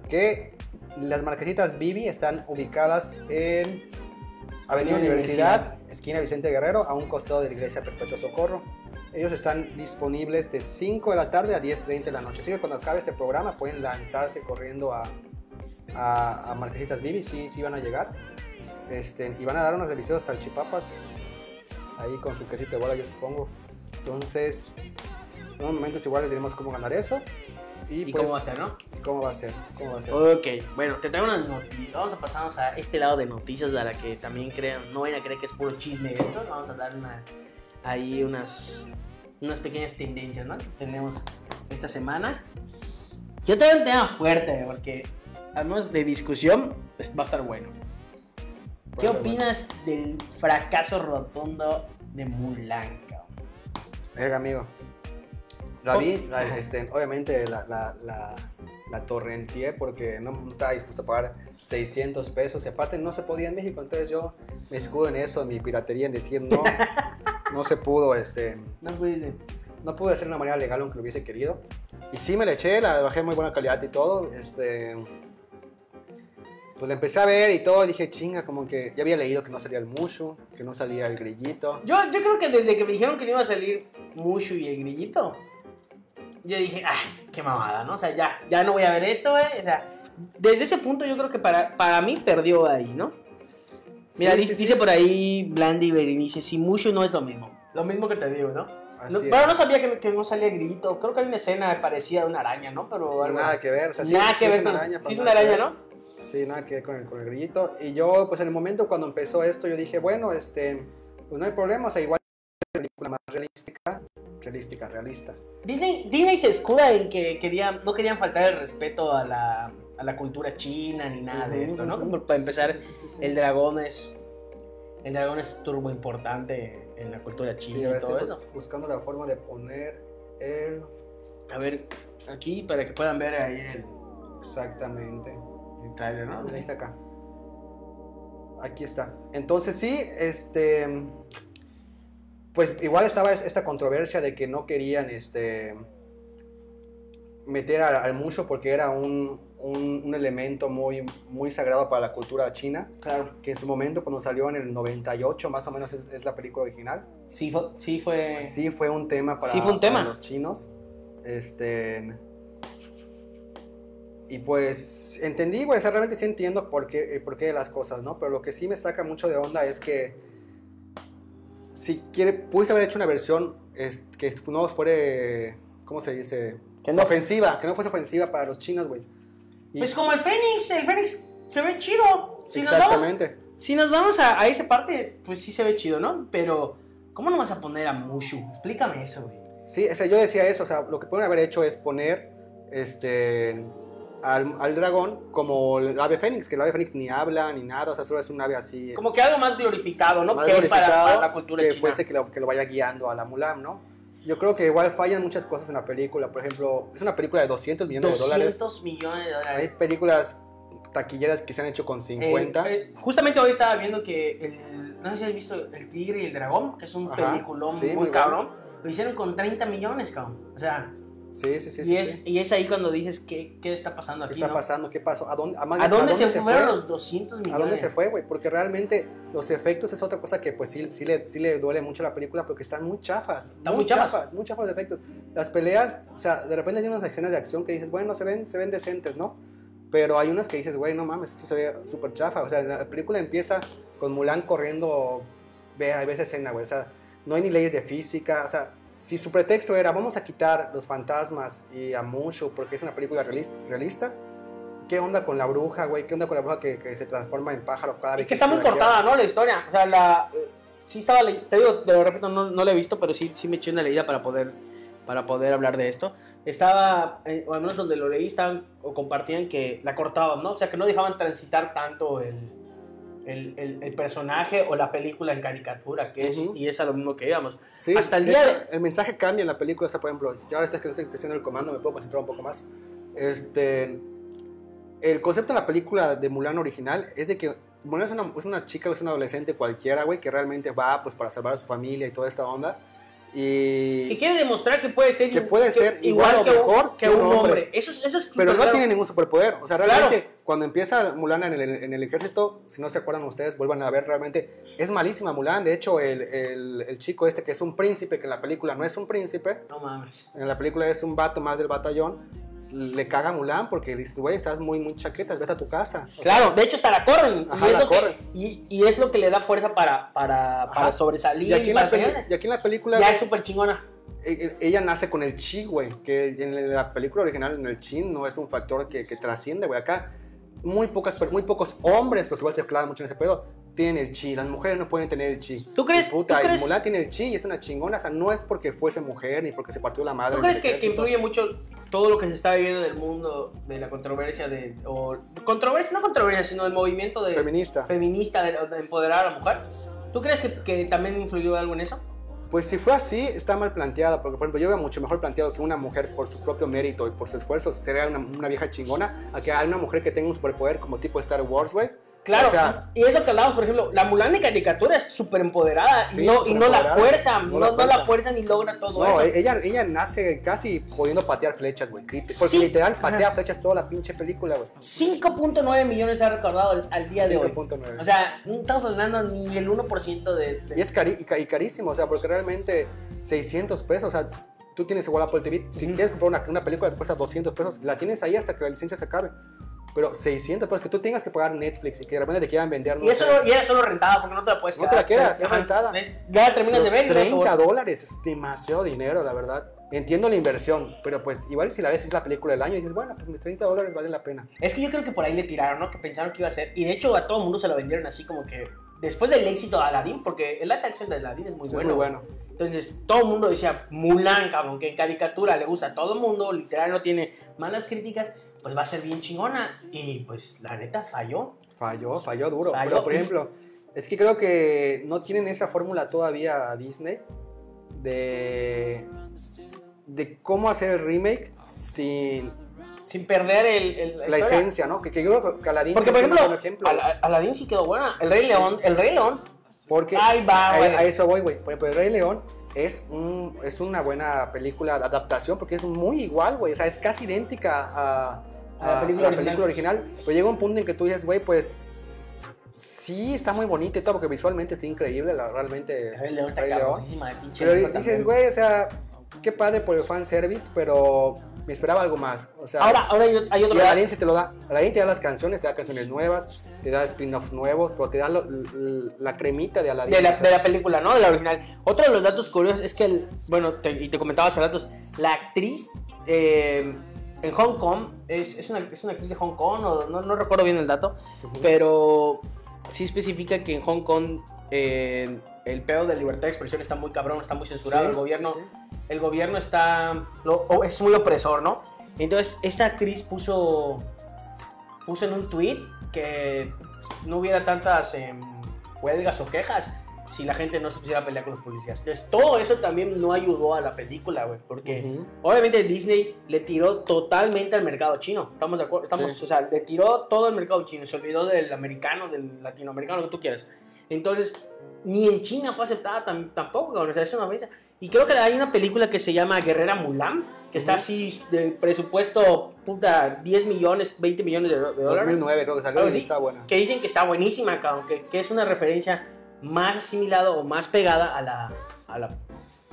[SPEAKER 2] que las marquesitas Bibi están ubicadas en
[SPEAKER 1] Avenida
[SPEAKER 2] Avenida Universidad, esquina Vicente Guerrero, a un costado de la iglesia Perpetuo Socorro. Ellos están disponibles de 5 de la tarde a 10.30 de la noche. Así que cuando acabe este programa pueden lanzarse corriendo a, a, a Marquesitas Bibi, sí, sí van a llegar. Este, y van a dar unos deliciosos salchipapas ahí con su quesito de bola, yo supongo. Entonces, en unos momentos igual le diremos cómo ganar eso. Y,
[SPEAKER 1] ¿Y
[SPEAKER 2] pues,
[SPEAKER 1] cómo va a ser, no?
[SPEAKER 2] y ¿Cómo va a ser? ¿Cómo va a ser?
[SPEAKER 1] Ok, bueno, te traigo unas noticias. Vamos a pasarnos a este lado de noticias a la que también crean, no vayan a creer que es puro chisme esto. Vamos a dar una, ahí unas, unas pequeñas tendencias, ¿no? Que tenemos esta semana. Yo tengo un tema fuerte, porque al menos de discusión pues, va a estar bueno. ¿Qué
[SPEAKER 2] Pues, Bueno,
[SPEAKER 1] opinas del fracaso rotundo de Mulan, cabrón?
[SPEAKER 2] bueno. Verga, amigo. La
[SPEAKER 1] Oh.
[SPEAKER 2] vi, la-
[SPEAKER 1] Ajá.
[SPEAKER 2] este, obviamente la, la, la, la torrenteé porque no, no estaba dispuesto a pagar 600 pesos. Y aparte no se podía en México, entonces yo me escudo en eso, en mi piratería, en decir no, no se pudo, este...
[SPEAKER 1] No pudiste.
[SPEAKER 2] no pude hacer de una manera legal aunque lo hubiese querido. Y sí me la eché, la bajé de muy buena calidad y todo. Este, pues la empecé a ver y todo, y dije, chinga, como que ya había leído que no salía el Mushu, que no salía el grillito.
[SPEAKER 1] Yo, yo creo que desde que me dijeron que no iba a salir Mushu y el grillito, yo dije, ah, qué mamada, ¿no? O sea, ya, ya no voy a ver esto, güey. O sea, desde ese punto yo creo que para, para mí perdió ahí, ¿no? Mira,
[SPEAKER 2] Sí,
[SPEAKER 1] dice,
[SPEAKER 2] sí, sí,
[SPEAKER 1] dice por ahí Blandi Berenice, si Mushu no es lo mismo. Lo mismo que te digo, ¿no?
[SPEAKER 2] así
[SPEAKER 1] No-
[SPEAKER 2] es.
[SPEAKER 1] bueno, no sabía que, que no salía grillito. Creo que hay una escena parecida a una araña, ¿no? Pero algo-
[SPEAKER 2] nada que ver, o sea, sí-
[SPEAKER 1] nada
[SPEAKER 2] sí
[SPEAKER 1] que
[SPEAKER 2] es
[SPEAKER 1] ver
[SPEAKER 2] una
[SPEAKER 1] con.
[SPEAKER 2] araña,
[SPEAKER 1] sí,
[SPEAKER 2] pero
[SPEAKER 1] es una
[SPEAKER 2] nada que
[SPEAKER 1] araña,
[SPEAKER 2] ver.
[SPEAKER 1] ¿no?
[SPEAKER 2] Sí, nada que ver con el, con el grillito. Y yo, pues en el momento cuando empezó esto, yo dije, bueno, este, pues no hay problema, o sea, igual es una película más realística, realística, realista.
[SPEAKER 1] Disney, Disney se escuda en que querían, no querían faltar el respeto a la, a la cultura china ni nada de esto, ¿no?
[SPEAKER 2] Ujú,
[SPEAKER 1] Como
[SPEAKER 2] ujú.
[SPEAKER 1] para
[SPEAKER 2] Sí,
[SPEAKER 1] empezar,
[SPEAKER 2] sí, sí, sí, sí.
[SPEAKER 1] el dragón es. El dragón es turbo importante en la cultura
[SPEAKER 2] Sí, a
[SPEAKER 1] china
[SPEAKER 2] ver,
[SPEAKER 1] y todo
[SPEAKER 2] estoy
[SPEAKER 1] eso.
[SPEAKER 2] bus- buscando la forma de poner el... pues.
[SPEAKER 1] A ver, aquí para que puedan ver ahí el,
[SPEAKER 2] Exactamente.
[SPEAKER 1] el trailer, ¿no?
[SPEAKER 2] Ahí está acá. Aquí está. Entonces sí, este, pues igual estaba es- esta controversia de que no querían, este, meter al, al Mushu porque era un, un- un elemento muy, muy sagrado para la cultura china,
[SPEAKER 1] Claro.
[SPEAKER 2] que en su momento cuando salió en el 98, más o menos es, es la película original,
[SPEAKER 1] Sí fue. Sí fue.
[SPEAKER 2] sí fue un tema para,
[SPEAKER 1] Sí fue un
[SPEAKER 2] para
[SPEAKER 1] tema.
[SPEAKER 2] los chinos. Este. Y pues entendí, güey, o sea, realmente sí entiendo por qué, el porqué de las cosas, ¿no? Pero lo que sí me saca mucho de onda es que si quiere, pudiese haber hecho una versión es- que no fuera, ¿cómo se dice?
[SPEAKER 1] Que no-
[SPEAKER 2] ofensiva, que no fuese ofensiva para los chinos, güey. Y-
[SPEAKER 1] Pues como el Fénix, el Fénix se ve chido. Si nos vamos,
[SPEAKER 2] exactamente.
[SPEAKER 1] si nos vamos a, a esa parte, pues sí se ve chido, ¿no? Pero, ¿cómo no vas a poner a Mushu? Explícame eso, güey.
[SPEAKER 2] Sí, o sea, yo decía eso, o sea, lo que pueden haber hecho es poner este al, al dragón como el ave fénix, que el ave fénix ni habla ni nada, o sea, solo es un ave así.
[SPEAKER 1] Como que algo más glorificado, ¿no?
[SPEAKER 2] más
[SPEAKER 1] que es para- para,
[SPEAKER 2] glorificado,
[SPEAKER 1] la cultura
[SPEAKER 2] que
[SPEAKER 1] china.
[SPEAKER 2] fuese que lo, que lo vaya guiando a la Mulan, ¿no? Yo creo que igual fallan muchas cosas en la película, por ejemplo, es una película de 200 millones de dólares.
[SPEAKER 1] 200 millones de
[SPEAKER 2] Hay
[SPEAKER 1] dólares.
[SPEAKER 2] películas taquilleras que se han hecho con 50.
[SPEAKER 1] Eh, eh, justamente hoy estaba viendo que el, no sé si has visto El Tigre y el Dragón, que es un
[SPEAKER 2] Ajá,
[SPEAKER 1] peliculón
[SPEAKER 2] sí,
[SPEAKER 1] muy,
[SPEAKER 2] muy bueno.
[SPEAKER 1] cabrón. Lo hicieron con 30 millones, cabrón. O sea,
[SPEAKER 2] Sí, sí, sí.
[SPEAKER 1] Y,
[SPEAKER 2] sí,
[SPEAKER 1] es,
[SPEAKER 2] sí.
[SPEAKER 1] y es ahí cuando dices, ¿qué, qué está pasando
[SPEAKER 2] ¿Qué
[SPEAKER 1] aquí?
[SPEAKER 2] está
[SPEAKER 1] no?
[SPEAKER 2] pasando? ¿Qué pasó? ¿A dónde, más
[SPEAKER 1] ¿A
[SPEAKER 2] bien,
[SPEAKER 1] dónde se fueron los 200 millones?
[SPEAKER 2] ¿A dónde se fue, güey? Porque realmente los efectos es otra cosa que pues sí, sí, le, sí le duele mucho a la película porque están muy chafas.
[SPEAKER 1] Están muy chafas.
[SPEAKER 2] Muy chafas los efectos. Las peleas, o sea, de repente hay unas escenas de acción que dices, bueno, se ven, se ven decentes, ¿no? Pero hay unas que dices, güey, no mames, esto se ve súper chafa. O sea, la película empieza con Mulan corriendo, ve, a veces escena, güey. O sea, no hay ni leyes de física. O sea, si su pretexto era, vamos a quitar los fantasmas y a Mushu porque es una película realis- realista ¿Qué onda con la bruja, güey? ¿Qué onda con la bruja que, que se transforma en pájaro cada
[SPEAKER 1] Y
[SPEAKER 2] vez
[SPEAKER 1] que está muy cortada, ¿no? La historia. O sea, la. eh, Sí estaba. le- Te digo, te lo repito, no, no la he visto, pero sí, sí me eché una leída para poder, para poder hablar de esto. Estaba, eh, o al menos donde lo leí, estaban o compartían que la cortaban, ¿no? O sea, que no dejaban transitar tanto el, el, el- el personaje o la película en caricatura, que es,
[SPEAKER 2] Ujú.
[SPEAKER 1] y es a lo mismo que íbamos.
[SPEAKER 2] Sí,
[SPEAKER 1] Hasta el
[SPEAKER 2] de
[SPEAKER 1] día
[SPEAKER 2] hecho, el mensaje cambia en la película, o sea, por ejemplo, yo ahorita que estoy haciendo el comando me puedo concentrar un poco más. Este, el concepto de la película de Mulan original es de que Mulan es una, es una chica, es una adolescente cualquiera, güey, que realmente va pues para salvar a su familia y toda esta onda. Y
[SPEAKER 1] Que quiere demostrar que puede ser,
[SPEAKER 2] Que
[SPEAKER 1] i-
[SPEAKER 2] puede ser igual o
[SPEAKER 1] que un-
[SPEAKER 2] mejor
[SPEAKER 1] que
[SPEAKER 2] que
[SPEAKER 1] un
[SPEAKER 2] un
[SPEAKER 1] hombre.
[SPEAKER 2] hombre.
[SPEAKER 1] Eso, es- eso es
[SPEAKER 2] Pero no
[SPEAKER 1] superclaro.
[SPEAKER 2] tiene ningún superpoder. O sea,
[SPEAKER 1] Claro.
[SPEAKER 2] realmente, cuando empieza Mulan en el, en el ejército, si no se acuerdan ustedes, vuelvan a ver realmente. Es malísima Mulan. De hecho, el, el- el chico este que es un príncipe, que en la película no es un príncipe,
[SPEAKER 1] No mames.
[SPEAKER 2] en la película es un vato más del batallón, le caga a Mulan porque le dices, güey, estás muy, muy chaquetas, vete a tu casa. O sea,
[SPEAKER 1] Claro, de hecho hasta la corren.
[SPEAKER 2] Ajá,
[SPEAKER 1] y, es
[SPEAKER 2] la
[SPEAKER 1] lo que-
[SPEAKER 2] corren.
[SPEAKER 1] y- y es lo que le da fuerza para, para,
[SPEAKER 2] Ajá.
[SPEAKER 1] para sobresalir.
[SPEAKER 2] y, aquí en
[SPEAKER 1] para
[SPEAKER 2] la peli-
[SPEAKER 1] pelear.
[SPEAKER 2] y aquí en la película,
[SPEAKER 1] ya es súper chingona.
[SPEAKER 2] e- e- ella nace con el chi, güey, que en la película original, en el chi, no es un factor que, que trasciende, güey. Acá, muy, pocas, per- muy pocos hombres, porque igual se clavan mucho en ese pedo, tienen el chi. Las mujeres no pueden tener el chi.
[SPEAKER 1] ¿Tú crees,
[SPEAKER 2] Y puta,
[SPEAKER 1] tú
[SPEAKER 2] y
[SPEAKER 1] crees,
[SPEAKER 2] Mulan tiene el chi y es una chingona. O sea, no es porque fuese mujer ni porque se partió la madre.
[SPEAKER 1] ¿tú
[SPEAKER 2] en
[SPEAKER 1] crees
[SPEAKER 2] el
[SPEAKER 1] que, que
[SPEAKER 2] ejército.
[SPEAKER 1] influye mucho todo lo que se está viviendo en el mundo de la controversia de... O, controversia, no controversia, sino el movimiento de,
[SPEAKER 2] Feminista.
[SPEAKER 1] feminista de, de empoderar a la mujer? ¿Tú crees que, que también influyó algo en eso?
[SPEAKER 2] Pues si fue así, está mal planteada. Porque, por ejemplo, yo veo mucho mejor planteado que una mujer por su propio mérito y por su esfuerzo sería una, una vieja chingona a que hay una mujer que tenga un superpoder como tipo Star Wars, güey.
[SPEAKER 1] Claro,
[SPEAKER 2] O sea,
[SPEAKER 1] y es lo que hablábamos, por ejemplo, la Mulan de caricatura es súper empoderada
[SPEAKER 2] Sí,
[SPEAKER 1] y, no, y no la
[SPEAKER 2] superempoderada.
[SPEAKER 1] fuerza, no,
[SPEAKER 2] No
[SPEAKER 1] no
[SPEAKER 2] la
[SPEAKER 1] la,
[SPEAKER 2] fuerza.
[SPEAKER 1] fuerza ni logra todo
[SPEAKER 2] No,
[SPEAKER 1] eso.
[SPEAKER 2] e- ella, ella nace casi pudiendo patear flechas, güey. Lit- Porque
[SPEAKER 1] Sí.
[SPEAKER 2] literal patea
[SPEAKER 1] Ajá.
[SPEAKER 2] flechas toda la pinche película, güey.
[SPEAKER 1] 5.9 millones se ha recordado al, al día de hoy.
[SPEAKER 2] 5.9.
[SPEAKER 1] O sea, no estamos hablando ni el 1% de... de-
[SPEAKER 2] Y es cari- y ca- y carísimo, o sea, porque realmente 600 pesos, o sea, tú tienes igual Apple TV, si
[SPEAKER 1] Ujú.
[SPEAKER 2] quieres comprar una, una película que cuesta 200 pesos, la tienes ahí hasta que la licencia se acabe. Pero 600 pesos, que tú tengas que pagar Netflix y que de repente te quieran vender, no
[SPEAKER 1] Y eso,
[SPEAKER 2] sé,
[SPEAKER 1] lo- y era solo rentada, porque no te la puedes
[SPEAKER 2] No te la quedas,
[SPEAKER 1] Ajá.
[SPEAKER 2] es rentada.
[SPEAKER 1] Es- ya la terminas de ver y
[SPEAKER 2] 30
[SPEAKER 1] luego-
[SPEAKER 2] dólares, es demasiado dinero, la verdad. Entiendo la inversión, pero pues igual si la ves es la película del año y dices, bueno, pues mis 30 dólares vale la pena.
[SPEAKER 1] Es que yo creo que por ahí le tiraron, ¿no? Que pensaron que iba a ser. Y de hecho a todo mundo se lo vendieron así como que... Después del éxito de Aladdin, porque el live action de Aladdin es muy
[SPEAKER 2] Pues, Es
[SPEAKER 1] bueno.
[SPEAKER 2] muy bueno.
[SPEAKER 1] Entonces todo el mundo decía, Mulan, cabrón, que en caricatura le gusta a todo el mundo, literal no tiene malas críticas, pues va a ser bien chingona. Y pues la neta falló.
[SPEAKER 2] Falló, falló duro.
[SPEAKER 1] Falló.
[SPEAKER 2] Pero, por ejemplo, es que creo que no tienen esa fórmula todavía Disney de, de cómo hacer el remake sin
[SPEAKER 1] Sin perder el, el-
[SPEAKER 2] la
[SPEAKER 1] historia.
[SPEAKER 2] esencia, ¿no? Que, que yo creo que Aladdin
[SPEAKER 1] Porque,
[SPEAKER 2] sí
[SPEAKER 1] por
[SPEAKER 2] es un
[SPEAKER 1] ejemplo,
[SPEAKER 2] buen ejemplo.
[SPEAKER 1] Ala- Aladdin sí quedó buena. El Rey León, el Rey León.
[SPEAKER 2] Porque
[SPEAKER 1] Ahí va,
[SPEAKER 2] a,
[SPEAKER 1] güey.
[SPEAKER 2] a eso voy, güey. Por ejemplo, El Rey León es, un, es una buena película de adaptación porque es muy igual, güey. O sea, es casi idéntica a,
[SPEAKER 1] A la
[SPEAKER 2] a
[SPEAKER 1] película
[SPEAKER 2] película original. Pero llega un punto en que tú dices, güey, pues sí está muy bonita y todo, porque visualmente está increíble, la- realmente.
[SPEAKER 1] El Rey León está
[SPEAKER 2] Rey León.
[SPEAKER 1] cabronísima de pinche.
[SPEAKER 2] Pero
[SPEAKER 1] hijo
[SPEAKER 2] dices,
[SPEAKER 1] también.
[SPEAKER 2] güey, o sea, qué padre por el fanservice, pero me esperaba algo más. O sea,
[SPEAKER 1] Ahora, ahora hay, hay otro
[SPEAKER 2] y Aladdin se te lo da. Aladdin te da las canciones, te da canciones nuevas, te da spin-off nuevos, pero te da lo- l- l- la cremita de Aladdin.
[SPEAKER 1] de la,
[SPEAKER 2] o sea,
[SPEAKER 1] de la película, ¿no? De la original. Otro de los datos curiosos es que, el- bueno, te- y te comentaba hace ratos, la actriz eh, en Hong Kong, es, es una, es una actriz de Hong Kong, o no, no recuerdo bien el dato,
[SPEAKER 2] Ujú.
[SPEAKER 1] pero sí especifica que en Hong Kong eh, el pedo de libertad de expresión está muy cabrón, está muy censurado,
[SPEAKER 2] sí,
[SPEAKER 1] el gobierno
[SPEAKER 2] sí, sí.
[SPEAKER 1] el gobierno está lo- o- es muy opresor, ¿no? Entonces esta actriz puso puso en un tweet que no hubiera tantas em, huelgas o quejas si la gente no se pusiera a pelear con los policías. Entonces todo eso también no ayudó a la película, güey, porque
[SPEAKER 2] Ujú.
[SPEAKER 1] obviamente Disney le tiró totalmente al mercado chino. Estamos de acuerdo, estamos,
[SPEAKER 2] Sí.
[SPEAKER 1] o sea, le tiró todo el mercado chino, se olvidó del americano, del latinoamericano, lo que tú quieras. Entonces, ni en China fue aceptada tam- tampoco, cabrón, o sea, es una ofensa. Y creo que hay una película que se llama Guerrera Mulan, que que está así de presupuesto, puta, 10 millones, 20 millones de, do- de dólares.
[SPEAKER 2] 2009 creo que salió
[SPEAKER 1] Algo
[SPEAKER 2] y
[SPEAKER 1] así,
[SPEAKER 2] está buena.
[SPEAKER 1] Que dicen que está buenísima, cabrón, que, que es una referencia más asimilada o más pegada a la, a la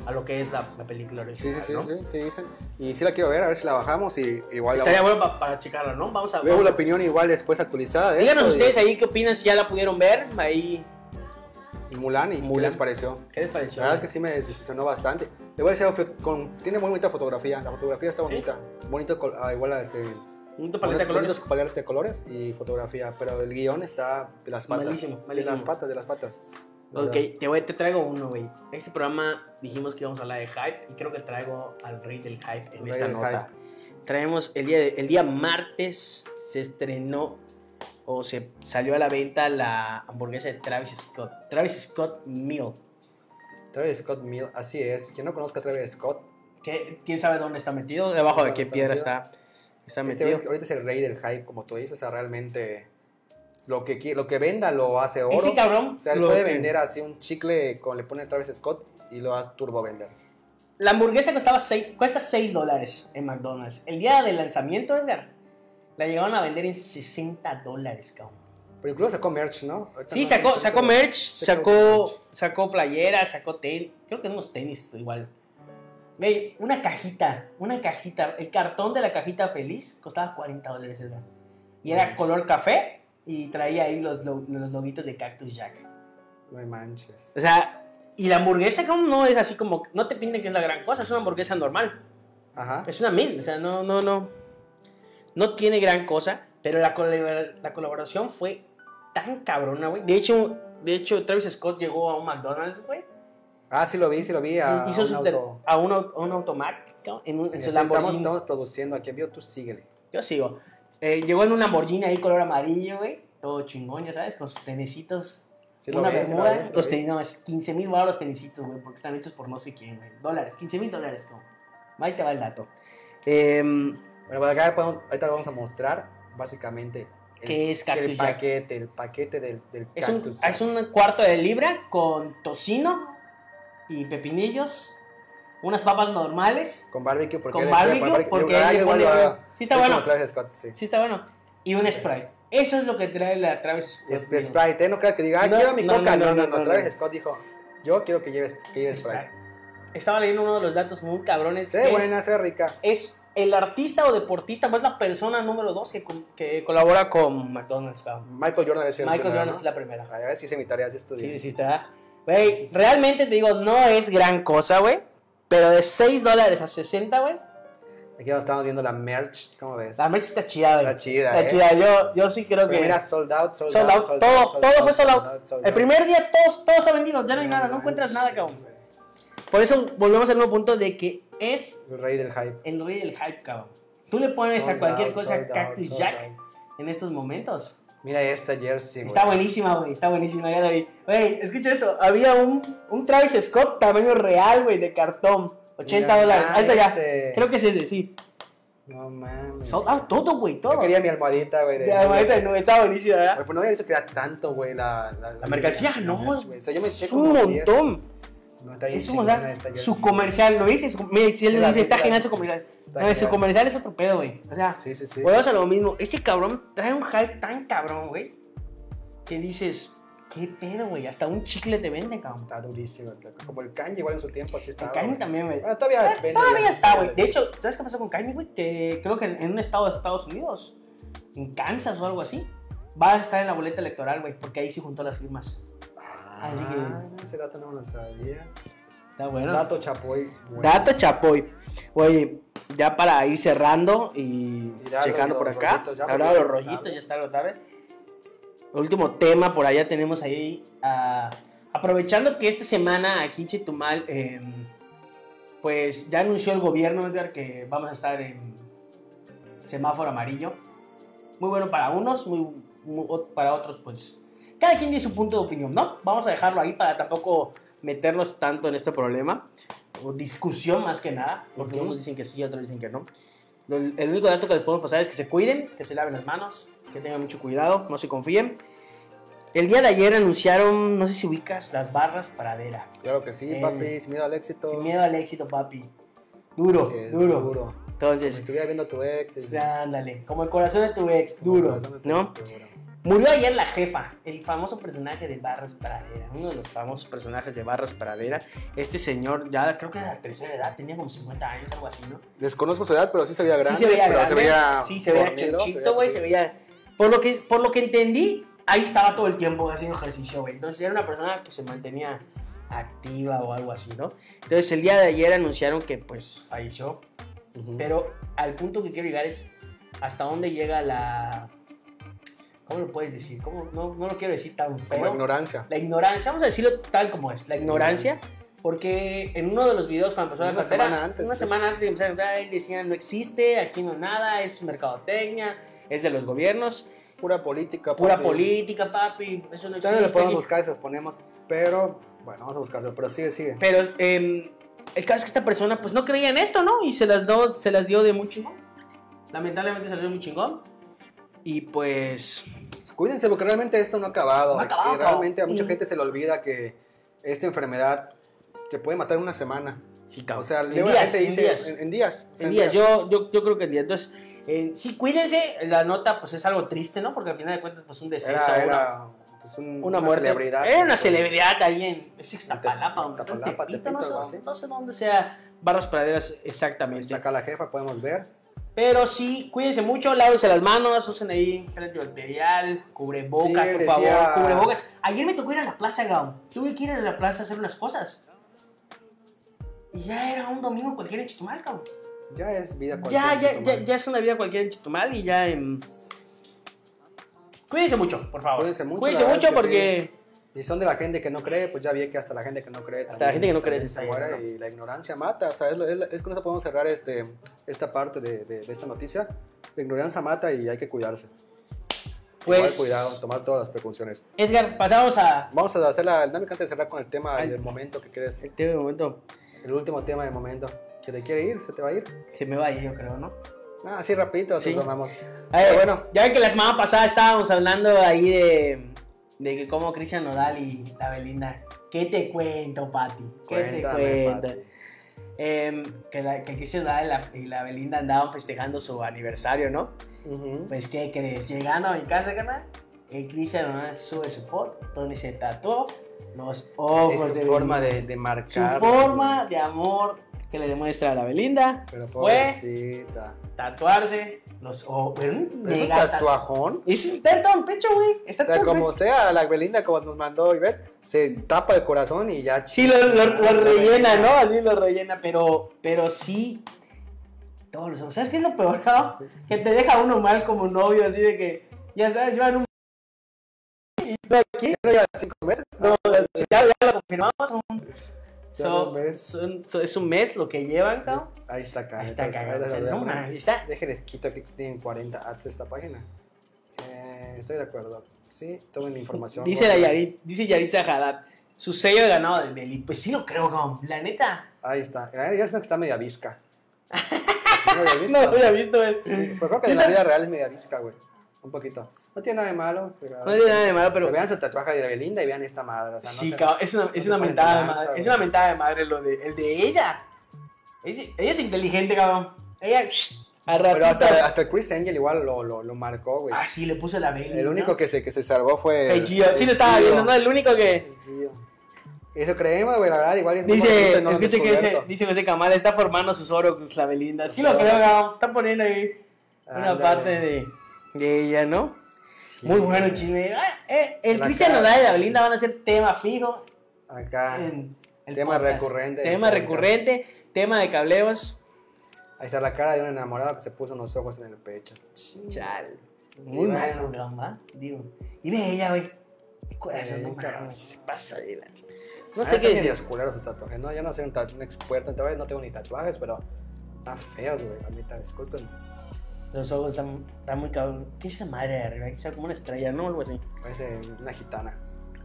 [SPEAKER 1] a lo que es la, la película
[SPEAKER 2] Sí,
[SPEAKER 1] original,
[SPEAKER 2] sí, sí,
[SPEAKER 1] ¿no?
[SPEAKER 2] sí, sí, dicen. Y sí la quiero ver, a ver si la bajamos y igual la
[SPEAKER 1] Estaría bueno pa- para checarla, ¿no? Vamos a
[SPEAKER 2] Luego
[SPEAKER 1] vamos
[SPEAKER 2] la
[SPEAKER 1] a-
[SPEAKER 2] opinión igual después actualizada. de
[SPEAKER 1] Díganos
[SPEAKER 2] esto y-
[SPEAKER 1] ustedes ahí qué opinan, si ya la pudieron ver, ahí,
[SPEAKER 2] Y Mulan, ¿y qué
[SPEAKER 1] Mulan.
[SPEAKER 2] les pareció?
[SPEAKER 1] ¿qué les pareció?
[SPEAKER 2] La verdad es que sí me decepcionó bastante. Le voy a decir, fue- con- tiene muy bonita fotografía. La fotografía está
[SPEAKER 1] ¿Sí?
[SPEAKER 2] bonita. Bonito, col- ah, igual a este.
[SPEAKER 1] Bonito paleta de colores.
[SPEAKER 2] bonitos paletas de colores y fotografía. Pero el guión está de las patas.
[SPEAKER 1] Malísimo,
[SPEAKER 2] De las
[SPEAKER 1] malísimo.
[SPEAKER 2] patas, de las patas. La
[SPEAKER 1] Ok,
[SPEAKER 2] verdad.
[SPEAKER 1] te, voy, te traigo uno, güey. Este programa dijimos que íbamos a hablar de hype y creo que traigo al rey del hype en
[SPEAKER 2] Rey
[SPEAKER 1] esta
[SPEAKER 2] del
[SPEAKER 1] nota. Traemos el día, de- el día martes se estrenó o se salió a la venta la hamburguesa de Travis Scott. Travis Scott Meal.
[SPEAKER 2] Travis Scott Mill, así es. Quien no conozca a Travis Scott,
[SPEAKER 1] ¿Qué- ¿Quién sabe dónde está metido? ¿Debajo de qué
[SPEAKER 2] Está
[SPEAKER 1] piedra
[SPEAKER 2] metido.
[SPEAKER 1] está, está
[SPEAKER 2] este
[SPEAKER 1] metido?
[SPEAKER 2] güey es- ahorita es el rey del hype, como tú dices. O sea, realmente lo que, qui- lo que venda lo hace oro.
[SPEAKER 1] Ese cabrón.
[SPEAKER 2] O sea, él
[SPEAKER 1] lo
[SPEAKER 2] puede
[SPEAKER 1] que-
[SPEAKER 2] vender así un chicle con le pone Travis Scott y lo va a turbo vender.
[SPEAKER 1] La hamburguesa costaba seis- cuesta 6 dólares en McDonald's. El día del lanzamiento, Edgar, la llegaron a vender en 60 dólares, cabrón.
[SPEAKER 2] Pero incluso sacó merch, ¿no? Ahorita
[SPEAKER 1] Sí,
[SPEAKER 2] no-
[SPEAKER 1] sacó,
[SPEAKER 2] no-
[SPEAKER 1] sacó merch,
[SPEAKER 2] sacó
[SPEAKER 1] sacó, sacó playeras, sacó tenis, creo que unos tenis igual. Güey, una cajita, una cajita, el cartón de la cajita feliz costaba 40 dólares, Edgar. Y era
[SPEAKER 2] Nice.
[SPEAKER 1] color café y traía ahí los, lo- los lobitos de Cactus Jack.
[SPEAKER 2] No manches.
[SPEAKER 1] O sea, y la hamburguesa como no es así como, no te pinten que es la gran cosa, es una hamburguesa normal.
[SPEAKER 2] Ajá.
[SPEAKER 1] Es una mil, o sea, no, no, no. No tiene gran cosa, pero la, colabora- la colaboración fue tan cabrona, güey. De hecho, de hecho, Travis Scott llegó a un McDonald's, güey.
[SPEAKER 2] Ah, sí lo vi, sí lo vi. A,
[SPEAKER 1] hizo
[SPEAKER 2] a un
[SPEAKER 1] su
[SPEAKER 2] auto.
[SPEAKER 1] ter- a un, au- a un automac cabrón, en, un- en
[SPEAKER 2] Y
[SPEAKER 1] su
[SPEAKER 2] así Estamos,
[SPEAKER 1] Lamborghini.
[SPEAKER 2] estamos produciendo aquí en vivo, tú síguele.
[SPEAKER 1] Yo sigo. Eh, llegó en un Lamborghini ahí color amarillo, güey. Todo chingón, ya sabes, con sus tenisitos.
[SPEAKER 2] Sí lo
[SPEAKER 1] una
[SPEAKER 2] vi, sí lo
[SPEAKER 1] bermuda.
[SPEAKER 2] vi, sí lo
[SPEAKER 1] los
[SPEAKER 2] vi.
[SPEAKER 1] tenis, no, es 15 mil baros los tenisitos, güey, porque están hechos por no sé quién, güey. Dólares, 15 mil dólares, como. Ahí te va el dato. Em,
[SPEAKER 2] Bueno, para acá podemos- ahorita vamos a mostrar básicamente el,
[SPEAKER 1] ¿Qué es Cactus
[SPEAKER 2] el
[SPEAKER 1] Jack?
[SPEAKER 2] paquete, el paquete del, del
[SPEAKER 1] Es un, ah,
[SPEAKER 2] cactus.
[SPEAKER 1] es un cuarto de libra con tocino y pepinillos, unas papas normales.
[SPEAKER 2] Con barbecue, porque
[SPEAKER 1] con
[SPEAKER 2] él es chef,
[SPEAKER 1] barbecue, porque
[SPEAKER 2] Ah,
[SPEAKER 1] él
[SPEAKER 2] yo igual
[SPEAKER 1] pone-
[SPEAKER 2] lo hago.
[SPEAKER 1] Sí está
[SPEAKER 2] Soy
[SPEAKER 1] bueno.
[SPEAKER 2] como Travis Scott, sí.
[SPEAKER 1] Sí, está bueno. Y un spray. Eso es lo que trae la Travis Scott.
[SPEAKER 2] Es,
[SPEAKER 1] Mira.
[SPEAKER 2] Sprite, ¿eh? No creo que diga, ah,
[SPEAKER 1] No,
[SPEAKER 2] quiero mi
[SPEAKER 1] no,
[SPEAKER 2] coca.
[SPEAKER 1] no,
[SPEAKER 2] No,
[SPEAKER 1] no, no,
[SPEAKER 2] no, no.
[SPEAKER 1] no,
[SPEAKER 2] Travis
[SPEAKER 1] no.
[SPEAKER 2] Scott dijo, yo quiero que lleves, que lleves
[SPEAKER 1] Spray.
[SPEAKER 2] Sprite.
[SPEAKER 1] Estaba leyendo uno de los datos muy cabrones.
[SPEAKER 2] Sé
[SPEAKER 1] que es-
[SPEAKER 2] buena, sé rica.
[SPEAKER 1] Es el artista o deportista, pues la persona número dos que, co- que colabora con McDonald's. cabrón.
[SPEAKER 2] Michael Jordan es el
[SPEAKER 1] Michael
[SPEAKER 2] primero,
[SPEAKER 1] Jordan
[SPEAKER 2] ¿no?
[SPEAKER 1] es la primera.
[SPEAKER 2] A ver si hice mi tarea, sí estudié.
[SPEAKER 1] Sí, sí está. Güey, realmente te digo, no es gran cosa, güey. Pero de 6 dólares a 60, güey.
[SPEAKER 2] Aquí nos estamos viendo la merch, ¿cómo ves?
[SPEAKER 1] La merch está chida, güey.
[SPEAKER 2] Está chida,
[SPEAKER 1] Está
[SPEAKER 2] ¿eh?
[SPEAKER 1] chida. Yo, yo sí creo que.
[SPEAKER 2] Primera sold out, sold,
[SPEAKER 1] Sold
[SPEAKER 2] out,
[SPEAKER 1] out. Todo- todo fue sold out.
[SPEAKER 2] sold
[SPEAKER 1] El primer día todos, todos está vendido, ya no hay nada, no
[SPEAKER 2] manches,
[SPEAKER 1] encuentras nada, cabrón. Por eso volvemos al mismo punto de que es
[SPEAKER 2] El rey del hype.
[SPEAKER 1] el rey del hype, cabrón. Tú le pones a
[SPEAKER 2] Sold
[SPEAKER 1] cualquier
[SPEAKER 2] out,
[SPEAKER 1] cosa
[SPEAKER 2] sold out,
[SPEAKER 1] Cactus
[SPEAKER 2] sold
[SPEAKER 1] Jack
[SPEAKER 2] out.
[SPEAKER 1] en estos momentos.
[SPEAKER 2] Mira esta jersey, güey.
[SPEAKER 1] Está buenísima, güey, está buenísima, ya la vi. Güey, escucha esto, había un, un Travis Scott tamaño real, güey, de cartón. 80
[SPEAKER 2] Mira,
[SPEAKER 1] dólares, ahí está ya.
[SPEAKER 2] este.
[SPEAKER 1] Creo que es ese, sí.
[SPEAKER 2] No mames.
[SPEAKER 1] Sold out, ah, todo, güey,
[SPEAKER 2] Yo
[SPEAKER 1] todo.
[SPEAKER 2] quería mi almohadita, güey. de-
[SPEAKER 1] Ya, ahorita no, está buenísima, ¿verdad?
[SPEAKER 2] Güey, Pues no había visto que era tanto, güey, la... La,
[SPEAKER 1] La mercancía,
[SPEAKER 2] la
[SPEAKER 1] no,
[SPEAKER 2] merch, güey. O sea, yo me eché
[SPEAKER 1] es
[SPEAKER 2] como
[SPEAKER 1] un
[SPEAKER 2] 10.
[SPEAKER 1] montón.
[SPEAKER 2] No, está bien
[SPEAKER 1] Es un, o
[SPEAKER 2] chingona
[SPEAKER 1] sea,
[SPEAKER 2] esta jersey.
[SPEAKER 1] su comercial, ¿lo dices? Mira, si él
[SPEAKER 2] Sí, la
[SPEAKER 1] dice, está
[SPEAKER 2] neta,
[SPEAKER 1] genial su comercial.
[SPEAKER 2] está
[SPEAKER 1] No, su
[SPEAKER 2] genial.
[SPEAKER 1] comercial es otro pedo, güey. O sea,
[SPEAKER 2] Sí, sí, sí.
[SPEAKER 1] volvemos a lo mismo. Este cabrón trae un hype tan cabrón, güey, que dices, ¿qué pedo, güey? Hasta un chicle te vende, cabrón.
[SPEAKER 2] Está durísimo. está- Como el Kanye igual en su tiempo así
[SPEAKER 1] El
[SPEAKER 2] estaba.
[SPEAKER 1] Kanye
[SPEAKER 2] güey.
[SPEAKER 1] también, güey.
[SPEAKER 2] Bueno, todavía vende,
[SPEAKER 1] Todavía
[SPEAKER 2] ya.
[SPEAKER 1] está, güey. De hecho, ¿sabes qué pasó con Kanye, güey? Que creo que en en un estado de Estados Unidos, en Kansas o algo así, va a estar en la boleta electoral, güey, porque ahí sí juntó las firmas.
[SPEAKER 2] Ah,
[SPEAKER 1] Así que-
[SPEAKER 2] Ese dato no me lo sabía.
[SPEAKER 1] Está bueno.
[SPEAKER 2] Dato Chapoy. güey.
[SPEAKER 1] Dato Chapoy. Oye, ya para ir cerrando y
[SPEAKER 2] Mirá
[SPEAKER 1] checando
[SPEAKER 2] los-
[SPEAKER 1] por
[SPEAKER 2] los
[SPEAKER 1] acá.
[SPEAKER 2] rollitos, ya
[SPEAKER 1] Hablaba de
[SPEAKER 2] porque
[SPEAKER 1] los
[SPEAKER 2] ya es
[SPEAKER 1] rollitos,
[SPEAKER 2] tarde.
[SPEAKER 1] ya está algo tarde. Último tema, por allá tenemos ahí. ah, aprovechando que esta semana aquí en Chetumal, eh, pues ya anunció el gobierno, Edgar, que vamos a estar en semáforo amarillo. Muy bueno para unos, muy, muy- o- para otros, pues. Cada quien tiene su punto de opinión, ¿no? Vamos a dejarlo ahí para tampoco meternos tanto en este problema o discusión más que nada, porque
[SPEAKER 2] Ujú.
[SPEAKER 1] unos dicen que sí, otros dicen que no. Lo- El único dato que les podemos pasar es que se cuiden, que se laven las manos, que tengan mucho cuidado, no se confíen. El día de ayer anunciaron, no sé si ubicas, las barras pradera.
[SPEAKER 2] Claro que sí,
[SPEAKER 1] Eh,
[SPEAKER 2] papi. Sin miedo al éxito.
[SPEAKER 1] Sin miedo al éxito, papi. Duro,
[SPEAKER 2] Así es,
[SPEAKER 1] duro.
[SPEAKER 2] duro. Como si
[SPEAKER 1] Entonces,
[SPEAKER 2] estuviera viendo a tu ex.
[SPEAKER 1] o sea, ándale, como el corazón de tu ex, duro, ¿no?
[SPEAKER 2] Pues
[SPEAKER 1] Murió ayer la jefa, el famoso personaje de Barras Pradera, uno de los famosos personajes de Barras Pradera. Este señor, ya creo que era de la tercera edad, tenía como 50 años, algo así, ¿no?
[SPEAKER 2] Desconozco su edad, pero sí se veía grande.
[SPEAKER 1] sí se veía
[SPEAKER 2] pero
[SPEAKER 1] grande,
[SPEAKER 2] Se veía
[SPEAKER 1] sí se veía
[SPEAKER 2] fornido, se
[SPEAKER 1] chonchito, güey, se veía... Por lo, que, por lo que entendí, ahí estaba todo el tiempo haciendo ejercicio, güey. Entonces era una persona que se mantenía activa o algo así, ¿no? Entonces el día de ayer anunciaron que pues falleció
[SPEAKER 2] Ujú.
[SPEAKER 1] pero al punto que quiero llegar es hasta dónde llega la... ¿Cómo lo puedes decir? ¿Cómo? No, no lo quiero decir tan
[SPEAKER 2] Como
[SPEAKER 1] feo.
[SPEAKER 2] ignorancia.
[SPEAKER 1] la ignorancia, vamos a decirlo tal como es, la ignorancia, porque en uno de los videos cuando empezó la
[SPEAKER 2] Una
[SPEAKER 1] cartera,
[SPEAKER 2] semana antes,
[SPEAKER 1] una
[SPEAKER 2] sí.
[SPEAKER 1] semana antes de empezar a entrar, él decía no existe, aquí no nada, es mercadotecnia, es de los gobiernos,
[SPEAKER 2] Pura política.
[SPEAKER 1] pura
[SPEAKER 2] papi.
[SPEAKER 1] política, papi, eso no
[SPEAKER 2] También
[SPEAKER 1] existe.
[SPEAKER 2] las podemos buscar si las ponemos, pero bueno, vamos a buscarlo. Pero sigue, sigue.
[SPEAKER 1] Pero em, el caso es que esta persona pues no creía en esto, ¿no? Y se las, do- se las dio de muy chingón. Lamentablemente salió muy chingón. Y pues...
[SPEAKER 2] Cuídense porque realmente esto no ha acabado.
[SPEAKER 1] No ha
[SPEAKER 2] y
[SPEAKER 1] acabado.
[SPEAKER 2] realmente a mucha
[SPEAKER 1] Y-
[SPEAKER 2] gente se le olvida que esta enfermedad te puede matar en una semana.
[SPEAKER 1] Sí, cabrón.
[SPEAKER 2] O sea,
[SPEAKER 1] En
[SPEAKER 2] luego la
[SPEAKER 1] días,
[SPEAKER 2] gente
[SPEAKER 1] en
[SPEAKER 2] dice
[SPEAKER 1] días.
[SPEAKER 2] en- en días. o sea,
[SPEAKER 1] En días, yo, yo, yo creo que en días. Entonces, eh, sí, cuídense. La nota, pues es algo triste, ¿no? Porque al final de cuentas, pues un deceso.
[SPEAKER 2] Era,
[SPEAKER 1] una-
[SPEAKER 2] era pues, un-
[SPEAKER 1] una, muerte.
[SPEAKER 2] celebridad.
[SPEAKER 1] Era una celebridad ahí en. Es Ixtapalapa,
[SPEAKER 2] Te-
[SPEAKER 1] donde está
[SPEAKER 2] Ixtapalapa,
[SPEAKER 1] Tepito, no,
[SPEAKER 2] Tepito,
[SPEAKER 1] sé,
[SPEAKER 2] algo así.
[SPEAKER 1] no sé dónde sea. Barras praderas,
[SPEAKER 2] Ahí
[SPEAKER 1] exactamente.
[SPEAKER 2] Está Pues, acá la jefa, podemos ver.
[SPEAKER 1] Pero sí, cuídense mucho, lávense las manos, usen ahí gel antibacterial, cubrebocas,
[SPEAKER 2] Sí,
[SPEAKER 1] por
[SPEAKER 2] decía-
[SPEAKER 1] favor, cubrebocas. Ayer me tocó ir a la plaza, Gao. Tuve que ir a la plaza a hacer unas cosas. Y ya era un domingo cualquiera en Chitumal, cabrón.
[SPEAKER 2] Ya es vida
[SPEAKER 1] ya,
[SPEAKER 2] cualquiera,
[SPEAKER 1] ya,
[SPEAKER 2] Chetumal.
[SPEAKER 1] ya, ya es una vida cualquiera en Chitumal y ya. em, Cuídense mucho, por favor.
[SPEAKER 2] Cuídense mucho,
[SPEAKER 1] Cuídense
[SPEAKER 2] la verdad
[SPEAKER 1] mucho
[SPEAKER 2] es que
[SPEAKER 1] porque.
[SPEAKER 2] Y son de la gente que no cree, pues ya vi que hasta la gente que no cree.
[SPEAKER 1] Hasta la gente que no cree
[SPEAKER 2] también
[SPEAKER 1] se
[SPEAKER 2] se
[SPEAKER 1] está
[SPEAKER 2] muere
[SPEAKER 1] yendo,
[SPEAKER 2] y la ignorancia mata. O sea, es, lo- es, la- es con eso podemos cerrar este, esta parte de, de- de esta noticia. La ignorancia mata y hay que cuidarse. Igual
[SPEAKER 1] Pues.
[SPEAKER 2] cuidado, tomar todas las precauciones.
[SPEAKER 1] Edgar, pasamos a.
[SPEAKER 2] Vamos a hacer la dinámica antes de cerrar con el tema
[SPEAKER 1] Ay.
[SPEAKER 2] del momento que quieres.
[SPEAKER 1] Este momento
[SPEAKER 2] El último tema del momento. ¿Se te quiere ir? ¿Se te va a ir?
[SPEAKER 1] se me va a ir, yo creo, ¿no?
[SPEAKER 2] Ah, sí, rapidito,
[SPEAKER 1] Sí.
[SPEAKER 2] sí. tomamos.
[SPEAKER 1] A ver,
[SPEAKER 2] Pero bueno.
[SPEAKER 1] ya ven que la semana pasada estábamos hablando ahí de, de que cómo Cristian Nodal y la Belinda. ¿Qué te cuento, Pati? ¿Qué te
[SPEAKER 2] Cuéntame,
[SPEAKER 1] cuento?
[SPEAKER 2] Pati.
[SPEAKER 1] Em, que la- que Cristian Nodal y la, y la Belinda andaban festejando su aniversario, ¿no?
[SPEAKER 2] Ujú.
[SPEAKER 1] Pues, ¿qué crees? Llegando a mi casa, carnal, el Cristian Nodal sube su foto donde se tatuó los ojos
[SPEAKER 2] Es su
[SPEAKER 1] de
[SPEAKER 2] forma
[SPEAKER 1] Belinda.
[SPEAKER 2] de, de
[SPEAKER 1] Su
[SPEAKER 2] marcar.
[SPEAKER 1] forma de amor que le demuestra a la Belinda,
[SPEAKER 2] Pero
[SPEAKER 1] Fue-
[SPEAKER 2] pobrecita.
[SPEAKER 1] tatuarse los ojos.
[SPEAKER 2] ¿Pero ¿Es un tatuajón?
[SPEAKER 1] Es está todo en pecho, güey. Está
[SPEAKER 2] O sea,
[SPEAKER 1] todo en
[SPEAKER 2] como
[SPEAKER 1] pecho.
[SPEAKER 2] sea, la Belinda, como nos mandó Ivette, se tapa el corazón y ya. Ah,
[SPEAKER 1] Sí, lo, lo- lo rellena, ¿no? Así lo rellena, pero, pero sí. Todos los ojos. ¿Sabes qué es lo peor, no? Que te deja uno mal como novio, así de que, ya sabes, yo en un. Y tú aquí,
[SPEAKER 2] Pero ya cinco meses.
[SPEAKER 1] no, ya, ya lo confirmamos. un-
[SPEAKER 2] Ya
[SPEAKER 1] so-
[SPEAKER 2] un mes.
[SPEAKER 1] son- so- es un mes lo que llevan, cabrón.
[SPEAKER 2] Ahí está, cabrón.
[SPEAKER 1] Ahí está, cabrón. O sea,
[SPEAKER 2] Déjenles
[SPEAKER 1] no mames, está.
[SPEAKER 2] quito que tienen 40 ads esta página. Eh, estoy de acuerdo. Sí, tomen la información.
[SPEAKER 1] Dice la
[SPEAKER 2] Bueno,
[SPEAKER 1] Yarit, dice Yaritza Haddad, su sello de ganado de Meli. Pues sí lo creo, cabrón. La neta.
[SPEAKER 2] Ahí está. Eh, Ya siento que está media visca. No lo había visto.
[SPEAKER 1] No lo había visto, güey.
[SPEAKER 2] Sí, Pues creo que en la vida real es media visca, güey. Un poquito. No tiene nada de malo. Pero...
[SPEAKER 1] No tiene nada de malo, pero.
[SPEAKER 2] Pero vean su tatuaje de la Belinda y vean esta madre. O sea, no
[SPEAKER 1] Sí,
[SPEAKER 2] se-
[SPEAKER 1] cabrón, es una, es
[SPEAKER 2] se
[SPEAKER 1] una
[SPEAKER 2] ponen
[SPEAKER 1] mentada de
[SPEAKER 2] de lanza,
[SPEAKER 1] madre. Es
[SPEAKER 2] güey.
[SPEAKER 1] una mentada de madre lo de, el de ella. Es- ella es inteligente, cabrón. Ella a
[SPEAKER 2] Pero
[SPEAKER 1] ratito-
[SPEAKER 2] hasta, hasta el Chris Angel igual lo, lo, lo marcó, güey.
[SPEAKER 1] Ah, sí, le puso la vela.
[SPEAKER 2] El único que se, que se salvó fue.
[SPEAKER 1] Hey, Gio. Sí lo estaba
[SPEAKER 2] Gio.
[SPEAKER 1] viendo, ¿no? El único que.
[SPEAKER 2] El Gio. Eso creemos, güey, la verdad, igual es
[SPEAKER 1] Dice,
[SPEAKER 2] no lo
[SPEAKER 1] escuche que dice,
[SPEAKER 2] descubierto.
[SPEAKER 1] dice José Camal, está formando sus orocruz la Belinda. Sí lo
[SPEAKER 2] Los
[SPEAKER 1] creo,
[SPEAKER 2] Orocruz.
[SPEAKER 1] cabrón. Está poniendo ahí una
[SPEAKER 2] Ándale.
[SPEAKER 1] parte de, de ella, ¿no? Muy bueno, chisme. Ah, eh, el
[SPEAKER 2] La
[SPEAKER 1] Cristian
[SPEAKER 2] cara.
[SPEAKER 1] Nodal y la Belinda van a ser tema fijo
[SPEAKER 2] Acá.
[SPEAKER 1] en el
[SPEAKER 2] tema
[SPEAKER 1] podcast.
[SPEAKER 2] recurrente.
[SPEAKER 1] Tema recurrente, tema de cableos.
[SPEAKER 2] Ahí está la cara de un enamorado que se puso unos ojos en el pecho.
[SPEAKER 1] Chale. Muy
[SPEAKER 2] Digo,
[SPEAKER 1] mal,
[SPEAKER 2] ah,
[SPEAKER 1] ¿no, gamba? Digo. Y ve ella, güey. Qué corazón,
[SPEAKER 2] Ahí
[SPEAKER 1] no
[SPEAKER 2] está.
[SPEAKER 1] mames, Se pasa de lanza.
[SPEAKER 2] Ah,
[SPEAKER 1] No sé qué
[SPEAKER 2] están
[SPEAKER 1] decir.
[SPEAKER 2] medios culeros sus tatuajes, ¿no? Yo no soy un, tatu- un experto en tatuajes, no tengo ni tatuajes, pero. Están feos, güey, la neta, disculpen.
[SPEAKER 1] Los ojos están, están muy cabrón. ¿Qué es esa madre de arriba? Que sea como una estrella, ¿no? Algo así.
[SPEAKER 2] Parece una gitana.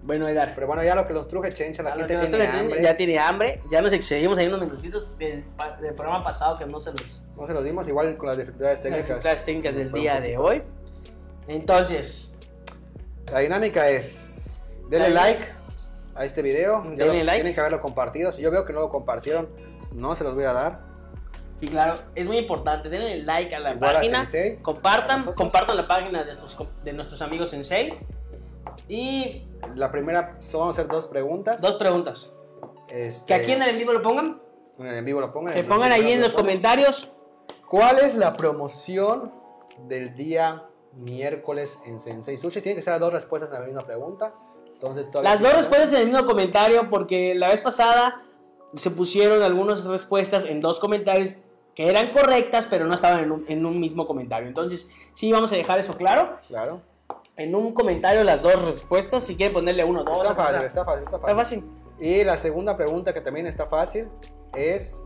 [SPEAKER 1] Bueno, Edgar.
[SPEAKER 2] Pero bueno, ya lo que los truje, chencha, la
[SPEAKER 1] a lo
[SPEAKER 2] gente
[SPEAKER 1] que
[SPEAKER 2] tiene
[SPEAKER 1] nosotros
[SPEAKER 2] hambre.
[SPEAKER 1] Ya tiene hambre. Ya nos excedimos ahí unos minutitos del, pa- del programa pasado que no se los.
[SPEAKER 2] No se los dimos, igual con las dificultades técnicas.
[SPEAKER 1] Las técnicas del día de hoy. Entonces,
[SPEAKER 2] La dinámica es, denle
[SPEAKER 1] Dale.
[SPEAKER 2] like a este video, ya
[SPEAKER 1] Denle
[SPEAKER 2] lo-
[SPEAKER 1] like.
[SPEAKER 2] tienen que haberlo compartido, si yo veo que no lo compartieron, no se los voy a dar.
[SPEAKER 1] Sí, claro, es muy importante. Denle like a la
[SPEAKER 2] Igual a
[SPEAKER 1] página.
[SPEAKER 2] Sensei, a
[SPEAKER 1] compartan,
[SPEAKER 2] nosotros.
[SPEAKER 1] compartan la página de, sus com- de nuestros amigos Sensei. Y
[SPEAKER 2] La primera, solo vamos a hacer dos preguntas.
[SPEAKER 1] dos preguntas.
[SPEAKER 2] Este,
[SPEAKER 1] Que aquí en el en vivo lo pongan.
[SPEAKER 2] en el en vivo lo pongan.
[SPEAKER 1] Que
[SPEAKER 2] en el
[SPEAKER 1] pongan ahí en
[SPEAKER 2] programa
[SPEAKER 1] los
[SPEAKER 2] lo pongan.
[SPEAKER 1] comentarios.
[SPEAKER 2] ¿Cuál es la promoción del día miércoles en Sensei Sushi? Tienen que ser las dos respuestas a la misma pregunta. Entonces, todavía
[SPEAKER 1] Las
[SPEAKER 2] sí
[SPEAKER 1] dos
[SPEAKER 2] tenemos-
[SPEAKER 1] respuestas en el mismo comentario, porque la vez pasada se pusieron algunas respuestas en dos comentarios que eran correctas, pero no estaban en un, en un mismo comentario. Entonces, sí, vamos a dejar eso claro.
[SPEAKER 2] Claro.
[SPEAKER 1] En un comentario las dos respuestas, si quieren ponerle uno, dos.
[SPEAKER 2] Está
[SPEAKER 1] otra cosa.
[SPEAKER 2] fácil, está fácil, está
[SPEAKER 1] Está
[SPEAKER 2] fácil.
[SPEAKER 1] fácil.
[SPEAKER 2] Y la segunda pregunta que también está fácil es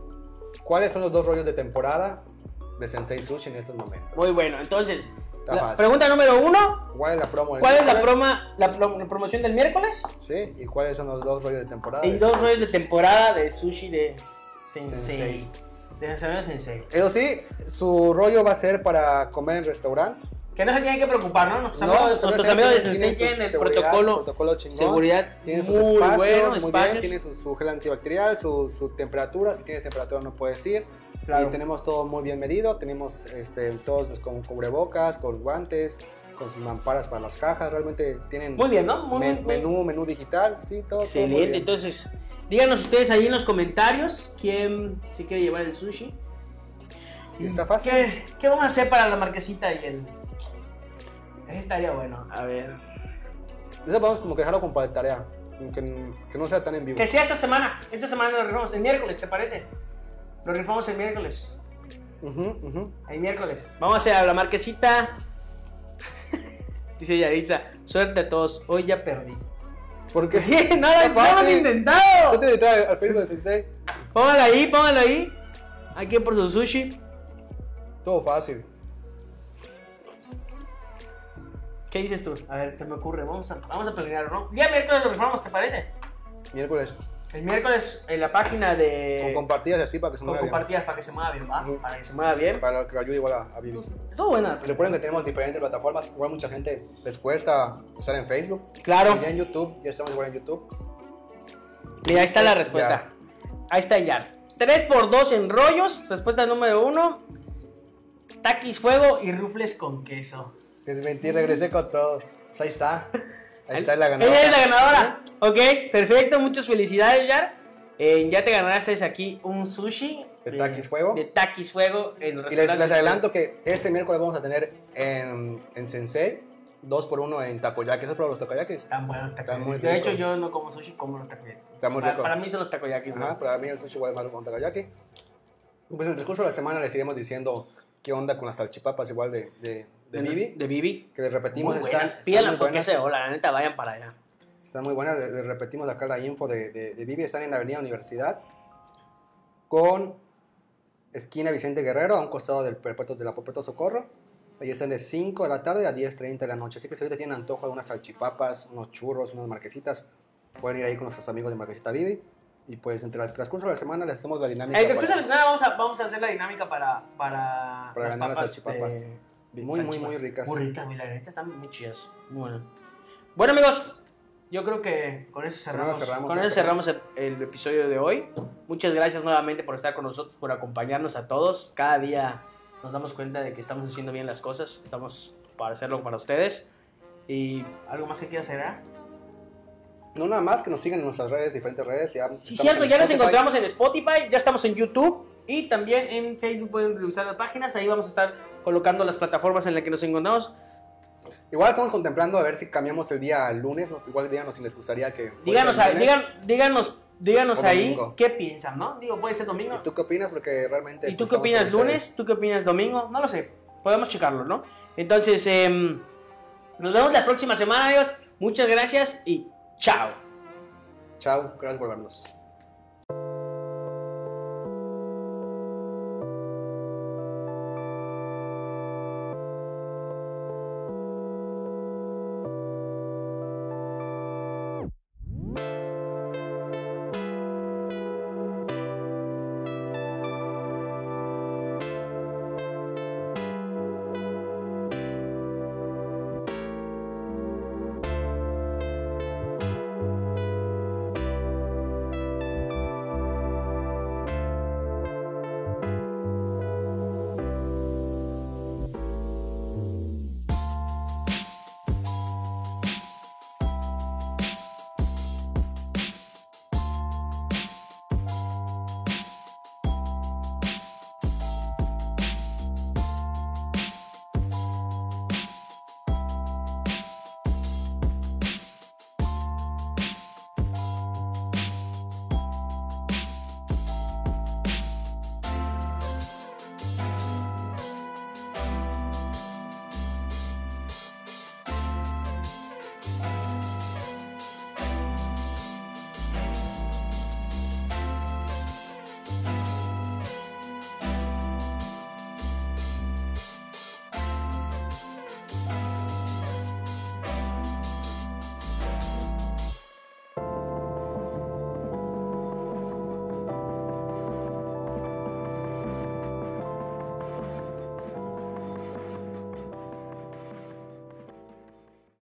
[SPEAKER 2] ¿cuáles son los dos rollos de temporada de Sensei Sushi en estos momentos?
[SPEAKER 1] Muy bueno, entonces,
[SPEAKER 2] Está
[SPEAKER 1] la-
[SPEAKER 2] fácil.
[SPEAKER 1] pregunta número uno,
[SPEAKER 2] ¿Cuál es la promo? del
[SPEAKER 1] ¿cuál es la,
[SPEAKER 2] miércoles?
[SPEAKER 1] broma, la, pro- la promoción del miércoles?
[SPEAKER 2] Sí, ¿y cuáles son los dos rollos Ah, de temporada?
[SPEAKER 1] Y dos rollos de temporada de sushi de Sensei.
[SPEAKER 2] Sensei.
[SPEAKER 1] De nuestro amigo Sensei.
[SPEAKER 2] Eso sí, su rollo va a ser para comer en restaurante.
[SPEAKER 1] Que no se tienen que preocupar, ¿no? Nuestros amigos,
[SPEAKER 2] entonces
[SPEAKER 1] nuestros
[SPEAKER 2] ellos
[SPEAKER 1] amigos de
[SPEAKER 2] tienen
[SPEAKER 1] Sensei
[SPEAKER 2] su
[SPEAKER 1] tienen el
[SPEAKER 2] seguridad,
[SPEAKER 1] protocolo,
[SPEAKER 2] protocolo chingón.
[SPEAKER 1] seguridad
[SPEAKER 2] Tiene sus
[SPEAKER 1] muy
[SPEAKER 2] espacios,
[SPEAKER 1] bueno,
[SPEAKER 2] muy bien,
[SPEAKER 1] espacios.
[SPEAKER 2] tiene su, su gel antibacterial, su, su temperatura, si tienes temperatura no puedes ir.
[SPEAKER 1] Claro.
[SPEAKER 2] Y tenemos todo muy bien medido, tenemos este, todos los con cubrebocas, con guantes, con sus mamparas para las cajas, realmente tienen
[SPEAKER 1] Muy bien, ¿no? Muy,
[SPEAKER 2] men-
[SPEAKER 1] muy-
[SPEAKER 2] menú, menú digital, sí, todo. todo muy
[SPEAKER 1] Excelente,
[SPEAKER 2] bien.
[SPEAKER 1] entonces, díganos ustedes ahí en los comentarios quién si quiere llevar el sushi.
[SPEAKER 2] Y está fácil.
[SPEAKER 1] ¿Qué, qué vamos a hacer para la marquesita y el...? Ese estaría bueno, a ver...
[SPEAKER 2] Eso podemos como que dejarlo como para tarea, que, que no sea tan en vivo.
[SPEAKER 1] Que sea esta semana. Esta semana lo rifamos. El miércoles, ¿te parece? Lo rifamos el miércoles.
[SPEAKER 2] Ujú, ujú.
[SPEAKER 1] El miércoles. Vamos a hacer a la marquesita. Dice Yaritza. Suerte a todos. Hoy ya perdí.
[SPEAKER 2] Porque
[SPEAKER 1] no lo no hemos
[SPEAKER 2] Yo
[SPEAKER 1] intentado.
[SPEAKER 2] te entrar al Facebook de Sensei,
[SPEAKER 1] Póngalo ahí, póngalo ahí. Aquí por su sushi.
[SPEAKER 2] todo fácil.
[SPEAKER 1] ¿Qué dices tú? A ver, te me ocurre. Vamos a, vamos a planearlo, ¿no? Día miércoles lo rifamos, ¿te parece?
[SPEAKER 2] Miércoles,
[SPEAKER 1] El miércoles en la página de.
[SPEAKER 2] con compartidas y así para que se
[SPEAKER 1] Eh, con
[SPEAKER 2] mueva bien.
[SPEAKER 1] compartidas para que se mueva bien, ¿va?
[SPEAKER 2] Ujú.
[SPEAKER 1] Para que se mueva bien.
[SPEAKER 2] Para que lo ayude igual a, a vivir.
[SPEAKER 1] Todo buena.
[SPEAKER 2] Recuerden que tenemos diferentes plataformas, igual mucha gente les cuesta estar en Facebook.
[SPEAKER 1] Claro.
[SPEAKER 2] Ya en YouTube, ya estamos igual en YouTube.
[SPEAKER 1] Mira, ahí está la respuesta. Ahí está ya. 3x2 en rollos. Respuesta número 1. Taquis fuego y rufles con queso.
[SPEAKER 2] Es mentira, regresé con todo. Pues ahí está. Ahí está la ganadora.
[SPEAKER 1] Ella es la ganadora. Ok, perfecto. Muchas felicidades, Yar. Eh, ya te ganaste aquí un sushi.
[SPEAKER 2] ¿De Takis Fuego?
[SPEAKER 1] De Takis Fuego en
[SPEAKER 2] Y les, les
[SPEAKER 1] restaurante.
[SPEAKER 2] adelanto que este miércoles vamos a tener en, en Sensei 2x1 en takoyaki. Eso es para los takoyakis.
[SPEAKER 1] Están buenos los
[SPEAKER 2] Están
[SPEAKER 1] takoyaki.
[SPEAKER 2] muy
[SPEAKER 1] De hecho,
[SPEAKER 2] ricos.
[SPEAKER 1] yo no como sushi, como los takoyaki.
[SPEAKER 2] Está muy
[SPEAKER 1] Pa-
[SPEAKER 2] rico.
[SPEAKER 1] Para, mí son los takoyaki. ¿no?
[SPEAKER 2] Ajá, para mí el sushi igual es malo con takoyaki. Pues en el transcurso de la semana les iremos diciendo qué onda con las salchipapas igual de, de, de Bibi.
[SPEAKER 1] De Bibi.
[SPEAKER 2] Que les repetimos,
[SPEAKER 1] Muy
[SPEAKER 2] están,
[SPEAKER 1] buenas.
[SPEAKER 2] están
[SPEAKER 1] Pídanlas
[SPEAKER 2] muy
[SPEAKER 1] porque
[SPEAKER 2] buenas.
[SPEAKER 1] se hola. La neta, vayan para allá.
[SPEAKER 2] Están muy buenas, les les repetimos acá la info de, de, de Vivi, están en la Avenida Universidad con esquina Vicente Guerrero, a un costado del perpetuo, de la Perpetua Socorro. Ahí están de 5 de la tarde a 10.30 de la noche. Así que si ahorita tienen antojo de unas salchipapas, unos churros, unas marquesitas, pueden ir ahí con nuestros amigos de Marquesita Vivi. Y pues entre las transcurso de la semana les hacemos la dinámica.
[SPEAKER 1] Eh, El que
[SPEAKER 2] para-
[SPEAKER 1] empieza la temporada vamos a, vamos a hacer la dinámica para, para,
[SPEAKER 2] Para ganar las
[SPEAKER 1] de-
[SPEAKER 2] salchipapas.
[SPEAKER 1] de
[SPEAKER 2] Muy, muy,
[SPEAKER 1] salchipapas.
[SPEAKER 2] muy ricas.
[SPEAKER 1] Muy ricas, muy la neta, están muy chidas. Muy buenas. Bueno, amigos, yo creo que con eso
[SPEAKER 2] Con eso
[SPEAKER 1] cerramos,
[SPEAKER 2] cerramos,
[SPEAKER 1] con
[SPEAKER 2] ¿no?
[SPEAKER 1] eso cerramos el, el episodio de hoy. Muchas gracias nuevamente por estar con nosotros, por acompañarnos a todos. Cada día nos damos cuenta de que estamos haciendo bien las cosas, estamos para hacerlo para ustedes. ¿Y algo más que quieras agregar?
[SPEAKER 2] No nada más que nos sigan en nuestras redes, diferentes redes. Ya
[SPEAKER 1] Sí,
[SPEAKER 2] estamos
[SPEAKER 1] cierto,
[SPEAKER 2] en
[SPEAKER 1] ya nos
[SPEAKER 2] Spotify.
[SPEAKER 1] encontramos en Spotify, ya estamos en YouTube y también en Facebook pueden revisar las páginas, ahí vamos a estar colocando las plataformas en las que nos encontramos.
[SPEAKER 2] Igual estamos contemplando a ver si cambiamos el día al lunes. ¿no? Igual díganos si les gustaría que. fuera
[SPEAKER 1] Díganos,
[SPEAKER 2] el
[SPEAKER 1] a-
[SPEAKER 2] lunes.
[SPEAKER 1] digan, díganos, díganos
[SPEAKER 2] O
[SPEAKER 1] ahí
[SPEAKER 2] domingo.
[SPEAKER 1] qué piensan, ¿no? Digo, puede ser domingo.
[SPEAKER 2] ¿Y tú qué opinas? Porque realmente.
[SPEAKER 1] ¿Y tú
[SPEAKER 2] pues,
[SPEAKER 1] qué
[SPEAKER 2] estamos
[SPEAKER 1] opinas
[SPEAKER 2] con ustedes.
[SPEAKER 1] lunes? ¿Tú qué opinas domingo? No lo sé, podemos checarlo, ¿no? Entonces, em, nos vemos la próxima semana, amigos. Muchas gracias y chao.
[SPEAKER 2] Chao, gracias por vernos.